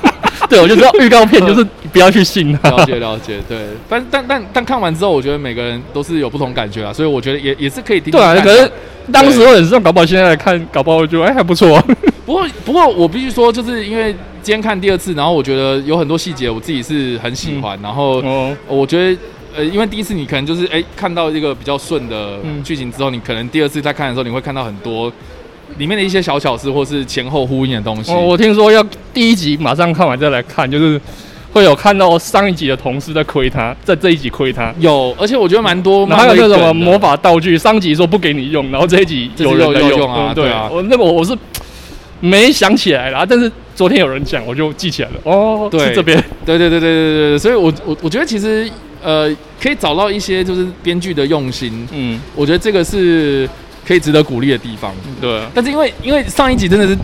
[SPEAKER 6] 对我就知道预告片就是不要去信 它。
[SPEAKER 2] 了解了解，对，但但但但看完之后，我觉得每个人都是有不同感觉啊，所以我觉得也也是可以听听
[SPEAKER 6] 对啊，
[SPEAKER 2] 看的。
[SPEAKER 6] 可是当时我也是这样，搞不好现在来看，搞不好就哎还不错、
[SPEAKER 2] 不过，不过我必须说，就是因为今天看第二次，然后我觉得有很多细节我自己是很喜欢，然后
[SPEAKER 6] 哦，
[SPEAKER 2] 我觉得，呃，因为第一次你可能就是哎、看到一个比较顺的
[SPEAKER 6] 嗯
[SPEAKER 2] 剧情之后，你可能第二次再看的时候，你会看到很多里面的一些小巧思或是前后呼应的东西。
[SPEAKER 6] 哦，我听说要第一集马上看完再来看，就是会有看到上一集的同事在亏他，在这一集亏他。
[SPEAKER 2] 有，而且我觉得蛮多
[SPEAKER 6] 然后
[SPEAKER 2] 漫
[SPEAKER 6] 嗯还有
[SPEAKER 2] 威梗
[SPEAKER 6] 那
[SPEAKER 2] 的，
[SPEAKER 6] 种什么魔法道具，上集说不给你用，然后这一集
[SPEAKER 2] 这次
[SPEAKER 6] 有人
[SPEAKER 2] 又
[SPEAKER 6] 在
[SPEAKER 2] 又
[SPEAKER 6] 用
[SPEAKER 2] 用啊
[SPEAKER 6] 嗯对
[SPEAKER 2] 对啊
[SPEAKER 6] 我那个我是没想起来啦，但是昨天有人讲，我就记起来了。哦，
[SPEAKER 2] 对
[SPEAKER 6] 是这边
[SPEAKER 2] 对对对对对对对，所以我我我觉得其实呃，可以找到一些就是编剧的用心，
[SPEAKER 6] 嗯，
[SPEAKER 2] 我觉得这个是可以值得鼓励的地方。
[SPEAKER 6] 对啊，
[SPEAKER 2] 但是因为因为上一集真的是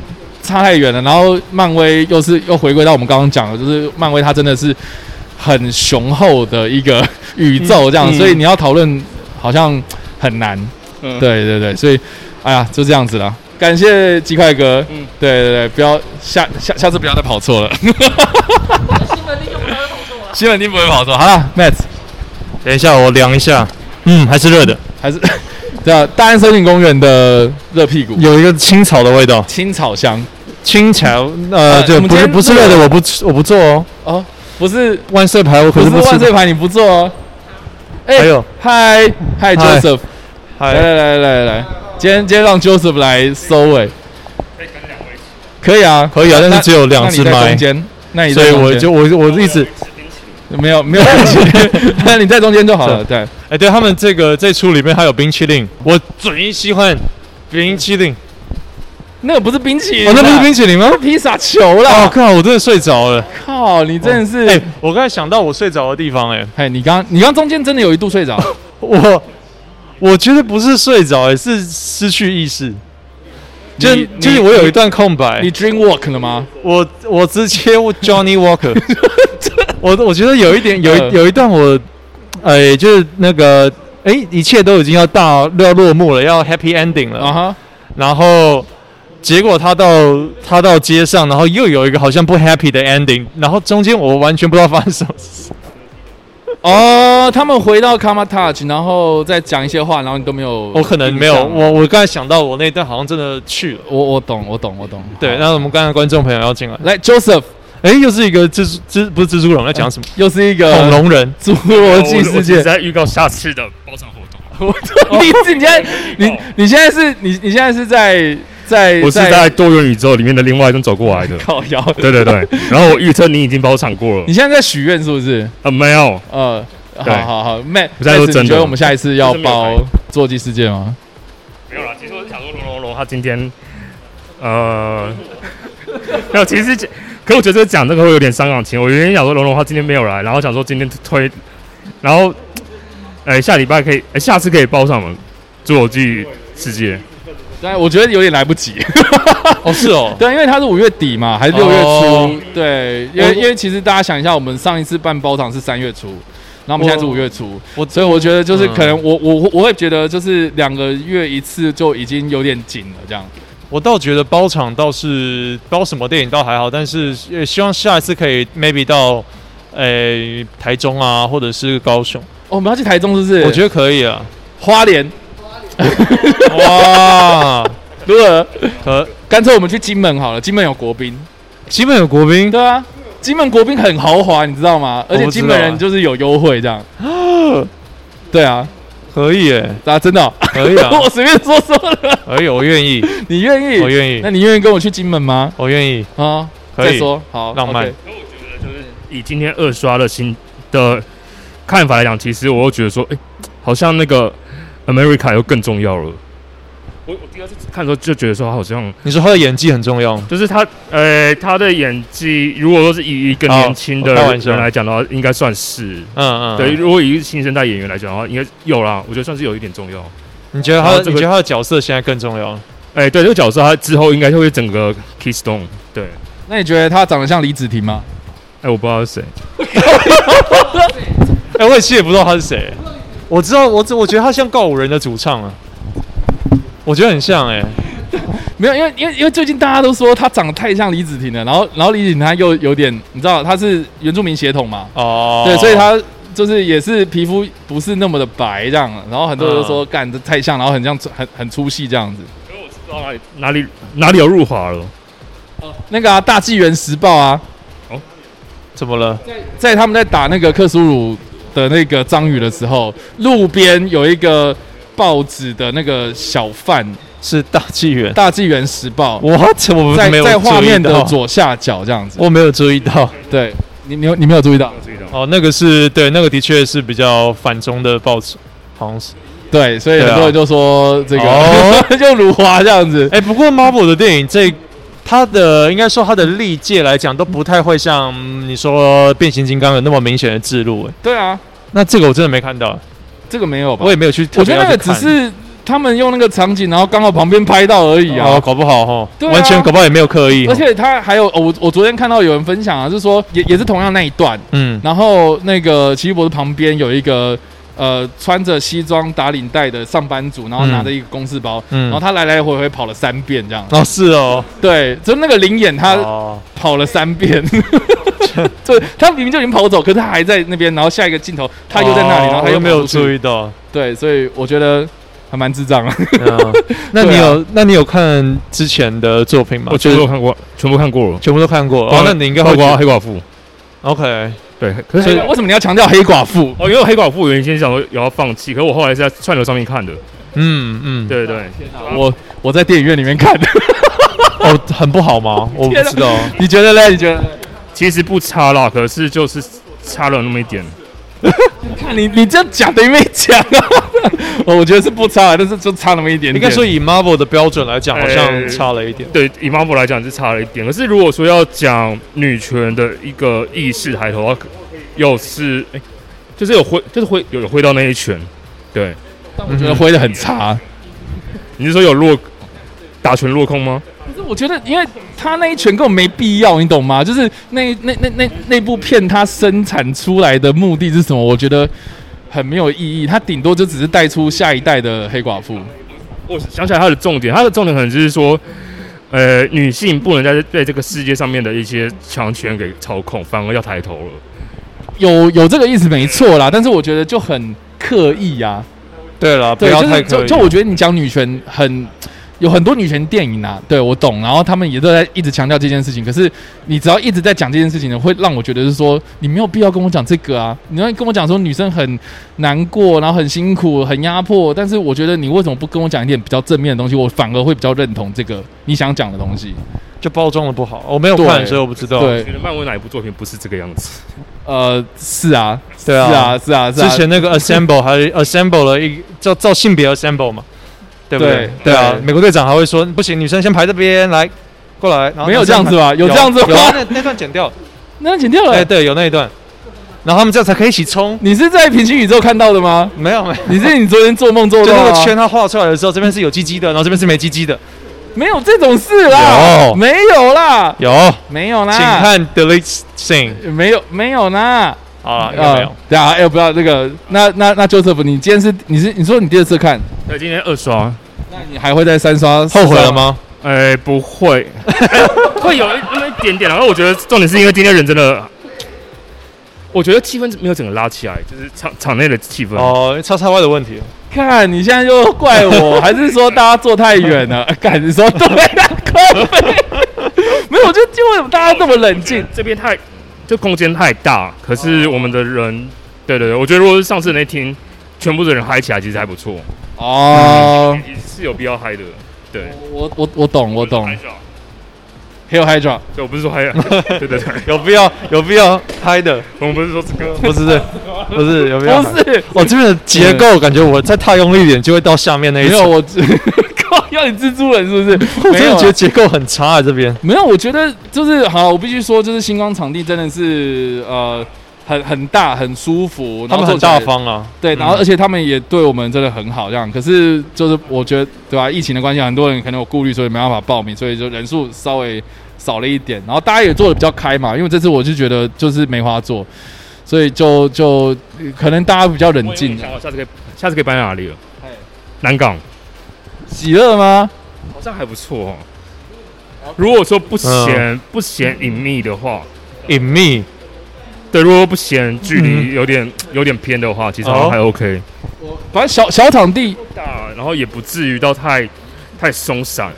[SPEAKER 2] 差太远了，然后漫威又是又回归到我们刚刚讲的，就是漫威它真的是很雄厚的一个宇宙这样，
[SPEAKER 6] 嗯
[SPEAKER 2] 所以你要讨论好像很难。
[SPEAKER 6] 嗯
[SPEAKER 2] 对对对，所以哎呀就这样子了。感谢鸡块哥，
[SPEAKER 6] 嗯
[SPEAKER 2] 对对对，不要下下下次不要再跑错了，
[SPEAKER 7] 啊
[SPEAKER 2] 新闻一定不会跑错。好了，Matt，
[SPEAKER 7] 等一下，我量一下，嗯，还是热的，
[SPEAKER 2] 还 是对啊，大安森林公园的热屁股
[SPEAKER 7] 有一个青草的味道。
[SPEAKER 2] 青草香
[SPEAKER 7] 青草，
[SPEAKER 2] 呃
[SPEAKER 7] 呃，
[SPEAKER 2] 我
[SPEAKER 7] 就
[SPEAKER 2] 们
[SPEAKER 7] 不
[SPEAKER 2] 今
[SPEAKER 7] 是
[SPEAKER 2] 天
[SPEAKER 7] 不是
[SPEAKER 2] 录
[SPEAKER 7] 热的，
[SPEAKER 2] 了
[SPEAKER 7] 我不吃我不做哦。
[SPEAKER 2] 哦，不是
[SPEAKER 7] 万岁牌我
[SPEAKER 2] 不
[SPEAKER 7] 可
[SPEAKER 2] 是
[SPEAKER 7] 不
[SPEAKER 2] 万岁
[SPEAKER 7] 吃。
[SPEAKER 2] 牌你不做哦。哎
[SPEAKER 7] 还有，
[SPEAKER 2] 嗨嗨
[SPEAKER 7] 嗨
[SPEAKER 2] ，Joseph，来
[SPEAKER 7] 还
[SPEAKER 2] 来来来来，今天今天让 Joseph 来收尾，可以啊，
[SPEAKER 7] 可以啊
[SPEAKER 2] 那
[SPEAKER 7] 但是只有两只
[SPEAKER 2] 那你在
[SPEAKER 7] 麦
[SPEAKER 2] 中间，那你在
[SPEAKER 7] 所以
[SPEAKER 2] 中
[SPEAKER 7] 我
[SPEAKER 2] 间
[SPEAKER 7] 就我我一
[SPEAKER 2] 哦
[SPEAKER 7] 直，
[SPEAKER 2] 没有没有关系， 那你在中间就好了。对，
[SPEAKER 7] 哎，对他们这个这出里面还有冰淇淋，我最喜欢冰淇淋。
[SPEAKER 2] 那个不是冰淇淋啊，
[SPEAKER 7] 哦，那不是冰淇淋吗？
[SPEAKER 2] 披萨球啦！
[SPEAKER 7] 哦，靠，我真的睡着了。
[SPEAKER 2] 靠，你真的
[SPEAKER 7] 哎、
[SPEAKER 2] 是，
[SPEAKER 7] 我刚才想到我睡着的地方、哎，
[SPEAKER 2] 哎，你刚你刚中间真的有一度 睡着，
[SPEAKER 7] 我我觉得不是睡着、哎，是失去意识。就
[SPEAKER 2] 你
[SPEAKER 7] 就
[SPEAKER 2] 你
[SPEAKER 7] 是我有一段空白，
[SPEAKER 2] 你 dream walk 了吗？
[SPEAKER 7] 我我直接我 Johnny Walker，我我觉得有一点有一
[SPEAKER 2] 嗯
[SPEAKER 7] 有一段我，哎、就是那个哎、一切都已经要到要落幕了，要 Happy Ending 了，
[SPEAKER 2] 啊哈，
[SPEAKER 7] 然后结果他到他到街上，然后又有一个好像不 happy 的 ending，然后中间我完全不知道发生什么事。
[SPEAKER 2] 哦，他们回到 Kama Touch，然后再讲一些话，然后你都没有印象，
[SPEAKER 7] 哦我可能没有，我我刚才想到我那一段好像真的去了。
[SPEAKER 2] 我我懂，我懂，我懂。
[SPEAKER 7] 对，
[SPEAKER 2] 好
[SPEAKER 7] 那我们刚才观众朋友要进来，
[SPEAKER 2] 来 Joseph
[SPEAKER 7] 哎，又是一个蜘蛛蜘不是蜘蛛人，我们在讲什么？
[SPEAKER 2] 又是一个
[SPEAKER 7] 恐龙人。
[SPEAKER 2] 侏罗纪世界，
[SPEAKER 8] 在预告下次的包场活动。
[SPEAKER 2] 我
[SPEAKER 8] 哦
[SPEAKER 2] 你是你现在你你现在是你你现在是在在。
[SPEAKER 8] 我是在多元宇宙里面的另外一种走过来的
[SPEAKER 2] 靠腰，
[SPEAKER 8] 对对对，然后我预测你已经包场过了
[SPEAKER 2] 你，现在在许愿是不是？
[SPEAKER 8] 啊没有，
[SPEAKER 2] 呃，
[SPEAKER 8] 对
[SPEAKER 2] 好好好，Matt，
[SPEAKER 8] 我在说
[SPEAKER 2] Matt，
[SPEAKER 8] 真
[SPEAKER 2] 你
[SPEAKER 8] 的
[SPEAKER 2] 觉得我们下一次要
[SPEAKER 8] 就是没有
[SPEAKER 2] 包
[SPEAKER 8] 开
[SPEAKER 2] 坐骑世界吗？
[SPEAKER 8] 没有啦。其实我是想说龙龙龙，他今天呃，没有，其实可我觉得这个讲这个会有点伤感情。我原先想说龙龙他今天没有来，然后想说今天推，然后哎、下礼拜可以，哎、下次可以包上我们侏罗纪世界。
[SPEAKER 2] 但我觉得有点来不及，
[SPEAKER 7] 哦，是哦，
[SPEAKER 2] 对，因为它是五月底嘛，还是六月初？
[SPEAKER 7] 哦
[SPEAKER 2] 对，因为
[SPEAKER 7] 我
[SPEAKER 2] 因为其实大家想一下，我们上一次办包场是三月初，然后我们现在是
[SPEAKER 7] 我
[SPEAKER 2] 五月初，
[SPEAKER 7] 我嗯
[SPEAKER 2] 所以我觉得就是可能我、我我我会觉得就是两个月一次就已经有点紧了，这样。
[SPEAKER 7] 我倒觉得包场倒是包什么电影倒还好，但是也希望下一次可以 maybe 到诶、台中啊，或者是高雄，
[SPEAKER 2] 哦，我们要去台中是不是？
[SPEAKER 7] 我觉得可以啊。
[SPEAKER 2] 花莲，
[SPEAKER 7] 哇，
[SPEAKER 2] 如何？
[SPEAKER 7] 可
[SPEAKER 2] 干脆我们去金门好了，金门有国宾。
[SPEAKER 7] 基本有国宾，
[SPEAKER 2] 对啊，金门国宾很豪华，你知道
[SPEAKER 6] 哦
[SPEAKER 2] 吗？而且金门人
[SPEAKER 6] 啊
[SPEAKER 2] 就是有优惠这 样。对啊，
[SPEAKER 7] 可以诶、
[SPEAKER 2] 啊，真的哦、
[SPEAKER 7] 可以啊，
[SPEAKER 2] 我随便说说的，
[SPEAKER 7] 可以，我 愿意，
[SPEAKER 2] 你愿意？
[SPEAKER 7] 我愿意
[SPEAKER 2] 那你愿意跟我去金门吗？
[SPEAKER 7] 我愿意，
[SPEAKER 2] 啊，
[SPEAKER 7] 可
[SPEAKER 2] 再
[SPEAKER 7] 以。
[SPEAKER 2] 说好，
[SPEAKER 7] 浪漫
[SPEAKER 2] OK
[SPEAKER 8] 以今天二刷的新的看法来讲，其实我又觉得说，哎、好像那个 America 又更重要了。我我第二次看的时候就觉得说，好像
[SPEAKER 7] 你说他的演技很重要，
[SPEAKER 8] 就是他，呃，他的演技，如果说是以一个年轻的
[SPEAKER 7] 哦我开玩笑
[SPEAKER 8] 人来讲的话，应该算是。
[SPEAKER 7] 嗯嗯，
[SPEAKER 8] 对，，如果以一个新生代演员来讲的话，应该有啦，我觉得算是有一点重要。
[SPEAKER 7] 你觉得他
[SPEAKER 8] 然后
[SPEAKER 7] 的，
[SPEAKER 8] 这
[SPEAKER 7] 你
[SPEAKER 8] 个
[SPEAKER 7] 觉得他的角色现在更重要？
[SPEAKER 8] 哎、对，这个角色他之后应该就会整个 Keystone。对，哎、
[SPEAKER 2] 那你觉得他长得像李子婷吗？
[SPEAKER 8] 我不知道是谁，
[SPEAKER 7] 哎、我也其实也不知道他是谁，我知道，我只我觉得他像告五人的主唱啊，我觉得很像哎、
[SPEAKER 2] 没有，因为因为因为最近大家都说他长得太像李子婷了，然后然后李子婷她又有点，你知道她是原住民血统嘛，
[SPEAKER 7] 哦，
[SPEAKER 2] 对，所以他就是也是皮肤不是那么的白这样，然后很多人都
[SPEAKER 7] 嗯
[SPEAKER 2] 说干这太像，然后很像很很出戏这样子。
[SPEAKER 8] 不知道哪里哪里哪里有入华了。
[SPEAKER 2] 那个啊，《大纪元时报》啊，
[SPEAKER 7] 怎么了？
[SPEAKER 2] 在他们在打那个克苏鲁的那个章鱼的时候，路边有一个报纸的那个小贩，《
[SPEAKER 7] 是大纪元。
[SPEAKER 2] 大纪元时报》
[SPEAKER 7] What？我
[SPEAKER 2] 在
[SPEAKER 7] 没有
[SPEAKER 2] 在画
[SPEAKER 7] 注意
[SPEAKER 2] 面的
[SPEAKER 7] 到
[SPEAKER 2] 左下角这样子。
[SPEAKER 7] 我没有注意到。
[SPEAKER 2] 对，你你有你没有注意到？
[SPEAKER 7] 哦，那个是对，那个的确是比较反中的报纸，好像是。
[SPEAKER 2] 对，所以
[SPEAKER 7] 对啊
[SPEAKER 2] 很多人就说这个、
[SPEAKER 7] 哦
[SPEAKER 2] 就如花这样子。
[SPEAKER 7] 哎、不过 Marvel 的电影这。它的应该说它的历届来讲都不太会像嗯你说变形金刚有那么明显的制路、哎
[SPEAKER 2] 对啊，
[SPEAKER 7] 那这个我真的没看到，
[SPEAKER 2] 这个没有吧
[SPEAKER 7] 我？也没有去特
[SPEAKER 2] 我觉
[SPEAKER 7] 别要
[SPEAKER 2] 得
[SPEAKER 7] 去看。
[SPEAKER 2] 那个只是他们用那个场景，然后刚好旁边拍到而已啊。
[SPEAKER 7] 哦，搞不好哈、
[SPEAKER 2] 对啊
[SPEAKER 7] 完全搞不好也没有刻意齁。
[SPEAKER 2] 而且他还有，哦、我我昨天看到有人分享啊，就是说也也是同样那一段，
[SPEAKER 7] 嗯，
[SPEAKER 2] 然后那个奇异博士旁边有一个呃穿着西装打领带的上班族，然后
[SPEAKER 7] 嗯
[SPEAKER 2] 拿着一个公事包，
[SPEAKER 7] 嗯
[SPEAKER 2] 然后他来来回回跑了三遍这样。
[SPEAKER 7] 哦是哦，
[SPEAKER 2] 对，就那个灵眼他
[SPEAKER 7] 哦
[SPEAKER 2] 跑了三 遍，对，他明明就已经跑走，可是他还在那边，然后下一个镜头他又在那里，然后他
[SPEAKER 7] 哦我
[SPEAKER 2] 又
[SPEAKER 7] 又没
[SPEAKER 2] 跑
[SPEAKER 7] 有
[SPEAKER 2] 出去
[SPEAKER 7] 注意。到。
[SPEAKER 2] 对，所以我觉得还蛮智障啊。
[SPEAKER 7] 嗯那你
[SPEAKER 2] 对啊
[SPEAKER 7] 有、那你有看之前的作品吗？
[SPEAKER 8] 我全
[SPEAKER 7] 就
[SPEAKER 8] 部
[SPEAKER 7] 是
[SPEAKER 8] 都看过，全部看过了。
[SPEAKER 7] 全部都看过。哦，那你应该
[SPEAKER 8] 黑
[SPEAKER 7] 会
[SPEAKER 8] 寡黑寡妇，
[SPEAKER 7] OK。
[SPEAKER 8] 对，可
[SPEAKER 2] 所以
[SPEAKER 8] 是
[SPEAKER 2] 哎为什么你要强调黑寡妇？
[SPEAKER 8] 哦，因为黑寡妇原先想说有要放弃，可是我后来是在串流上面看的。
[SPEAKER 7] 嗯嗯，
[SPEAKER 8] 对对
[SPEAKER 2] 我我在电影院里面看的，
[SPEAKER 7] 哦，很不好吗？我不
[SPEAKER 2] 天啊
[SPEAKER 7] 知道。
[SPEAKER 2] 你觉得嘞？你觉得嘞？
[SPEAKER 8] 其实不差啦，可是就是差了那么一点。
[SPEAKER 2] 看你你这样讲等于没讲 啊！我我觉得是不差，啊但是就差那么一点点。哎
[SPEAKER 7] 应该说以 Marvel 的标准来讲，好像差了一点。
[SPEAKER 8] 对，以 Marvel 来讲是差了一点，可是如果说要讲女权的一个意识抬头，又是哎、就是有挥，就是挥有有挥到那一拳。对，
[SPEAKER 2] 我觉得挥的很差。啊
[SPEAKER 8] 你是说有落打拳落空吗？
[SPEAKER 2] 可是我觉得，因为他那一拳根本没必要，你懂吗？就是那那那那那部片它生产出来的目的是什么？我觉得很没有意义。它顶多就只是带出下一代的黑寡妇。
[SPEAKER 8] 我想起来它的重点，它的重点可能就是说，呃，女性不能在被这个世界上面的一些强权给操控，反而要抬头了。
[SPEAKER 2] 有有这个意思没错啦，但是我觉得就很刻意啊。
[SPEAKER 11] 对了，不
[SPEAKER 2] 对，
[SPEAKER 11] 要
[SPEAKER 2] 就
[SPEAKER 11] 太
[SPEAKER 2] 是
[SPEAKER 11] 刻
[SPEAKER 2] 就
[SPEAKER 11] 意。
[SPEAKER 2] 就我觉得你讲女权很有很多女权电影啊，对我懂，然后他们也都在一直强调这件事情。可是你只要一直在讲这件事情呢，会让我觉得是说你没有必要跟我讲这个啊，你要跟我讲说女生很难过，然后很辛苦，很压迫，但是我觉得你为什么不跟我讲一点比较正面的东西？我反而会比较认同这个你想讲的东西。
[SPEAKER 11] 就包装的不好，我没有
[SPEAKER 2] 对
[SPEAKER 11] 看，所以我不知道。
[SPEAKER 8] 你
[SPEAKER 2] 对
[SPEAKER 8] 觉，得漫威哪一部作品不是这个样子？
[SPEAKER 2] 呃，是啊，
[SPEAKER 11] 对啊
[SPEAKER 2] 是啊，是啊，是啊，
[SPEAKER 11] 之前 那个 Assemble 还
[SPEAKER 7] 呃
[SPEAKER 11] Assemble 了一叫照性别 Assemble 嘛，对不对
[SPEAKER 2] 对？
[SPEAKER 11] 对啊
[SPEAKER 2] 对，
[SPEAKER 11] 美国队长还会说不行，女生先排这边来过来，然后
[SPEAKER 2] 没有
[SPEAKER 11] 男生
[SPEAKER 2] 这样子吧
[SPEAKER 11] 排
[SPEAKER 2] 有这样子吗
[SPEAKER 11] 有啊那那段剪掉了，
[SPEAKER 2] 那剪掉了。
[SPEAKER 11] 哎，对，有那一段，然后他们这样才可以一起冲。
[SPEAKER 2] 你是在平行宇宙看到的吗？
[SPEAKER 11] 没有没有，
[SPEAKER 2] 你是你昨天做梦做
[SPEAKER 11] 就
[SPEAKER 2] 到
[SPEAKER 11] 那
[SPEAKER 2] 吗
[SPEAKER 11] 个圈啊它画出来的时候，这边是有鸡鸡的，然后这边是没鸡鸡的。
[SPEAKER 2] 没有这种事啦，
[SPEAKER 11] 有
[SPEAKER 2] 没有啦，
[SPEAKER 11] 有，
[SPEAKER 2] 没有啦，
[SPEAKER 11] 请看 Delete Sing
[SPEAKER 2] 没有没有啦，
[SPEAKER 11] 啊，有没有
[SPEAKER 2] 呃？对啊，哎、我不要这个，那那那 Joseph，你今天是你是你说你第二次看，
[SPEAKER 8] 对，今天二刷，
[SPEAKER 2] 那你还会再三刷？
[SPEAKER 11] 后悔了？吗？
[SPEAKER 8] 哎、不会，会有 一那么一点点。然后我觉得重点是因为今天人真的，我觉得气氛没有整个拉起来，就是场场内的气氛。哦，
[SPEAKER 11] 哦，叉叉 Y 的问题，
[SPEAKER 2] 看你现在又怪我，还是说大家坐太远 了？看你说对了，靠背没有，我就就为什么大家这么冷静？
[SPEAKER 8] 这边太，这空间太大，可是我们的人，对对对，我觉得如果是上次那天全部的人嗨起来，其实还不错，
[SPEAKER 2] 哦，
[SPEAKER 8] 也是有必要嗨的。对，
[SPEAKER 2] 我我我懂，我懂
[SPEAKER 8] 嗨起来。
[SPEAKER 2] ，Hill Hydra，
[SPEAKER 8] 对，我不是说嗨， 对对对，
[SPEAKER 11] 有必要有必要拍的，
[SPEAKER 8] 我们不是说这个。
[SPEAKER 11] 不是不是有必要？
[SPEAKER 2] 不是。
[SPEAKER 11] 我这边的结构感觉我再太用力一点就会到下面那一
[SPEAKER 2] 没有
[SPEAKER 11] 层。
[SPEAKER 2] 我， 靠，要你蜘蛛人是不是？
[SPEAKER 11] 我
[SPEAKER 2] 没
[SPEAKER 11] 真
[SPEAKER 2] 有
[SPEAKER 11] 的
[SPEAKER 2] 啊
[SPEAKER 11] 觉得结构很差啊，这边
[SPEAKER 2] 没有，我觉得就是好，我必须说，就是星光场地真的是呃很很大，很舒服，
[SPEAKER 11] 他
[SPEAKER 2] 然后做
[SPEAKER 11] 们很
[SPEAKER 2] 起来
[SPEAKER 11] 大，方啊。
[SPEAKER 2] 对，然后而且他们也对我们真的很好，这样。可是就是我觉得对吧、疫情的关系，很多人可能有顾虑，所以没办法报名，所以就人数稍微少了一点。然后大家也做的比较开嘛，因为这次我就觉得就是梅花座，所以就就可能大家比较冷
[SPEAKER 8] 我
[SPEAKER 2] 静。
[SPEAKER 8] 想好下次可以，下次可以搬到哪里了？
[SPEAKER 11] 哎
[SPEAKER 8] 南港
[SPEAKER 2] 喜乐吗？
[SPEAKER 8] 好像还不错哦。如果说不嫌、不嫌隐秘的话，
[SPEAKER 11] 嗯隐秘，嗯
[SPEAKER 8] 对，如果不嫌距离有点、有点偏的话，其实好
[SPEAKER 11] 哦
[SPEAKER 8] 像还 OK。
[SPEAKER 2] 反正小小场地，
[SPEAKER 8] 大，然后也不至于到太太松散。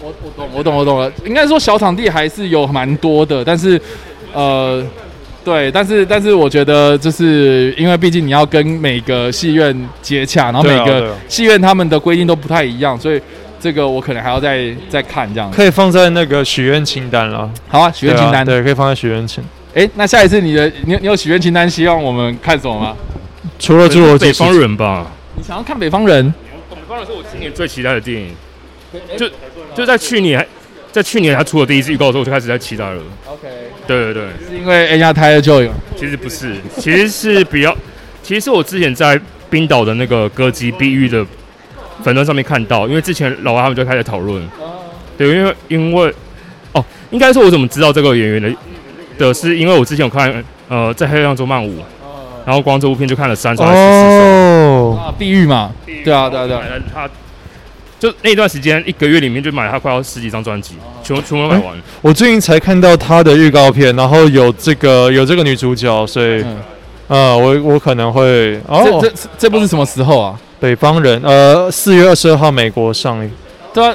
[SPEAKER 2] 我我懂，我懂，我懂了。应该说小场地还是有蛮多的，但是，呃，对，但是但是我觉得就是因为毕竟你要跟每个戏院接洽，然后
[SPEAKER 11] 对
[SPEAKER 2] 每
[SPEAKER 11] 啊对
[SPEAKER 2] 个
[SPEAKER 11] 啊
[SPEAKER 2] 戏院他们的规定都不太一样，所以这个我可能还要再再看 这样。
[SPEAKER 11] 可以放在那个许愿清单了。
[SPEAKER 2] 好啊，许愿
[SPEAKER 11] 对啊
[SPEAKER 2] 清单。
[SPEAKER 11] 对，可以放在许愿清。
[SPEAKER 2] 哎、那下一次你的你有你有许愿清单，希望我们看什么吗？
[SPEAKER 11] 除了侏罗纪
[SPEAKER 8] 北
[SPEAKER 11] 世
[SPEAKER 8] 方
[SPEAKER 11] 界，
[SPEAKER 8] 人吧，
[SPEAKER 2] 你想要看北方人？
[SPEAKER 8] 北方人是我今年最期待的电影。就就在去年，在去年他出了第一次预告的时候，我就开始在期待了。
[SPEAKER 2] OK，
[SPEAKER 8] 对对对，
[SPEAKER 2] 是因为 A 加 Tyler Joy 吗
[SPEAKER 8] 其实不是，其实是比较， 其实是我之前在冰岛的那个歌姬碧玉的粉砖上面看到，因为之前老王他们就开始讨论，对，因为因为哦，应该说我怎么知道这个演员的的是因为我之前有看呃在黑暗中漫舞，然后光这部片就看了三场还是四场，
[SPEAKER 11] 哦，
[SPEAKER 2] 啊，地狱嘛，对啊，对啊，对啊。
[SPEAKER 8] 买了他。就那段时间，一个月里面就买了他快要十几张专辑，全部全部都买完。
[SPEAKER 11] 我最近才看到他的预告片，然后有这个有这个女主角，所以
[SPEAKER 2] 嗯，
[SPEAKER 11] 呃，我我可能会哦
[SPEAKER 2] 这，这这部是什么时候啊？
[SPEAKER 11] 北方人，呃，四月二十二号美国上映。
[SPEAKER 2] 对啊，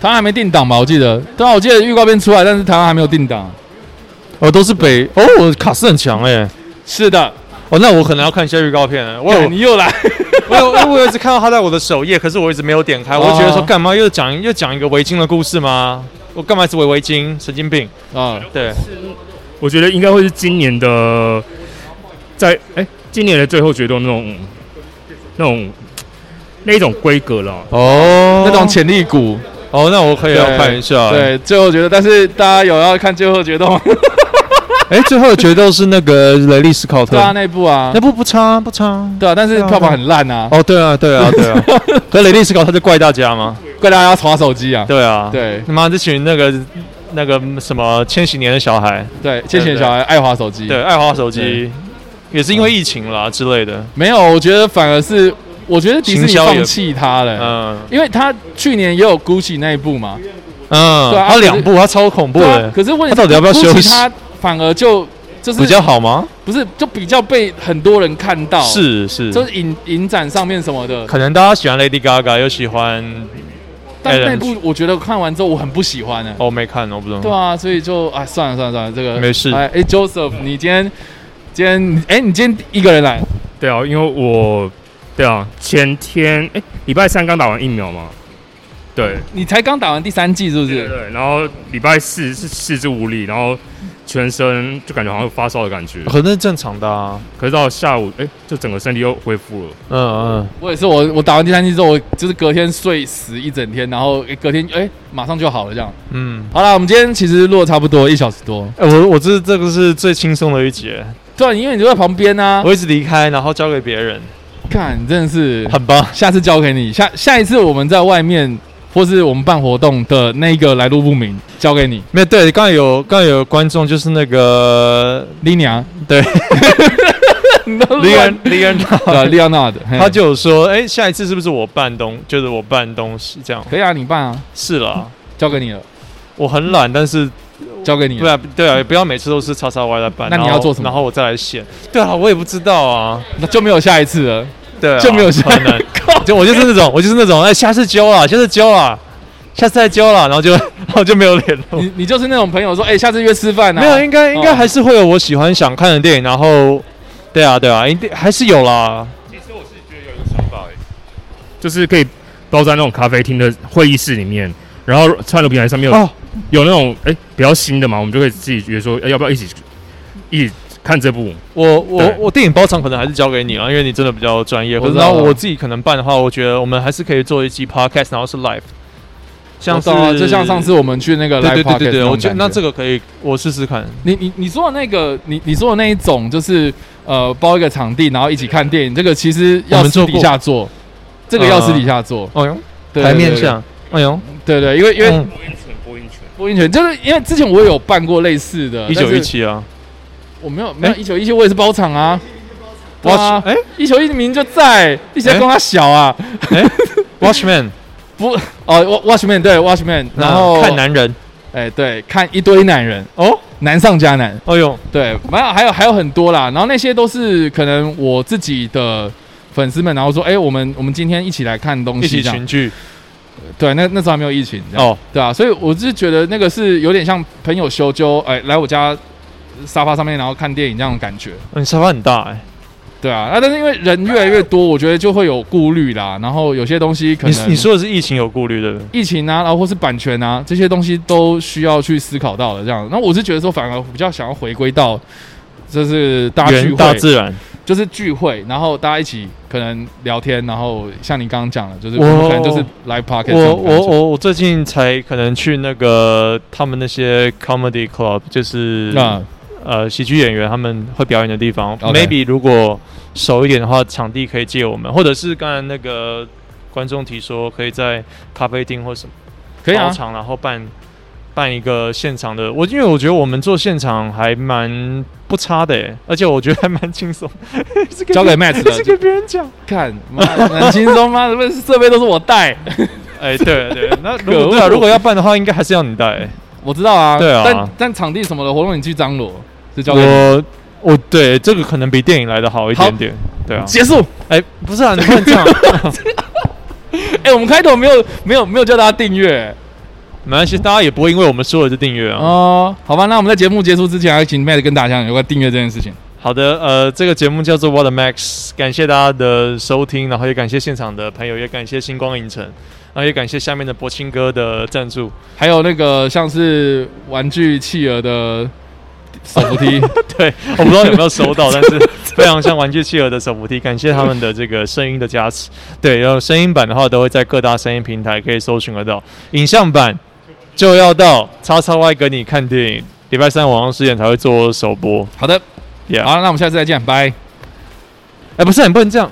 [SPEAKER 2] 台湾还没定档吧？我记得，对啊，我记得预告片出来，但是台湾还没有定档。
[SPEAKER 11] 哦，都是北哦，我卡斯很强哎。
[SPEAKER 2] 是的，
[SPEAKER 11] 哦，那我可能要看一下预告片了。我有
[SPEAKER 2] 干你又来，
[SPEAKER 11] 我有，因为我一直看到他在我的首页，可是我一直没有点开，我就觉得说
[SPEAKER 2] 哦
[SPEAKER 11] 干嘛又讲又讲一个围巾的故事吗？我干嘛一直围围巾？神经病！
[SPEAKER 2] 啊，
[SPEAKER 11] 对，
[SPEAKER 8] 我觉得应该会是今年的，在哎、今年的最后决斗那种那种那一种规格了。
[SPEAKER 11] 哦
[SPEAKER 2] 那种潜力股，
[SPEAKER 11] 哦，那我可以来看一下。，
[SPEAKER 2] 对，最后决斗，但是大家有要看最后哦决斗吗？
[SPEAKER 11] 哎，最后的决斗是那个雷利斯考特
[SPEAKER 2] 对，啊，那一部啊
[SPEAKER 11] 那，部不差不差。
[SPEAKER 2] 对啊，但是票房很烂啊，
[SPEAKER 11] 哦，对啊，对啊，对 啊。可雷利斯考特就怪大家吗？
[SPEAKER 2] 怪大家划手机啊。
[SPEAKER 11] 对啊，
[SPEAKER 2] 对
[SPEAKER 11] 他妈这群那个那个什么千禧年的小孩，
[SPEAKER 2] 对，千禧年小孩爱划手机。
[SPEAKER 11] 对，爱花手机，也是因为疫情啦之类的。
[SPEAKER 2] 没有，我觉得反而是我觉得迪士尼
[SPEAKER 11] 行销也
[SPEAKER 2] 放弃他了，
[SPEAKER 11] 嗯
[SPEAKER 2] 因为他去年也有 GUCCI 那一部嘛，
[SPEAKER 11] 嗯，
[SPEAKER 2] 对啊
[SPEAKER 11] 他
[SPEAKER 2] 可是
[SPEAKER 11] 两部他超恐怖
[SPEAKER 2] 对啊
[SPEAKER 11] 的，
[SPEAKER 2] 可是问题
[SPEAKER 11] 他到底要不要休
[SPEAKER 2] GUCCI
[SPEAKER 11] 息
[SPEAKER 2] 他反而就就是
[SPEAKER 11] 比较好吗？
[SPEAKER 2] 不是就比较被很多人看到，
[SPEAKER 11] 是是，
[SPEAKER 2] 就是影影展上面什么的。
[SPEAKER 11] 可能大家喜欢 Lady Gaga，又喜欢
[SPEAKER 2] 但
[SPEAKER 11] Alan
[SPEAKER 2] 那部我觉得看完之后我很不喜欢呢、
[SPEAKER 11] 哦，没看，我不懂。
[SPEAKER 2] 对啊，所以就啊算了算了算了，这个
[SPEAKER 11] 没事
[SPEAKER 2] 哎、哎 Joseph，你今天今天哎、你今天一个人来，
[SPEAKER 8] 对啊，因为我对啊，前天哎礼拜三刚打完疫苗嘛，对
[SPEAKER 2] 你才刚打完第三季是不
[SPEAKER 8] 对
[SPEAKER 2] 是？
[SPEAKER 8] 对，然后礼拜四是四肢无力，然后全身就感觉好像有发烧的感觉，
[SPEAKER 11] 可能是正常的啊，
[SPEAKER 8] 可是到下午哎就整个身体又恢复了，
[SPEAKER 11] 嗯嗯，
[SPEAKER 2] 我也是，我我打完第三季之后，我就是隔天睡死一整天，然后、哎隔天哎、马上就好了这样。
[SPEAKER 11] 嗯，
[SPEAKER 2] 好了，我们今天其实录了差不多一小时多，
[SPEAKER 11] 哎、我我这这个是最轻松的一节，
[SPEAKER 2] 对啊，因为你就在旁边啊，
[SPEAKER 11] 我一直离开，然后交给别人，
[SPEAKER 2] 看真的是
[SPEAKER 11] 很棒。
[SPEAKER 2] 下次交给你，下下一次我们在外面或是我们办活动的那一个来路不明，交 给你
[SPEAKER 11] 没有对，刚刚有刚刚有观众就是那个
[SPEAKER 2] Lina，
[SPEAKER 11] 对
[SPEAKER 2] 你都
[SPEAKER 11] 李
[SPEAKER 2] 乱
[SPEAKER 11] 安李安
[SPEAKER 2] 对啊
[SPEAKER 11] 娜，
[SPEAKER 2] ，Leonard，嘿
[SPEAKER 11] 他就有说，哎、下一次是不是我办东，就是我办东西这样？
[SPEAKER 2] 可以啊，你办啊，
[SPEAKER 11] 是啦，嗯
[SPEAKER 2] 交给你了，
[SPEAKER 11] 我很懒，但是
[SPEAKER 2] 交给你
[SPEAKER 11] 对
[SPEAKER 2] 了。
[SPEAKER 11] 啊对啊，也不要每次都是叉叉 Y 来办。
[SPEAKER 2] 那你
[SPEAKER 11] 然
[SPEAKER 2] 要
[SPEAKER 11] 后
[SPEAKER 2] 做什么
[SPEAKER 11] 然后我再来写。对啊，我也不知道啊。
[SPEAKER 2] 那就没有下一次了。
[SPEAKER 11] 对啊，
[SPEAKER 2] 就没有下
[SPEAKER 11] 可能。 就我就是那种，我就是那种，哎、下次揪啦，下次揪啦，下次再揪啦，然后就 然后就没有联络。
[SPEAKER 2] 你你就是那种朋友说，哎，下次约吃饭啊。
[SPEAKER 11] 没有，应该应该
[SPEAKER 2] 哦
[SPEAKER 11] 还是会有我喜欢想看的电影，然后，对啊对啊，一定还是有啦。
[SPEAKER 8] 就是可以包在那种咖啡厅的会议室里面，然后川流平台上面有、
[SPEAKER 11] 哦
[SPEAKER 8] 有那种哎比较新的嘛，我们就可以自己约说、哎要不要一起一起看这部。
[SPEAKER 11] 我我
[SPEAKER 8] 对
[SPEAKER 11] 我电影包场可能还是交给你啊了，因为你真的比较专业。
[SPEAKER 2] 我
[SPEAKER 11] 可是
[SPEAKER 2] 知道
[SPEAKER 11] 然后
[SPEAKER 2] 了
[SPEAKER 11] 我自己可能办的话，我觉得我们还是可以做一期 podcast，然后是 live，像
[SPEAKER 2] 我
[SPEAKER 11] 是
[SPEAKER 2] 懂啊就像上次我们去那个
[SPEAKER 11] 对
[SPEAKER 2] Live
[SPEAKER 11] 对对对
[SPEAKER 2] Podcast
[SPEAKER 11] 对，
[SPEAKER 2] 种
[SPEAKER 11] 我觉得那
[SPEAKER 2] 感
[SPEAKER 11] 这个可以，我试试看。
[SPEAKER 2] 你你你说的那个，你你说的那一种，就是呃，包一个场地，然后一起看电影，这个其实
[SPEAKER 11] 我
[SPEAKER 2] 要
[SPEAKER 11] 们
[SPEAKER 2] 私
[SPEAKER 11] 做
[SPEAKER 2] 底
[SPEAKER 11] 过
[SPEAKER 2] 下做，这个要私
[SPEAKER 11] 呃
[SPEAKER 2] 底下做，
[SPEAKER 11] 哎呦，
[SPEAKER 2] 对
[SPEAKER 11] 台
[SPEAKER 2] 对
[SPEAKER 11] 面
[SPEAKER 2] 对
[SPEAKER 11] 上，哎呦，
[SPEAKER 2] 对对，因为因为
[SPEAKER 11] 嗯，
[SPEAKER 8] 播音权，
[SPEAKER 2] 播音权，就是因为之前我有办过类似的，
[SPEAKER 11] 一
[SPEAKER 2] 但
[SPEAKER 11] 九
[SPEAKER 2] 是
[SPEAKER 11] 一七啊，
[SPEAKER 2] 我没有没有一九一七，我也是包场啊，哇啊
[SPEAKER 11] 哇，，哎
[SPEAKER 2] 一九一明明就在，一起在跟他小啊，
[SPEAKER 11] ，Watchman，
[SPEAKER 2] 不哦，Wa-，Watchman 对 Watchman，
[SPEAKER 11] 那
[SPEAKER 2] 然后
[SPEAKER 11] 嗯看，男人，
[SPEAKER 2] 哎对，看一堆男人，
[SPEAKER 11] 哦，
[SPEAKER 2] 难上加难，
[SPEAKER 11] 哎呦，
[SPEAKER 2] 对，没有，还有还有很多啦。然后那些都是可能我自己的粉丝们，然后说，哎、我们我们今天一起来看东
[SPEAKER 11] 一
[SPEAKER 2] 西
[SPEAKER 11] 起
[SPEAKER 2] 这样
[SPEAKER 11] 群。聚，
[SPEAKER 2] 对，那那时候还没有疫情，哦，
[SPEAKER 11] 哦，
[SPEAKER 2] 对啊，所以我是觉得那个是有点像朋友修就，哎、来我家沙发上面，然后看电影这样的感觉。
[SPEAKER 11] 你沙发很大哎，
[SPEAKER 2] 对啊，那、但是因为人越来越多，我觉得就会有顾虑啦。然后有些东西可
[SPEAKER 11] 你
[SPEAKER 2] 能
[SPEAKER 11] 你说的是疫情有顾虑对不对？
[SPEAKER 2] 疫情啊，然后或是版权啊，这些东西都需要去思考到的。这样，那我是觉得说，反而比较想要回归到。就是大家聚
[SPEAKER 11] 原
[SPEAKER 2] 会，
[SPEAKER 11] 大自然，
[SPEAKER 2] 就是聚会，然后大家一起可能聊天，然后像你刚刚讲的，就是我
[SPEAKER 11] 我
[SPEAKER 2] 们可能就是 live podcast
[SPEAKER 11] 我
[SPEAKER 2] 这种感觉。
[SPEAKER 11] 我我我最近才可能去那个他们那些 comedy club，就是
[SPEAKER 2] 那
[SPEAKER 11] 呃喜剧演员他们会表演的地方。
[SPEAKER 2] OK
[SPEAKER 11] Maybe 如果熟一点的话，场地可以借我们，或者是刚才那个观众提说可以在咖啡厅或什么
[SPEAKER 2] 可以
[SPEAKER 11] 包
[SPEAKER 2] 啊，
[SPEAKER 11] 场，然后办办一个现场的。我因为我觉得我们做现场还蛮不差的耶，而且我觉得还蛮轻松。 是
[SPEAKER 2] 交给
[SPEAKER 11] 别
[SPEAKER 2] Matt
[SPEAKER 11] 是
[SPEAKER 2] 的，
[SPEAKER 11] 给别人讲。
[SPEAKER 2] 看，妈很轻松吗？什么设备都是我带，
[SPEAKER 11] 哎，对 对，那如
[SPEAKER 2] 可恶
[SPEAKER 11] 果对啊，如果要办的话，应该还是要你带。
[SPEAKER 2] 我知道啊。
[SPEAKER 11] 对啊
[SPEAKER 2] 但但场地什么的活动你去张罗，就交给你
[SPEAKER 11] 我我对这个可能比电影来的好一点点，对啊。
[SPEAKER 2] 结束。
[SPEAKER 11] 哎、不是啊，你不能这样，
[SPEAKER 2] 哎、我们开头没有没有没有叫大家订阅
[SPEAKER 11] 没关系，大家也不会因为我们说了就订阅啊。
[SPEAKER 2] 哦。好吧，那我们在节目结束之前，还请 Matt 跟大家讲有关订阅这件事情。
[SPEAKER 11] 好的，呃，这个节目叫做 What a Max，感谢大家的收听，然后也感谢现场的朋友，也感谢星光影城，然后也感谢下面的博清哥的赞助。
[SPEAKER 2] 还有那个像是玩具企鹅的手扶梯，
[SPEAKER 11] 对， 我不知道有没有收到，但是非常像玩具企鹅的手扶梯，感谢他们的这个声音的加持。对，然后声音版的话都会在各大声音平台可以搜寻得到，影像版就要到叉叉 Y 跟你看电影，礼拜三晚上十点才会做首播。
[SPEAKER 2] 好的，
[SPEAKER 11] Yeah，
[SPEAKER 2] 好，那我们下次再见，拜。
[SPEAKER 11] 哎、不是，你不能这样。